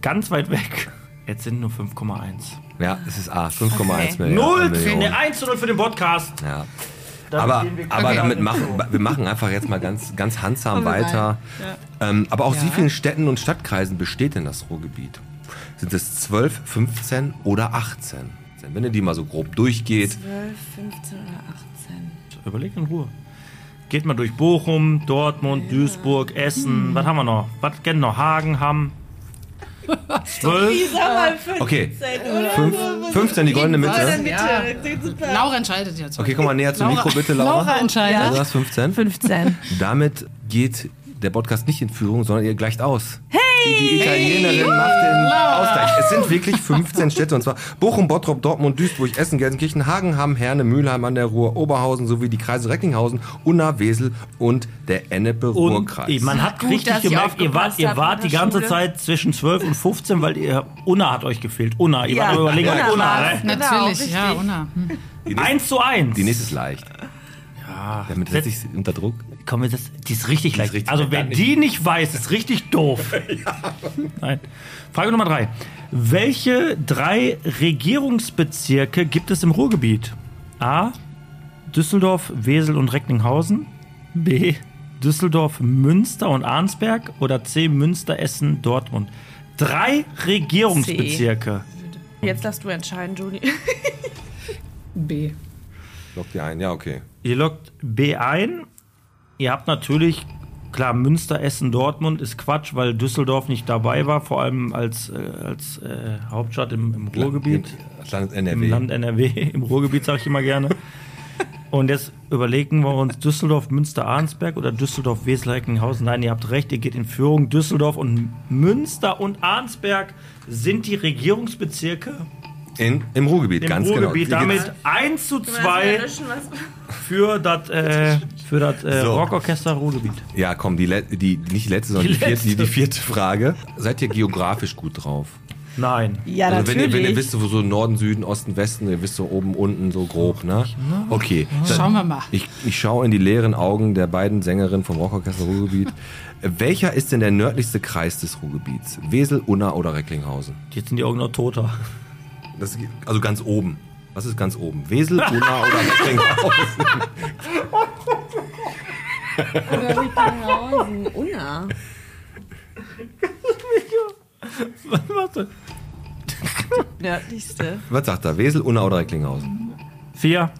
S3: ganz weit weg. Jetzt sind nur 5,1.
S2: Ja, es ist A, 5,1 Millionen.
S3: Null,
S2: Millionen.
S3: ne, 1 zu 0 für den Podcast.
S2: Ja.
S3: Damit
S2: aber
S3: gehen wir-
S2: aber
S3: Okay.
S2: damit machen wir machen einfach jetzt mal ganz, ganz handsam
S7: wir
S2: weiter. Ähm, aber aus wie vielen Städten und Stadtkreisen besteht denn das Ruhrgebiet? Sind es 12, 15 oder 18? Wenn ihr die mal so grob durchgeht.
S6: 12, 15 oder 18.
S3: Überlegt in Ruhe. Geht mal durch Bochum, Dortmund, Duisburg, Essen. Was haben wir noch? Was kennen wir noch? Hagen, Hamm. 12.
S6: Sag mal 15,
S2: Okay, fünf, 15 die goldene Mitte.
S7: Ja. Laura entscheidet jetzt.
S2: Okay, komm mal näher zum
S7: Laura-
S2: Mikro bitte, Laura.
S7: Laura entscheidet.
S2: Also Du hast 15.
S6: 15.
S2: Damit geht der Podcast nicht in Führung, sondern ihr gleicht aus. Hey! Die Italienerin macht den Ausgleich. Es sind wirklich 15 Städte und zwar Bochum, Bottrop, Dortmund, Duisburg, Essen, Gelsenkirchen, Hagen, Hamm, Herne, Mülheim an der Ruhr, Oberhausen sowie die Kreise Recklinghausen, Unna, Wesel und der
S3: Und
S2: Ennepe-Ruhr-Kreis.
S3: ey, man hat
S6: Gut,
S3: richtig
S6: dass ihr
S3: gemerkt, ihr wart,
S6: aufgepasst
S3: ihr
S6: habt ne?
S3: wart
S6: in
S3: die
S6: der
S3: ganze
S6: Schule.
S3: Zeit zwischen 12 und 15, weil ihr Unna hat euch gefehlt. Unna, ihr wart am überlegen,
S6: Unna
S3: Unna,
S6: war's.
S3: ne?
S7: Natürlich,
S6: Genau,
S7: ja,
S6: richtig.
S7: Una. Hm.
S2: die, nächste,
S3: 1 zu 1.
S2: die nächste ist leicht. Ja, Damit setze ich sie unter Druck.
S3: Komm, jetzt ist, die ist richtig leicht.
S2: richtig
S3: also
S2: leicht,
S3: wer
S2: gar nicht.
S3: die nicht weiß, ist richtig doof. Nein. Frage Nummer drei. Welche drei Regierungsbezirke gibt es im Ruhrgebiet? A. Düsseldorf, Wesel und Recklinghausen. B. Düsseldorf, Münster und Arnsberg. Oder C. Münster, Essen, Dortmund. Drei Regierungsbezirke.
S6: Jetzt lass du entscheiden, Julie.
S7: B.
S2: Lockt die ein, ja, okay.
S3: Ihr lockt B ein. Ihr habt natürlich, klar, Münster, Essen, Dortmund ist Quatsch, weil Düsseldorf nicht dabei war, vor allem als, äh, als äh, Hauptstadt im, im Ruhrgebiet,
S2: Das Land
S3: im
S2: NRW.
S3: Land NRW, im Ruhrgebiet sage ich immer gerne. Und jetzt überlegen wir uns Düsseldorf, Münster, Arnsberg oder Düsseldorf, Wesel, Recklinghausen. Nein, ihr habt recht, ihr geht in Führung. Düsseldorf und Münster und Arnsberg sind die Regierungsbezirke
S2: In, Im Ruhrgebiet,
S3: im
S2: ganz
S3: Ruhrgebiet.
S2: genau. Hier geht's-
S3: Damit 1 zu 2 für das äh, für das äh,
S2: So.
S3: Rockorchester Ruhrgebiet.
S2: Ja, komm, die, le- die nicht die letzte, sondern
S3: Die
S2: die, vierte, die,
S3: letzte.
S2: die vierte Frage. Seid ihr geografisch gut drauf?
S3: Nein.
S6: Ja,
S2: also wenn ihr, wenn ihr wisst, wo so Norden, Süden, Osten, Westen, ihr wisst so oben, unten, so grob, ne? Okay. dann-
S7: Schauen wir mal.
S2: Ich, ich schaue in die leeren Augen der beiden Sängerinnen vom Rockorchester Ruhrgebiet. Welcher ist denn der nördlichste Kreis des Ruhrgebiets? Wesel, Unna oder Recklinghausen?
S3: Jetzt sind die Augen noch toter.
S2: Das, also ganz oben. Was ist ganz oben? Wesel, Unna oder Recklinghausen?
S6: Recklinghausen, Unna.
S3: Warte.
S6: Nördlichste.
S2: Was sagt er? Wesel, Unna oder Recklinghausen?
S3: Vier,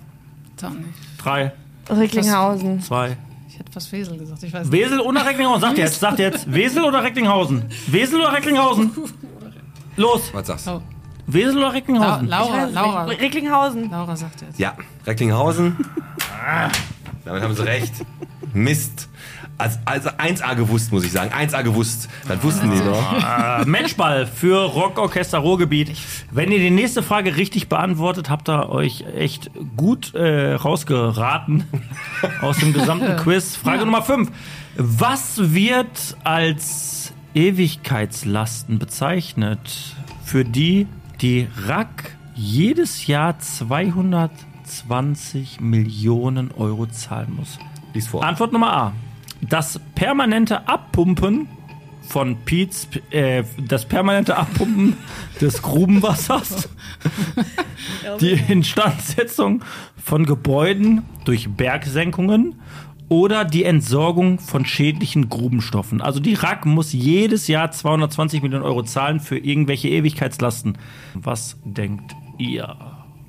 S7: Doch nicht.
S3: drei,
S6: Recklinghausen.
S3: zwei.
S7: Ich hätte was Wesel gesagt. Ich weiß nicht.
S3: Wesel oder Recklinghausen? Sagt ihr jetzt, sagt ihr jetzt. Wesel oder Recklinghausen? Wesel oder Recklinghausen? Los,
S2: Was sagst du?
S7: Oh,
S3: Wesel oder
S7: La
S3: Recklinghausen?
S7: Laura, Laura,
S6: Recklinghausen.
S7: Laura sagt jetzt.
S2: Ja, Recklinghausen. Damit haben sie recht. Mist. Also, also 1A gewusst, muss ich sagen. 1A gewusst. Das wussten die noch.
S3: Äh, Matchball für Rockorchester Ruhrgebiet. Wenn ihr die nächste Frage richtig beantwortet, habt ihr euch echt gut äh, rausgeraten aus dem gesamten Quiz. Frage Nummer 5. Was wird als Ewigkeitslasten bezeichnet, für die die RAK jedes Jahr 220 Millionen Euro zahlen muss?
S2: Lies vor.
S3: Antwort Nummer A. Das permanente Abpumpen von Piets, äh, das permanente Abpumpen des Grubenwassers, die Instandsetzung von Gebäuden durch Bergsenkungen oder die Entsorgung von schädlichen Grubenstoffen. Also die RAK muss jedes Jahr 220 Millionen Euro zahlen für irgendwelche Ewigkeitslasten. Was denkt ihr?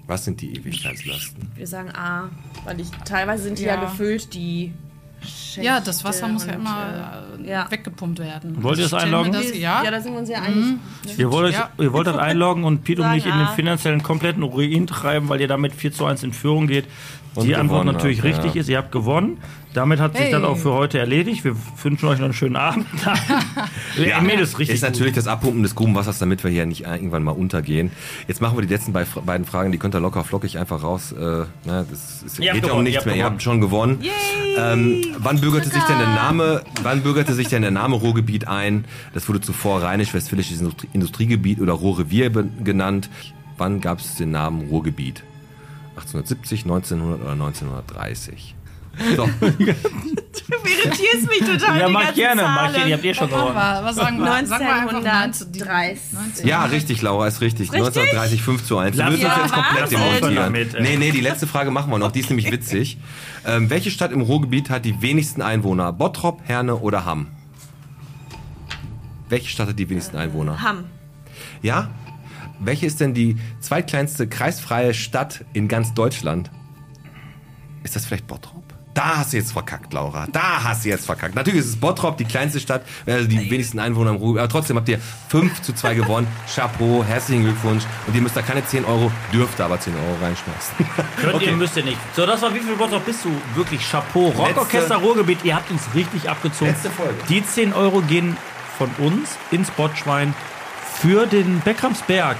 S2: Was sind die Ewigkeitslasten?
S6: Wir sagen A, weil ich teilweise sind die
S7: Ja.
S6: ja, gefüllt, die Schächte
S7: Ja, das Wasser muss ja
S6: und,
S7: immer
S6: äh,
S7: äh,
S6: ja.
S7: weggepumpt werden.
S3: Wollt ihr es
S7: Ich stell mir
S3: einloggen?
S7: Das,
S6: Ja?
S7: ja,
S6: ja, da sind wir uns ja einig.
S3: Ihr wollt, euch,
S7: Ja.
S3: ihr wollt das einloggen und Piet und
S6: Sagen
S3: mich in den
S6: A.
S3: finanziellen kompletten Ruin treiben, weil ihr damit 4 zu 1 in Führung geht.
S2: Und
S3: Die Antwort
S2: gewonnen
S3: natürlich
S2: habt, ja.
S3: richtig ist, ihr habt gewonnen. Damit hat sich
S7: Hey.
S3: das auch für heute erledigt. Wir wünschen euch noch einen schönen Abend. ja, mir das richtig.
S2: Ist natürlich das Abpumpen des Grubenwassers, damit wir hier nicht äh, irgendwann mal untergehen. Jetzt machen wir die letzten bei- beiden Fragen, die könnt ihr locker flockig einfach raus. Äh, ne, das ist,
S3: Ihr
S2: geht ja
S3: habt gewonnen,
S2: um
S3: ihr
S2: nichts
S3: habt
S2: mehr. Ihr
S3: gewonnen.
S2: habt schon gewonnen. Ähm, wann bürgerte sich denn der Name, wann bürgerte sich denn der Name Ruhrgebiet ein? Das wurde zuvor rheinisch-westfälisches Industrie Industriegebiet oder Ruhrrevier be- genannt. Wann gab es den Namen Ruhrgebiet? 1870, 1900 oder 1930? So.
S6: Du irritierst mich total.
S3: Ja,
S6: die
S3: mach
S6: ganzen
S3: gerne,
S6: Zahlen.
S3: mach gerne. Ihr habt eh schon
S11: Warte
S3: gewonnen.
S11: mal, Was sagen wir? Sagen wir einfach
S6: 1930.
S11: 19.
S2: Ja, richtig, Laura, ist richtig. 1930, 5 zu 1. Du
S3: Lass
S2: willst uns
S3: uns-
S2: jetzt komplett
S3: Lass uns
S2: demontieren.
S3: damit, ey.
S2: nee, nee, die letzte Frage machen wir noch. Die ist nämlich witzig. Ähm, welche Stadt im Ruhrgebiet hat die wenigsten Einwohner? Bottrop, Herne oder Hamm? Welche Stadt hat die wenigsten Einwohner?
S12: Hamm.
S2: Ja? Welche ist denn die zweitkleinste kreisfreie Stadt in ganz Deutschland? Ist das vielleicht Bottrop? Da hast du jetzt verkackt, Laura. Da hast du jetzt verkackt. Natürlich ist es Bottrop, die kleinste Stadt, also die wenigsten Einwohner im Ruhrgebiet. Aber trotzdem habt ihr 5 zu 2 gewonnen. Chapeau, herzlichen Glückwunsch. Und ihr müsst da keine 10 Euro, dürft aber 10 Euro reinschmeißen.
S3: Könnt ihr, müsst ihr nicht. So, das war wie viel Bottrop bist du? Wirklich Chapeau. Rockorchester Ruhrgebiet, ihr habt uns richtig abgezogen.
S2: Letzte Folge.
S3: Die 10 Euro gehen von uns ins Botschwein für den Beckramsberg.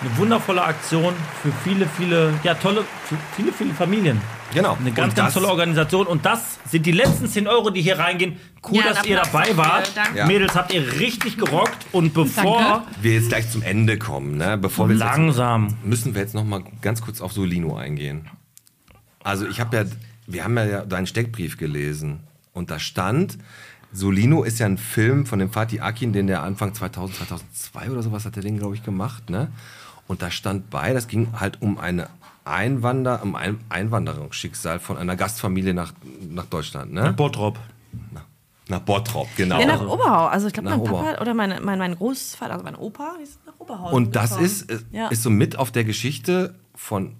S3: Eine wundervolle Aktion für viele, viele, ja tolle, für viele, viele Familien.
S2: Genau.
S3: Eine ganz,
S2: Und das-
S3: ganz tolle Organisation. Und das sind die letzten 10 Euro, die hier reingehen. Cool,
S6: Ja,
S3: dass ihr
S6: Applaus
S3: dabei wart.
S6: dafür, danke.
S2: Ja.
S3: Mädels, habt ihr richtig gerockt. Und bevor...
S2: Wir jetzt gleich zum Ende kommen, ne? Bevor wir jetzt-
S3: Langsam.
S2: müssen wir jetzt noch mal ganz kurz auf Solino eingehen. Also ich habe ja, wir haben ja deinen Steckbrief gelesen und da stand, Solino ist ja ein Film von dem Fatih Akin, den der Anfang 2000, 2002 oder sowas hat er den, glaube ich, gemacht, ne? Und da stand bei, das ging halt um eine Einwander, um ein Einwanderungsschicksal von einer Gastfamilie nach, nach Deutschland, ne?
S3: Bottrop.
S2: Nach Bottrop, genau.
S6: Ja, nach Oberhau. Also ich glaube,
S2: Nach
S6: mein Papa
S2: Oberhau.
S6: oder mein, mein, mein Großvater, also mein Opa, ist nach Oberhau.
S2: Und das
S6: gekommen.
S2: ist, äh,
S6: genau. Ja.
S2: ist so mit auf der Geschichte von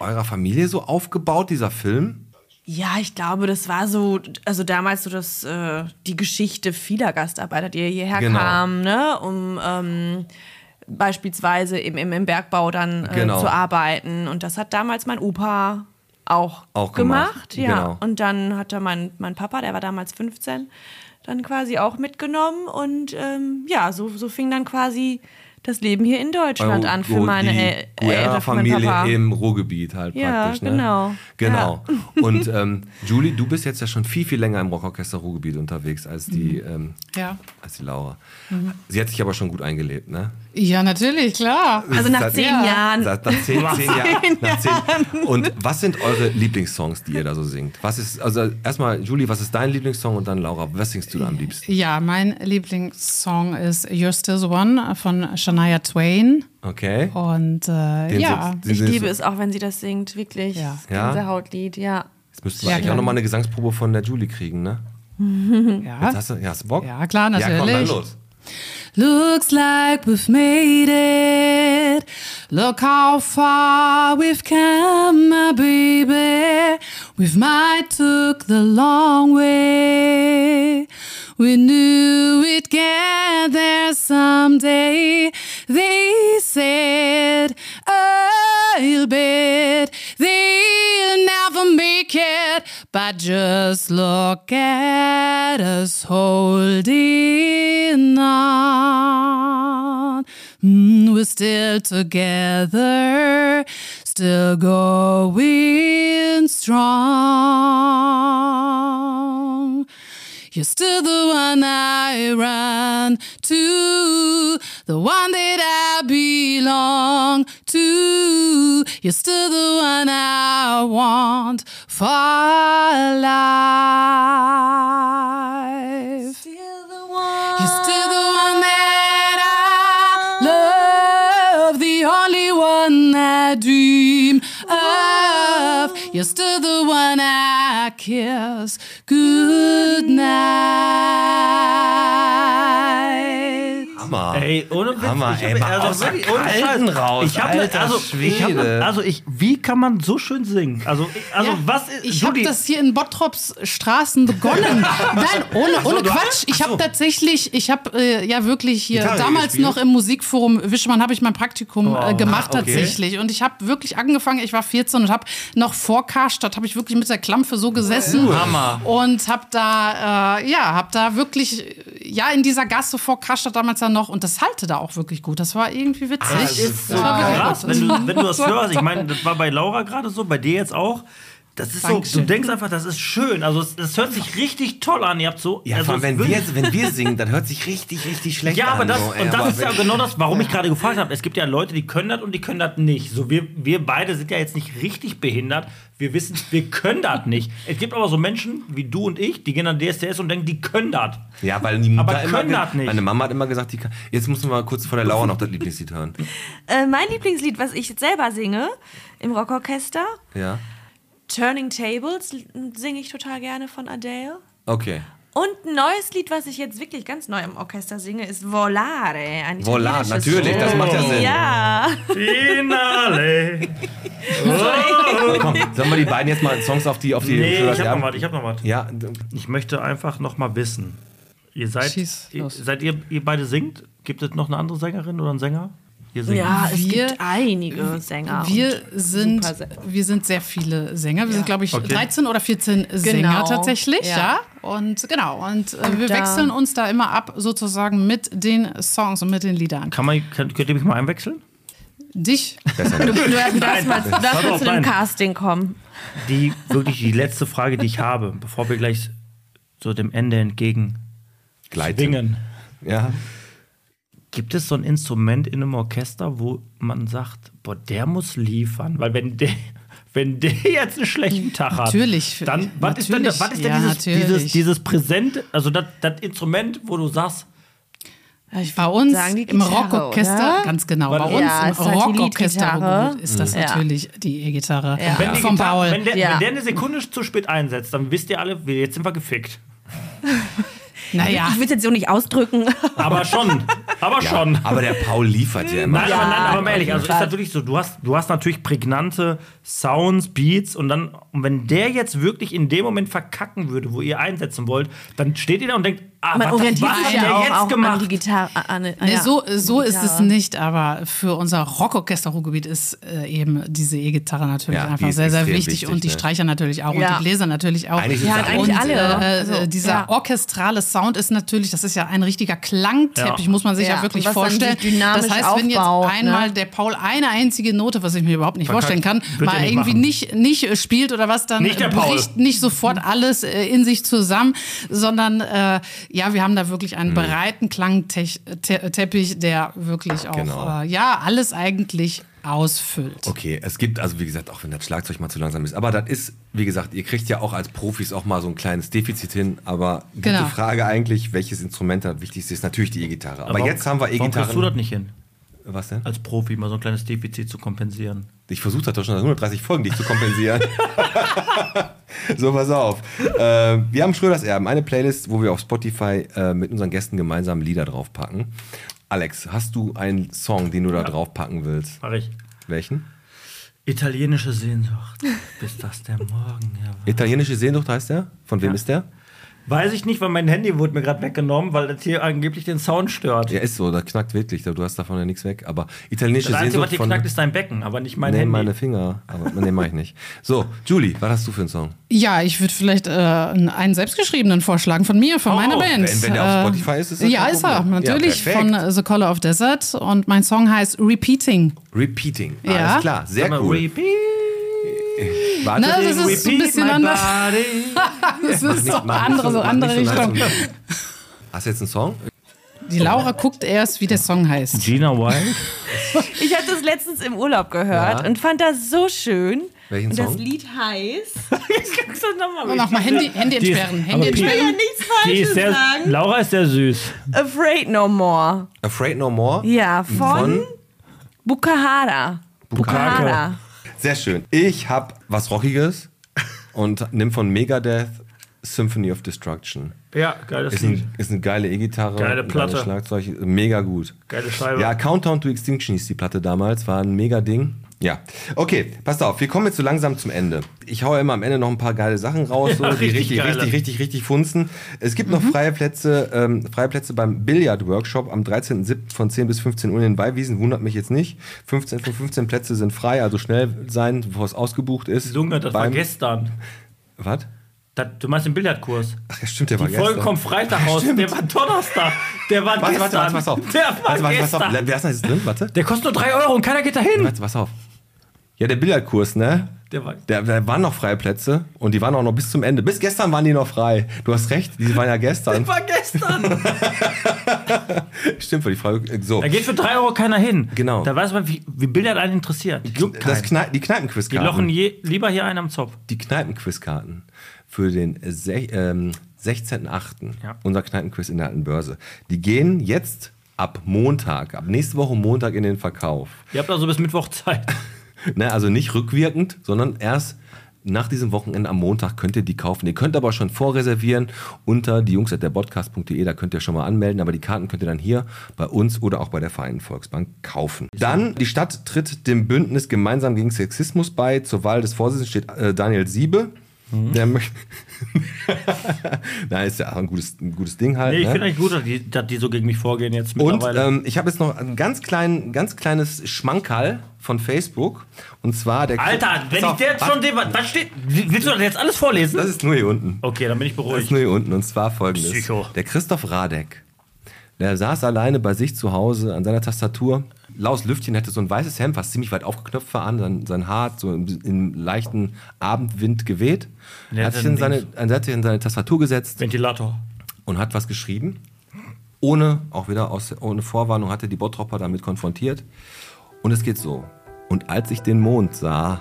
S2: eurer Familie so aufgebaut, dieser Film.
S6: Ja, ich glaube, das war so, also damals so das, äh, die Geschichte vieler Gastarbeiter, die hierher
S2: Genau.
S6: kamen, ne, um ähm, beispielsweise im, im, im Bergbau dann äh,
S2: Genau.
S6: zu arbeiten. Und das hat damals mein Opa auch,
S2: Auch gemacht,
S6: gemacht. Ja.
S2: genau.
S6: Und dann hat er mein, mein Papa, der war damals 15, dann quasi auch mitgenommen. Und ähm, ja, so, so fing dann quasi das Leben hier in Deutschland an für
S2: Euro-
S6: meine
S2: die
S6: El- Eltern, für meinen Papa.
S2: Guerra-Familie im Ruhrgebiet halt
S6: Ja,
S2: praktisch. Ne?
S6: genau.
S2: Genau. Und ähm, Julie, du bist jetzt ja schon viel, viel länger im Rockorchester Ruhrgebiet unterwegs als die,
S6: Mhm.
S2: ähm,
S11: Ja.
S2: als die Laura. Sie hat sich aber schon gut eingelebt, ne?
S11: ja, natürlich, klar.
S6: Also nach
S2: Seit-
S6: zehn
S11: Ja.
S6: Jahren.
S2: Seit, nach zehn, zehn Jahren. Nach zehn. Und was sind eure Lieblingssongs, die ihr da so singt? Was ist, also erstmal, Julie, was ist dein Lieblingssong und dann Laura, was singst du da am liebsten?
S11: Ja, mein Lieblingssong ist You're Still the One von Shania Twain.
S2: Okay.
S11: Und äh,
S2: Den
S11: ja,
S2: sind- den
S6: Ich
S2: sind-
S6: liebe es auch, wenn sie das singt, wirklich.
S11: Ja.
S2: Ja?
S6: Gänsehautlied, ja.
S2: Jetzt müssten wir
S11: Ja,
S2: eigentlich
S11: klar.
S2: auch nochmal eine Gesangsprobe von der Julie kriegen, ne? Jetzt
S11: ja.
S2: hast du, ja, hast du Bock?
S11: Ja, klar,
S2: Ja, komm, dann
S11: natürlich.
S2: los.
S11: Looks like we've made it. Look how far we've come, my baby. We've might took the long way. We knew we'd get there someday. They said a little bit. They'll never make it, but just look at us holding on. Mm, we're still together, still going strong. You're still the one I run to, the one that I belong to. You're still the one I want for life. You're still the one that I love, the only one I dream of. You're still the one I kiss. Good night.
S2: Hammer.
S3: Ey, ohne Witz,
S2: Hammer,
S3: ich also
S2: ey, mal aus der Kalten raus,
S3: Ich hab, ne-
S2: alter
S3: also, ich hab, ne-
S2: Schwede.
S3: also ich, wie kann man so schön singen? Also, ich, also
S11: Ja,
S3: was ist,
S11: ich habe das hier in Bottrops Straßen begonnen. Nein, ohne, ohne Quatsch. Ich habe tatsächlich, ich habe äh, ja wirklich hier
S2: Gitarre
S11: damals
S2: gespielt?
S11: noch im Musikforum Wischemann habe ich mein Praktikum äh, gemacht
S2: Ah, okay.
S11: tatsächlich. Und ich habe wirklich angefangen, ich war 14 und habe noch vor Karstadt, habe ich wirklich mit der Klampfe so gesessen.
S3: Hammer.
S11: Und habe da, äh, ja, habe da wirklich, äh, ja, in dieser Gasse vor Karstadt damals dann noch. Und das halte da auch wirklich gut. Das war irgendwie witzig.
S3: Ah, das ist so
S11: Das war wirklich
S3: krass,
S11: gut.
S3: wenn du, wenn du das hörst. Ich meine, das war bei Laura gerade so, bei dir jetzt auch. Das ist so,
S7: Dankeschön.
S3: du denkst einfach, das ist schön. Also es, es hört sich richtig toll an. Ihr habt so.
S2: Ja,
S3: also
S2: vor allem,
S3: es
S2: wenn
S3: wirklich-
S2: wir, wenn wir singen, dann hört sich richtig, richtig schlecht
S3: ja,
S2: an.
S3: aber das,
S2: so, ey,
S3: und das
S2: aber
S3: ist ja
S2: wenn-
S3: genau das, warum ich gerade gefragt habe. Es gibt ja Leute, die können das und die können das nicht. So, wir, wir beide sind ja jetzt nicht richtig behindert. Wir wissen, wir können das nicht. Es gibt aber so Menschen wie du und ich, die gehen an DSDS und denken, die können das.
S2: Ja, weil die Mutter
S3: Aber
S2: immer
S3: können
S2: ge-
S3: das nicht.
S2: Meine Mama hat immer gesagt, die kann, jetzt müssen wir kurz vor der Lauer noch das Lieblingslied hören.
S6: Äh, mein Lieblingslied, was ich jetzt selber singe im Rockorchester,
S2: Ja.
S6: Turning Tables, l- singe ich total gerne von Adele.
S2: Okay.
S6: Und ein neues Lied, was ich jetzt wirklich ganz neu im Orchester singe, ist Volare. Ein
S2: Voila,
S6: italienisches
S2: natürlich, das macht ja Sinn.
S6: Ja.
S3: Finale.
S2: Komm, komm, sollen wir die beiden jetzt mal Songs auf die auf die für
S3: Nee,
S2: das
S3: ich hab
S2: Erbe-
S3: noch was, ich hab noch was.
S2: Ja,
S3: Ich möchte einfach noch mal wissen. Ihr seid,
S7: Schieß
S3: ihr,
S7: los.
S3: seid ihr, ihr beide singt? Gibt es noch eine andere Sängerin oder einen Sänger? Ihr singt.
S11: Ja, es
S7: Wir-
S11: gibt einige Sänger.
S7: Wir
S11: und
S7: sind,
S11: super Sä-
S7: wir sind sehr viele Sänger. Wir sind, glaube ich,
S3: Okay.
S7: 13 oder 14 Sänger tatsächlich,
S11: Genau. Ja.
S7: ja. Und genau, und, äh, wir
S11: da-
S7: wechseln uns da immer ab sozusagen mit den Songs und mit den Liedern.
S3: Kann man, könnt, könnt ihr mich mal einwechseln?
S7: Dich,
S11: Du darfst mal, darfst
S3: Pass
S11: mal
S3: auf,
S11: zu dem
S3: nein.
S11: Casting kommen.
S3: Die wirklich die letzte Frage, die ich habe, bevor wir gleich so dem Ende entgegen
S13: Gleiten.
S3: schwingen.
S13: Ja.
S3: Gibt es so ein Instrument in einem Orchester, wo man sagt, boah, der muss liefern? Weil wenn der, wenn der jetzt einen schlechten Tag hat,
S7: Natürlich.
S3: dann was ist denn,
S7: Natürlich.
S3: was ist denn
S7: Ja,
S3: dieses,
S7: natürlich.
S3: dieses, dieses Präsent, also das, das Instrument, wo du sagst,
S7: bei uns
S11: sagen, die
S7: im
S11: Gitarre,
S7: Rockorchester,
S11: oder?
S7: ganz genau,
S3: Weil-
S7: bei uns
S11: Ja,
S7: im
S11: ist halt die
S7: Rockorchester
S11: Leadgitarre.
S7: ist das
S11: Ja.
S7: natürlich die E-Gitarre
S3: wenn, die
S7: vom
S3: Gitarre-
S7: Paul.
S3: wenn, der,
S11: Ja.
S3: wenn der eine Sekunde zu spät einsetzt, dann wisst ihr alle, wir- jetzt sind wir gefickt.
S7: naja,
S11: Ich will es jetzt so nicht ausdrücken.
S3: Aber schon, aber schon.
S2: aber der Paul liefert ja immer.
S3: Nein, aber, nein, aber mal ehrlich, also ist das wirklich so, du hast, du hast natürlich prägnante Sounds, Beats und dann, und wenn der jetzt wirklich in dem Moment verkacken würde, wo ihr einsetzen wollt, dann steht ihr da und denkt, ah,
S11: Man
S3: was,
S11: orientiert
S3: was
S11: sich
S3: hat
S11: ja
S3: der
S11: auch,
S3: jetzt
S11: auch an die
S3: gemacht?
S11: Gitarre. An, an,
S7: Nee,
S11: ja.
S7: Ne, so so ist es
S11: Gitarre.
S7: nicht, aber für unser Rockorchester-Ruhrgebiet ist äh, eben diese E-Gitarre natürlich
S2: Ja, die
S7: einfach
S2: ist
S7: sehr, sehr
S2: extrem
S7: wichtig,
S2: wichtig,
S7: und die
S2: ne?
S7: Streicher natürlich auch
S11: Ja.
S7: und die Bläser natürlich auch.
S2: Eigentlich ist Ja, es
S11: eigentlich
S7: und,
S11: alle.
S7: Äh,
S11: Also,
S7: äh, dieser
S11: ja.
S7: orchestrale Sound ist natürlich, das ist ja ein richtiger Klangteppich,
S3: Ja.
S7: muss man sich ja,
S11: Ja,
S7: wirklich
S11: was dann
S7: vorstellen.
S11: die dynamisch
S7: Das heißt, wenn jetzt
S11: aufbaut, ne?
S7: einmal der Paul eine einzige Note, was ich mir überhaupt nicht vorstellen kann,
S3: wird er
S7: mal
S3: nicht
S7: irgendwie
S3: machen.
S7: nicht, nicht spielt oder was, dann
S3: Nicht der Paul. Mhm.
S7: bricht nicht sofort alles äh, in sich zusammen, sondern äh, ja, wir haben da wirklich
S3: Mhm.
S7: einen breiten Klangteppich, der wirklich auch
S2: Genau.
S7: äh, ja alles eigentlich ausfüllt.
S2: Okay, es gibt, also wie gesagt, auch wenn das Schlagzeug mal zu langsam ist, aber das ist, wie gesagt, ihr kriegt ja auch als Profis auch mal so ein kleines Defizit hin, aber gute
S7: Genau.
S2: Frage eigentlich, welches Instrument das wichtigste ist, natürlich die E-Gitarre. Aber,
S3: Warum-
S2: jetzt haben wir eh
S3: Warum kriegst du das
S2: E-Gitarren.
S3: nicht hin,
S2: Was denn?
S3: als Profi mal so ein kleines Defizit zu kompensieren?
S2: Ich versuche das doch schon seit 130 Folgen, dich zu kompensieren. so, pass auf. Äh, wir haben Schröders Erben, eine Playlist, wo wir auf Spotify äh, mit unseren Gästen gemeinsam Lieder draufpacken. Alex, hast du einen Song, den du da draufpacken willst?
S3: Mach ich.
S2: Welchen?
S3: Italienische Sehnsucht, bis das der Morgen erwacht.
S2: Italienische Sehnsucht heißt der? Von wem ist der?
S3: Weiß ich nicht, weil mein Handy wurde mir gerade weggenommen, weil das hier angeblich den Sound stört.
S2: Der ist so, da knackt wirklich, du hast davon ja nichts weg. Aber italienische
S3: das Einzige,
S2: Sehnsucht
S3: was hier
S2: von...
S3: knackt, ist dein Becken, aber nicht mein
S2: nee,
S3: Handy.
S2: meine Finger. Aber nee, mach ich nicht. So, Julie, was hast du für einen Song?
S7: Ja, ich würde vielleicht äh, einen selbstgeschriebenen vorschlagen von mir, von
S3: Oh,
S7: meiner Band. Äh,
S2: wenn- wenn der auf Spotify ist, ist das
S7: Ja,
S2: kein
S7: ist er,
S2: Problem. Ja,
S7: natürlich,
S2: perfekt.
S7: von äh, The Color of Desert und mein Song heißt Repeating.
S2: Repeating.
S7: Ja.
S2: Alles klar, sehr
S3: Sag mal,
S2: cool. Warte,
S7: Ne, das ist ein
S3: Repeat
S7: bisschen
S3: my
S7: anders.
S3: body.
S7: Das ist so
S2: Mach nicht
S7: andere, so
S2: mach
S7: andere
S2: nicht so nah
S7: Richtung.
S2: zum- Hast du jetzt einen Song?
S7: Die Laura guckt erst, wie der Song heißt.
S3: Gina Wild.
S6: Ich habe das letztens im Urlaub gehört und fand das so schön.
S2: Welchen
S6: und
S2: Song?
S6: das Lied heißt. ich guck's doch nochmal.
S7: Nochmal Handy, Handy
S3: Die-
S7: entsperren. Handy
S3: aber
S6: Ich
S3: Pi-
S6: will ja
S7: entsperren.
S6: nichts
S3: Die
S6: Falsches
S3: ist sehr,
S6: sagen.
S3: Laura ist sehr süß.
S6: Afraid No More.
S2: Afraid No More?
S6: Ja, von,
S2: Von
S6: Bukahara. Bukahara.
S2: Sehr schön. Ich hab was Rockiges und nimm von Megadeth Symphony of Destruction.
S3: Ja, geiles
S2: Ist, ein, ist eine geile E-Gitarre.
S3: Geile
S2: ein
S3: Platte.
S2: geiles Schlagzeug. Mega gut.
S3: Geile Scheibe.
S2: Ja, Countdown to Extinction hieß die Platte damals. War ein mega Ding. Ja. Okay, passt auf. Wir kommen jetzt so langsam zum Ende. Ich hau immer am Ende noch ein paar geile Sachen raus, so,
S3: Ja,
S2: die
S3: richtig
S2: richtig,
S3: geile. Mhm.
S2: richtig, richtig, richtig funzen. Es gibt noch freie Plätze, ähm, freie Plätze beim Billard-Workshop am 13.07. von 10 bis 15 Uhr in den Beiwiesen. Wundert mich jetzt nicht. 15 von 15 Plätze sind frei, also schnell sein, bevor es ausgebucht ist.
S3: Junge, das war
S2: Beim-
S3: gestern.
S2: Was?
S3: Das, du meinst den Billardkurs.
S2: Ach ja, stimmt, der war
S3: Die Folge
S2: gestern.
S3: kommt Freitag raus. Der war Donnerstag. Der
S2: Warte,
S3: war
S2: warte,
S3: gestern.
S2: warte, pass auf.
S3: Der war
S2: Warte, warte, pass
S3: gestern.
S2: auf. Wer ist denn jetzt drin? Warte.
S3: Der kostet nur 3 Euro und keiner geht da hin.
S2: Warte, pass auf. Ja, der Billardkurs, ne?
S3: Der war-
S2: Da, da waren noch freie Plätze und die waren auch noch bis zum Ende. Bis gestern waren die noch frei. Du hast recht, die waren ja gestern.
S3: Das war gestern.
S2: Stimmt, für die Frage. äh, So,
S3: Da geht für 3 Euro keiner hin.
S2: Genau.
S3: Da weiß man, wie, wie Billard einen interessiert.
S2: das Knei die
S3: Die lochen
S2: Kneipenquizkarten. Die,
S3: je, lieber hier einen am Zopf.
S2: Kneipenquizkarten für den sech- ähm, 16.8.
S3: Ja.
S2: Unser Kneipenquiz in der alten Börse. Die gehen jetzt ab Montag, ab nächste Woche Montag in den Verkauf.
S3: Ihr habt also bis Mittwoch Zeit.
S2: Ne, also nicht rückwirkend, sondern erst nach diesem Wochenende am Montag könnt ihr die kaufen. Ihr könnt aber schon vorreservieren unter diejungs.derpodcast.de, da könnt ihr schon mal anmelden, aber die Karten könnt ihr dann hier bei uns oder auch bei der Vereinten Volksbank kaufen. Dann, die Stadt tritt dem Bündnis gemeinsam gegen Sexismus bei. Zur Wahl des Vorsitzenden steht äh, Daniel Siebe.
S3: Mhm.
S2: Der möchte. Nein, ist ja auch ein gutes, ein gutes Ding halt.
S3: Nee, ich
S2: ne?
S3: finde eigentlich gut, dass die, dass die so gegen mich vorgehen jetzt
S2: Und
S3: mittlerweile.
S2: ähm, ich habe jetzt noch ein ganz, klein, ganz kleines Schmankerl von Facebook. Und zwar der.
S3: Alter, wenn
S2: Pass
S3: ich
S2: auf,
S3: dir jetzt
S2: warte.
S3: schon den. Was steht. Willst du das jetzt alles vorlesen?
S2: Das ist nur hier unten.
S3: okay, dann bin ich
S2: Das ist
S3: beruhigt.
S2: nur hier unten. Und zwar folgendes.
S3: Psycho.
S2: Der Christoph Radek, der saß alleine bei sich zu Hause an seiner Tastatur. Laus Lüftchen hatte so ein weißes Hemd, was ziemlich weit aufgeknöpft war an, sein, sein Haar hat so im, im leichten Abendwind geweht. Er hat,
S3: hat
S2: sich
S3: dann
S2: in seine, er hat sich an seine Tastatur gesetzt
S3: Ventilator.
S2: und hat was geschrieben. Ohne, auch wieder aus, ohne Vorwarnung, hatte die Bottropper damit konfrontiert. Und es geht so. Und als ich den Mond sah,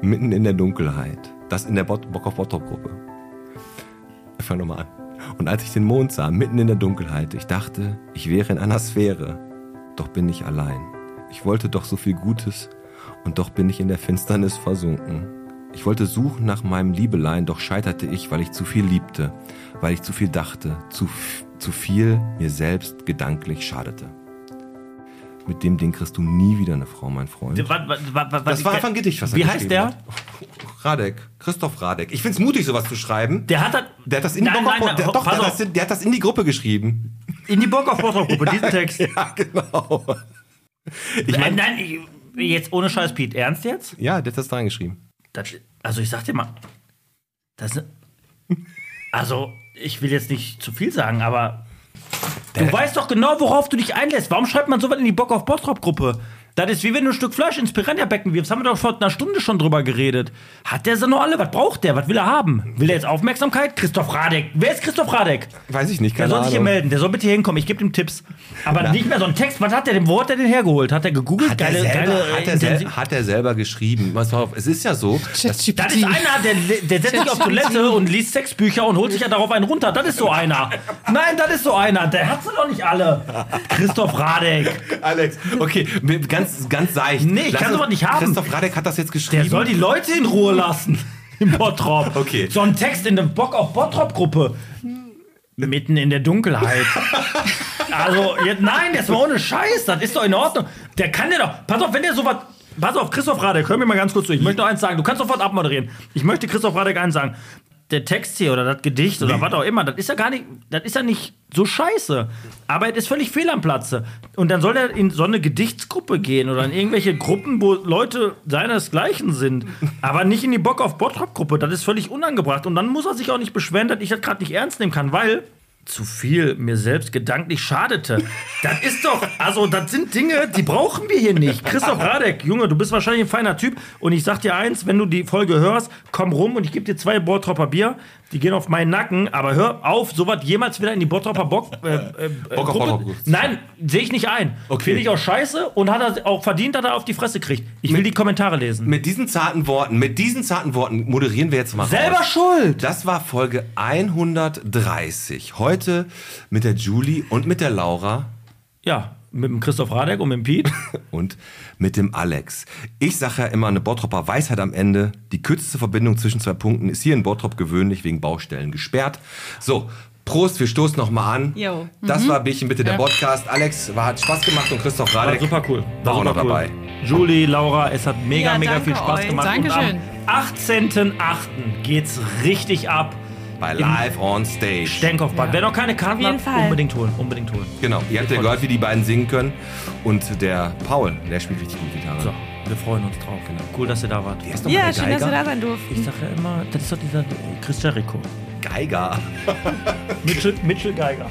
S2: mitten in der Dunkelheit, das in der Bot Bock auf Bottrop-Gruppe. Ich fang nochmal an. Und als ich den Mond sah, mitten in der Dunkelheit, ich dachte, ich wäre in einer Sphäre. Doch bin ich allein. Ich wollte doch so viel Gutes und doch bin ich in der Finsternis versunken. Ich wollte suchen nach meinem Liebelein, doch scheiterte ich, weil ich zu viel liebte, weil ich zu viel dachte, zu, f- zu viel mir selbst gedanklich schadete. Mit dem Ding kriegst du nie wieder eine Frau, mein Freund.
S3: Was- was- was- was-
S2: Das
S3: ich-
S2: war einfach ein Gedicht, was er
S3: Wie heißt
S2: geschrieben
S3: der?
S2: Hat. Radek, Christoph Radek. Ich find's mutig, sowas zu schreiben.
S3: Der hat das.
S2: Der hat das in die
S3: Nein,
S2: Bock auf-
S3: nein, nein,
S2: der- doch,
S3: pass
S2: der hat
S3: auf.
S2: das in- der hat das in die Gruppe geschrieben.
S3: In die Bock auf Bottrop-Gruppe, diesen Text.
S2: Ja, genau. Ich
S3: Äh, Nein,
S2: meine,
S3: nein, ich- jetzt ohne Scheiß, Pete. Ernst jetzt?
S2: ja, der hat das da reingeschrieben.
S3: Das, also, ich sag dir mal. Das. Also, ich will jetzt nicht zu viel sagen, aber. Du weißt doch genau, worauf du dich einlässt. Warum schreibt man sowas in die Bock auf Bottrop-Gruppe? Das ist wie wenn du ein Stück Fleisch ins Piranha-Becken wirfst. Haben wir doch vor einer Stunde schon drüber geredet. Hat der so noch alle? Was braucht der? Was will er haben? Will er jetzt Aufmerksamkeit? Christoph Radek. Wer ist Christoph Radek?
S2: Weiß ich nicht,
S3: Der
S2: keine
S3: soll sich hier
S2: Ahnung.
S3: melden, der soll bitte hier hinkommen, ich gebe ihm Tipps. Aber nicht mehr so ein Text, was hat der denn, wo hat er den hergeholt? Hat er gegoogelt?
S2: Hat er, selber, hat, er
S3: intensiv-
S2: sel hat er selber geschrieben. Pass auf, es ist ja so, dass,
S14: ChatGPT.
S3: Das ist einer, der, der setzt sich auf Toilette und liest Sexbücher und holt sich ja darauf einen runter. Das ist so einer. Nein, das ist so einer. Der hat sie doch nicht alle. Christoph Radek.
S2: Alex, okay, mit- ganz, ganz seicht.
S3: Nee, ich
S2: Lass
S3: kann
S2: uns-
S3: sowas nicht haben.
S2: Christoph Radek hat das jetzt geschrieben.
S3: Der soll die Leute in Ruhe lassen. Im Bottrop.
S2: Okay.
S3: So ein Text in der Bock auf Bottrop-Gruppe. Mitten in der Dunkelheit. also, jetzt, nein, das war ohne Scheiß. Das ist doch in Ordnung. Der kann ja doch. Pass auf, wenn der sowas. Pass auf, Christoph Radek, hör mir mal ganz kurz zu. Ich möchte noch eins sagen. Du kannst sofort abmoderieren. Ich möchte Christoph Radek eins sagen. Der Text hier oder das Gedicht oder was auch immer, das ist ja gar nicht, das ist ja nicht so scheiße. Aber es ist völlig fehl am Platze. Und dann soll er in so eine Gedichtsgruppe gehen oder in irgendwelche Gruppen, wo Leute seinesgleichen sind. Aber nicht in die Bock auf Bottrop-Gruppe. Das ist völlig unangebracht. Und dann muss er sich auch nicht beschweren, dass ich das gerade nicht ernst nehmen kann, weil zu viel mir selbst gedanklich schadete. Das ist doch, also das sind Dinge, die brauchen wir hier nicht. Christoph Radek, Junge, du bist wahrscheinlich ein feiner Typ und ich sag dir eins, wenn du die Folge hörst, komm rum und ich gebe dir zwei Bottropper Bier, die gehen auf meinen Nacken, aber hör auf, sowas jemals wieder in die Bottropper Bock, äh, äh,
S2: Bock auf
S3: Gruppe-
S2: Bottrop.
S3: Nein, sehe ich nicht ein.
S2: Okay.
S3: Finde ich auch scheiße und hat er auch verdient, dass er auf die Fresse kriegt. Ich will die Kommentare lesen.
S2: Mit diesen zarten Worten, mit diesen zarten Worten moderieren wir jetzt mal
S3: Selber
S2: raus.
S3: schuld.
S2: Das war Folge 130. Heute mit der Julie und mit der Laura
S3: Ja, mit dem Christoph Radek und mit dem Piet.
S2: und mit dem Alex. Ich sage ja immer, eine Bottropper Weisheit am Ende. Die kürzeste Verbindung zwischen zwei Punkten ist hier in Bottrop gewöhnlich wegen Baustellen gesperrt. So, Prost, wir stoßen nochmal an.
S4: Jo.
S2: Das war Bierchen bitte der Podcast. Alex war, hat Spaß gemacht und Christoph
S3: War
S2: Radek.
S3: super cool.
S2: War auch
S3: super
S2: noch dabei.
S3: Julie, Laura, es hat mega,
S4: Ja,
S3: mega
S4: danke
S3: viel Spaß
S4: euch.
S3: gemacht.
S14: Dankeschön.
S3: Und am 18.08. geht's richtig ab.
S2: Bei
S3: Im
S2: Live on Stage.
S3: Stenkopfbad. Wer noch keine Karten
S15: Auf
S3: hat,
S15: jeden Fall.
S3: unbedingt holen. Unbedingt holen.
S2: Genau, ihr habt ja gehört, wie die beiden singen können. Und der Paul, der spielt richtig gut Gitarre.
S3: So, wir freuen uns drauf. Cool, dass ihr da wart.
S2: Der ist doch mal
S15: Ja,
S2: der
S15: schön, dass
S2: Geiger.
S15: wir da sein durften.
S3: Ich sag ja immer, das ist doch dieser Chris Jericho.
S2: Geiger.
S3: Mitchell, Mitchell Geiger.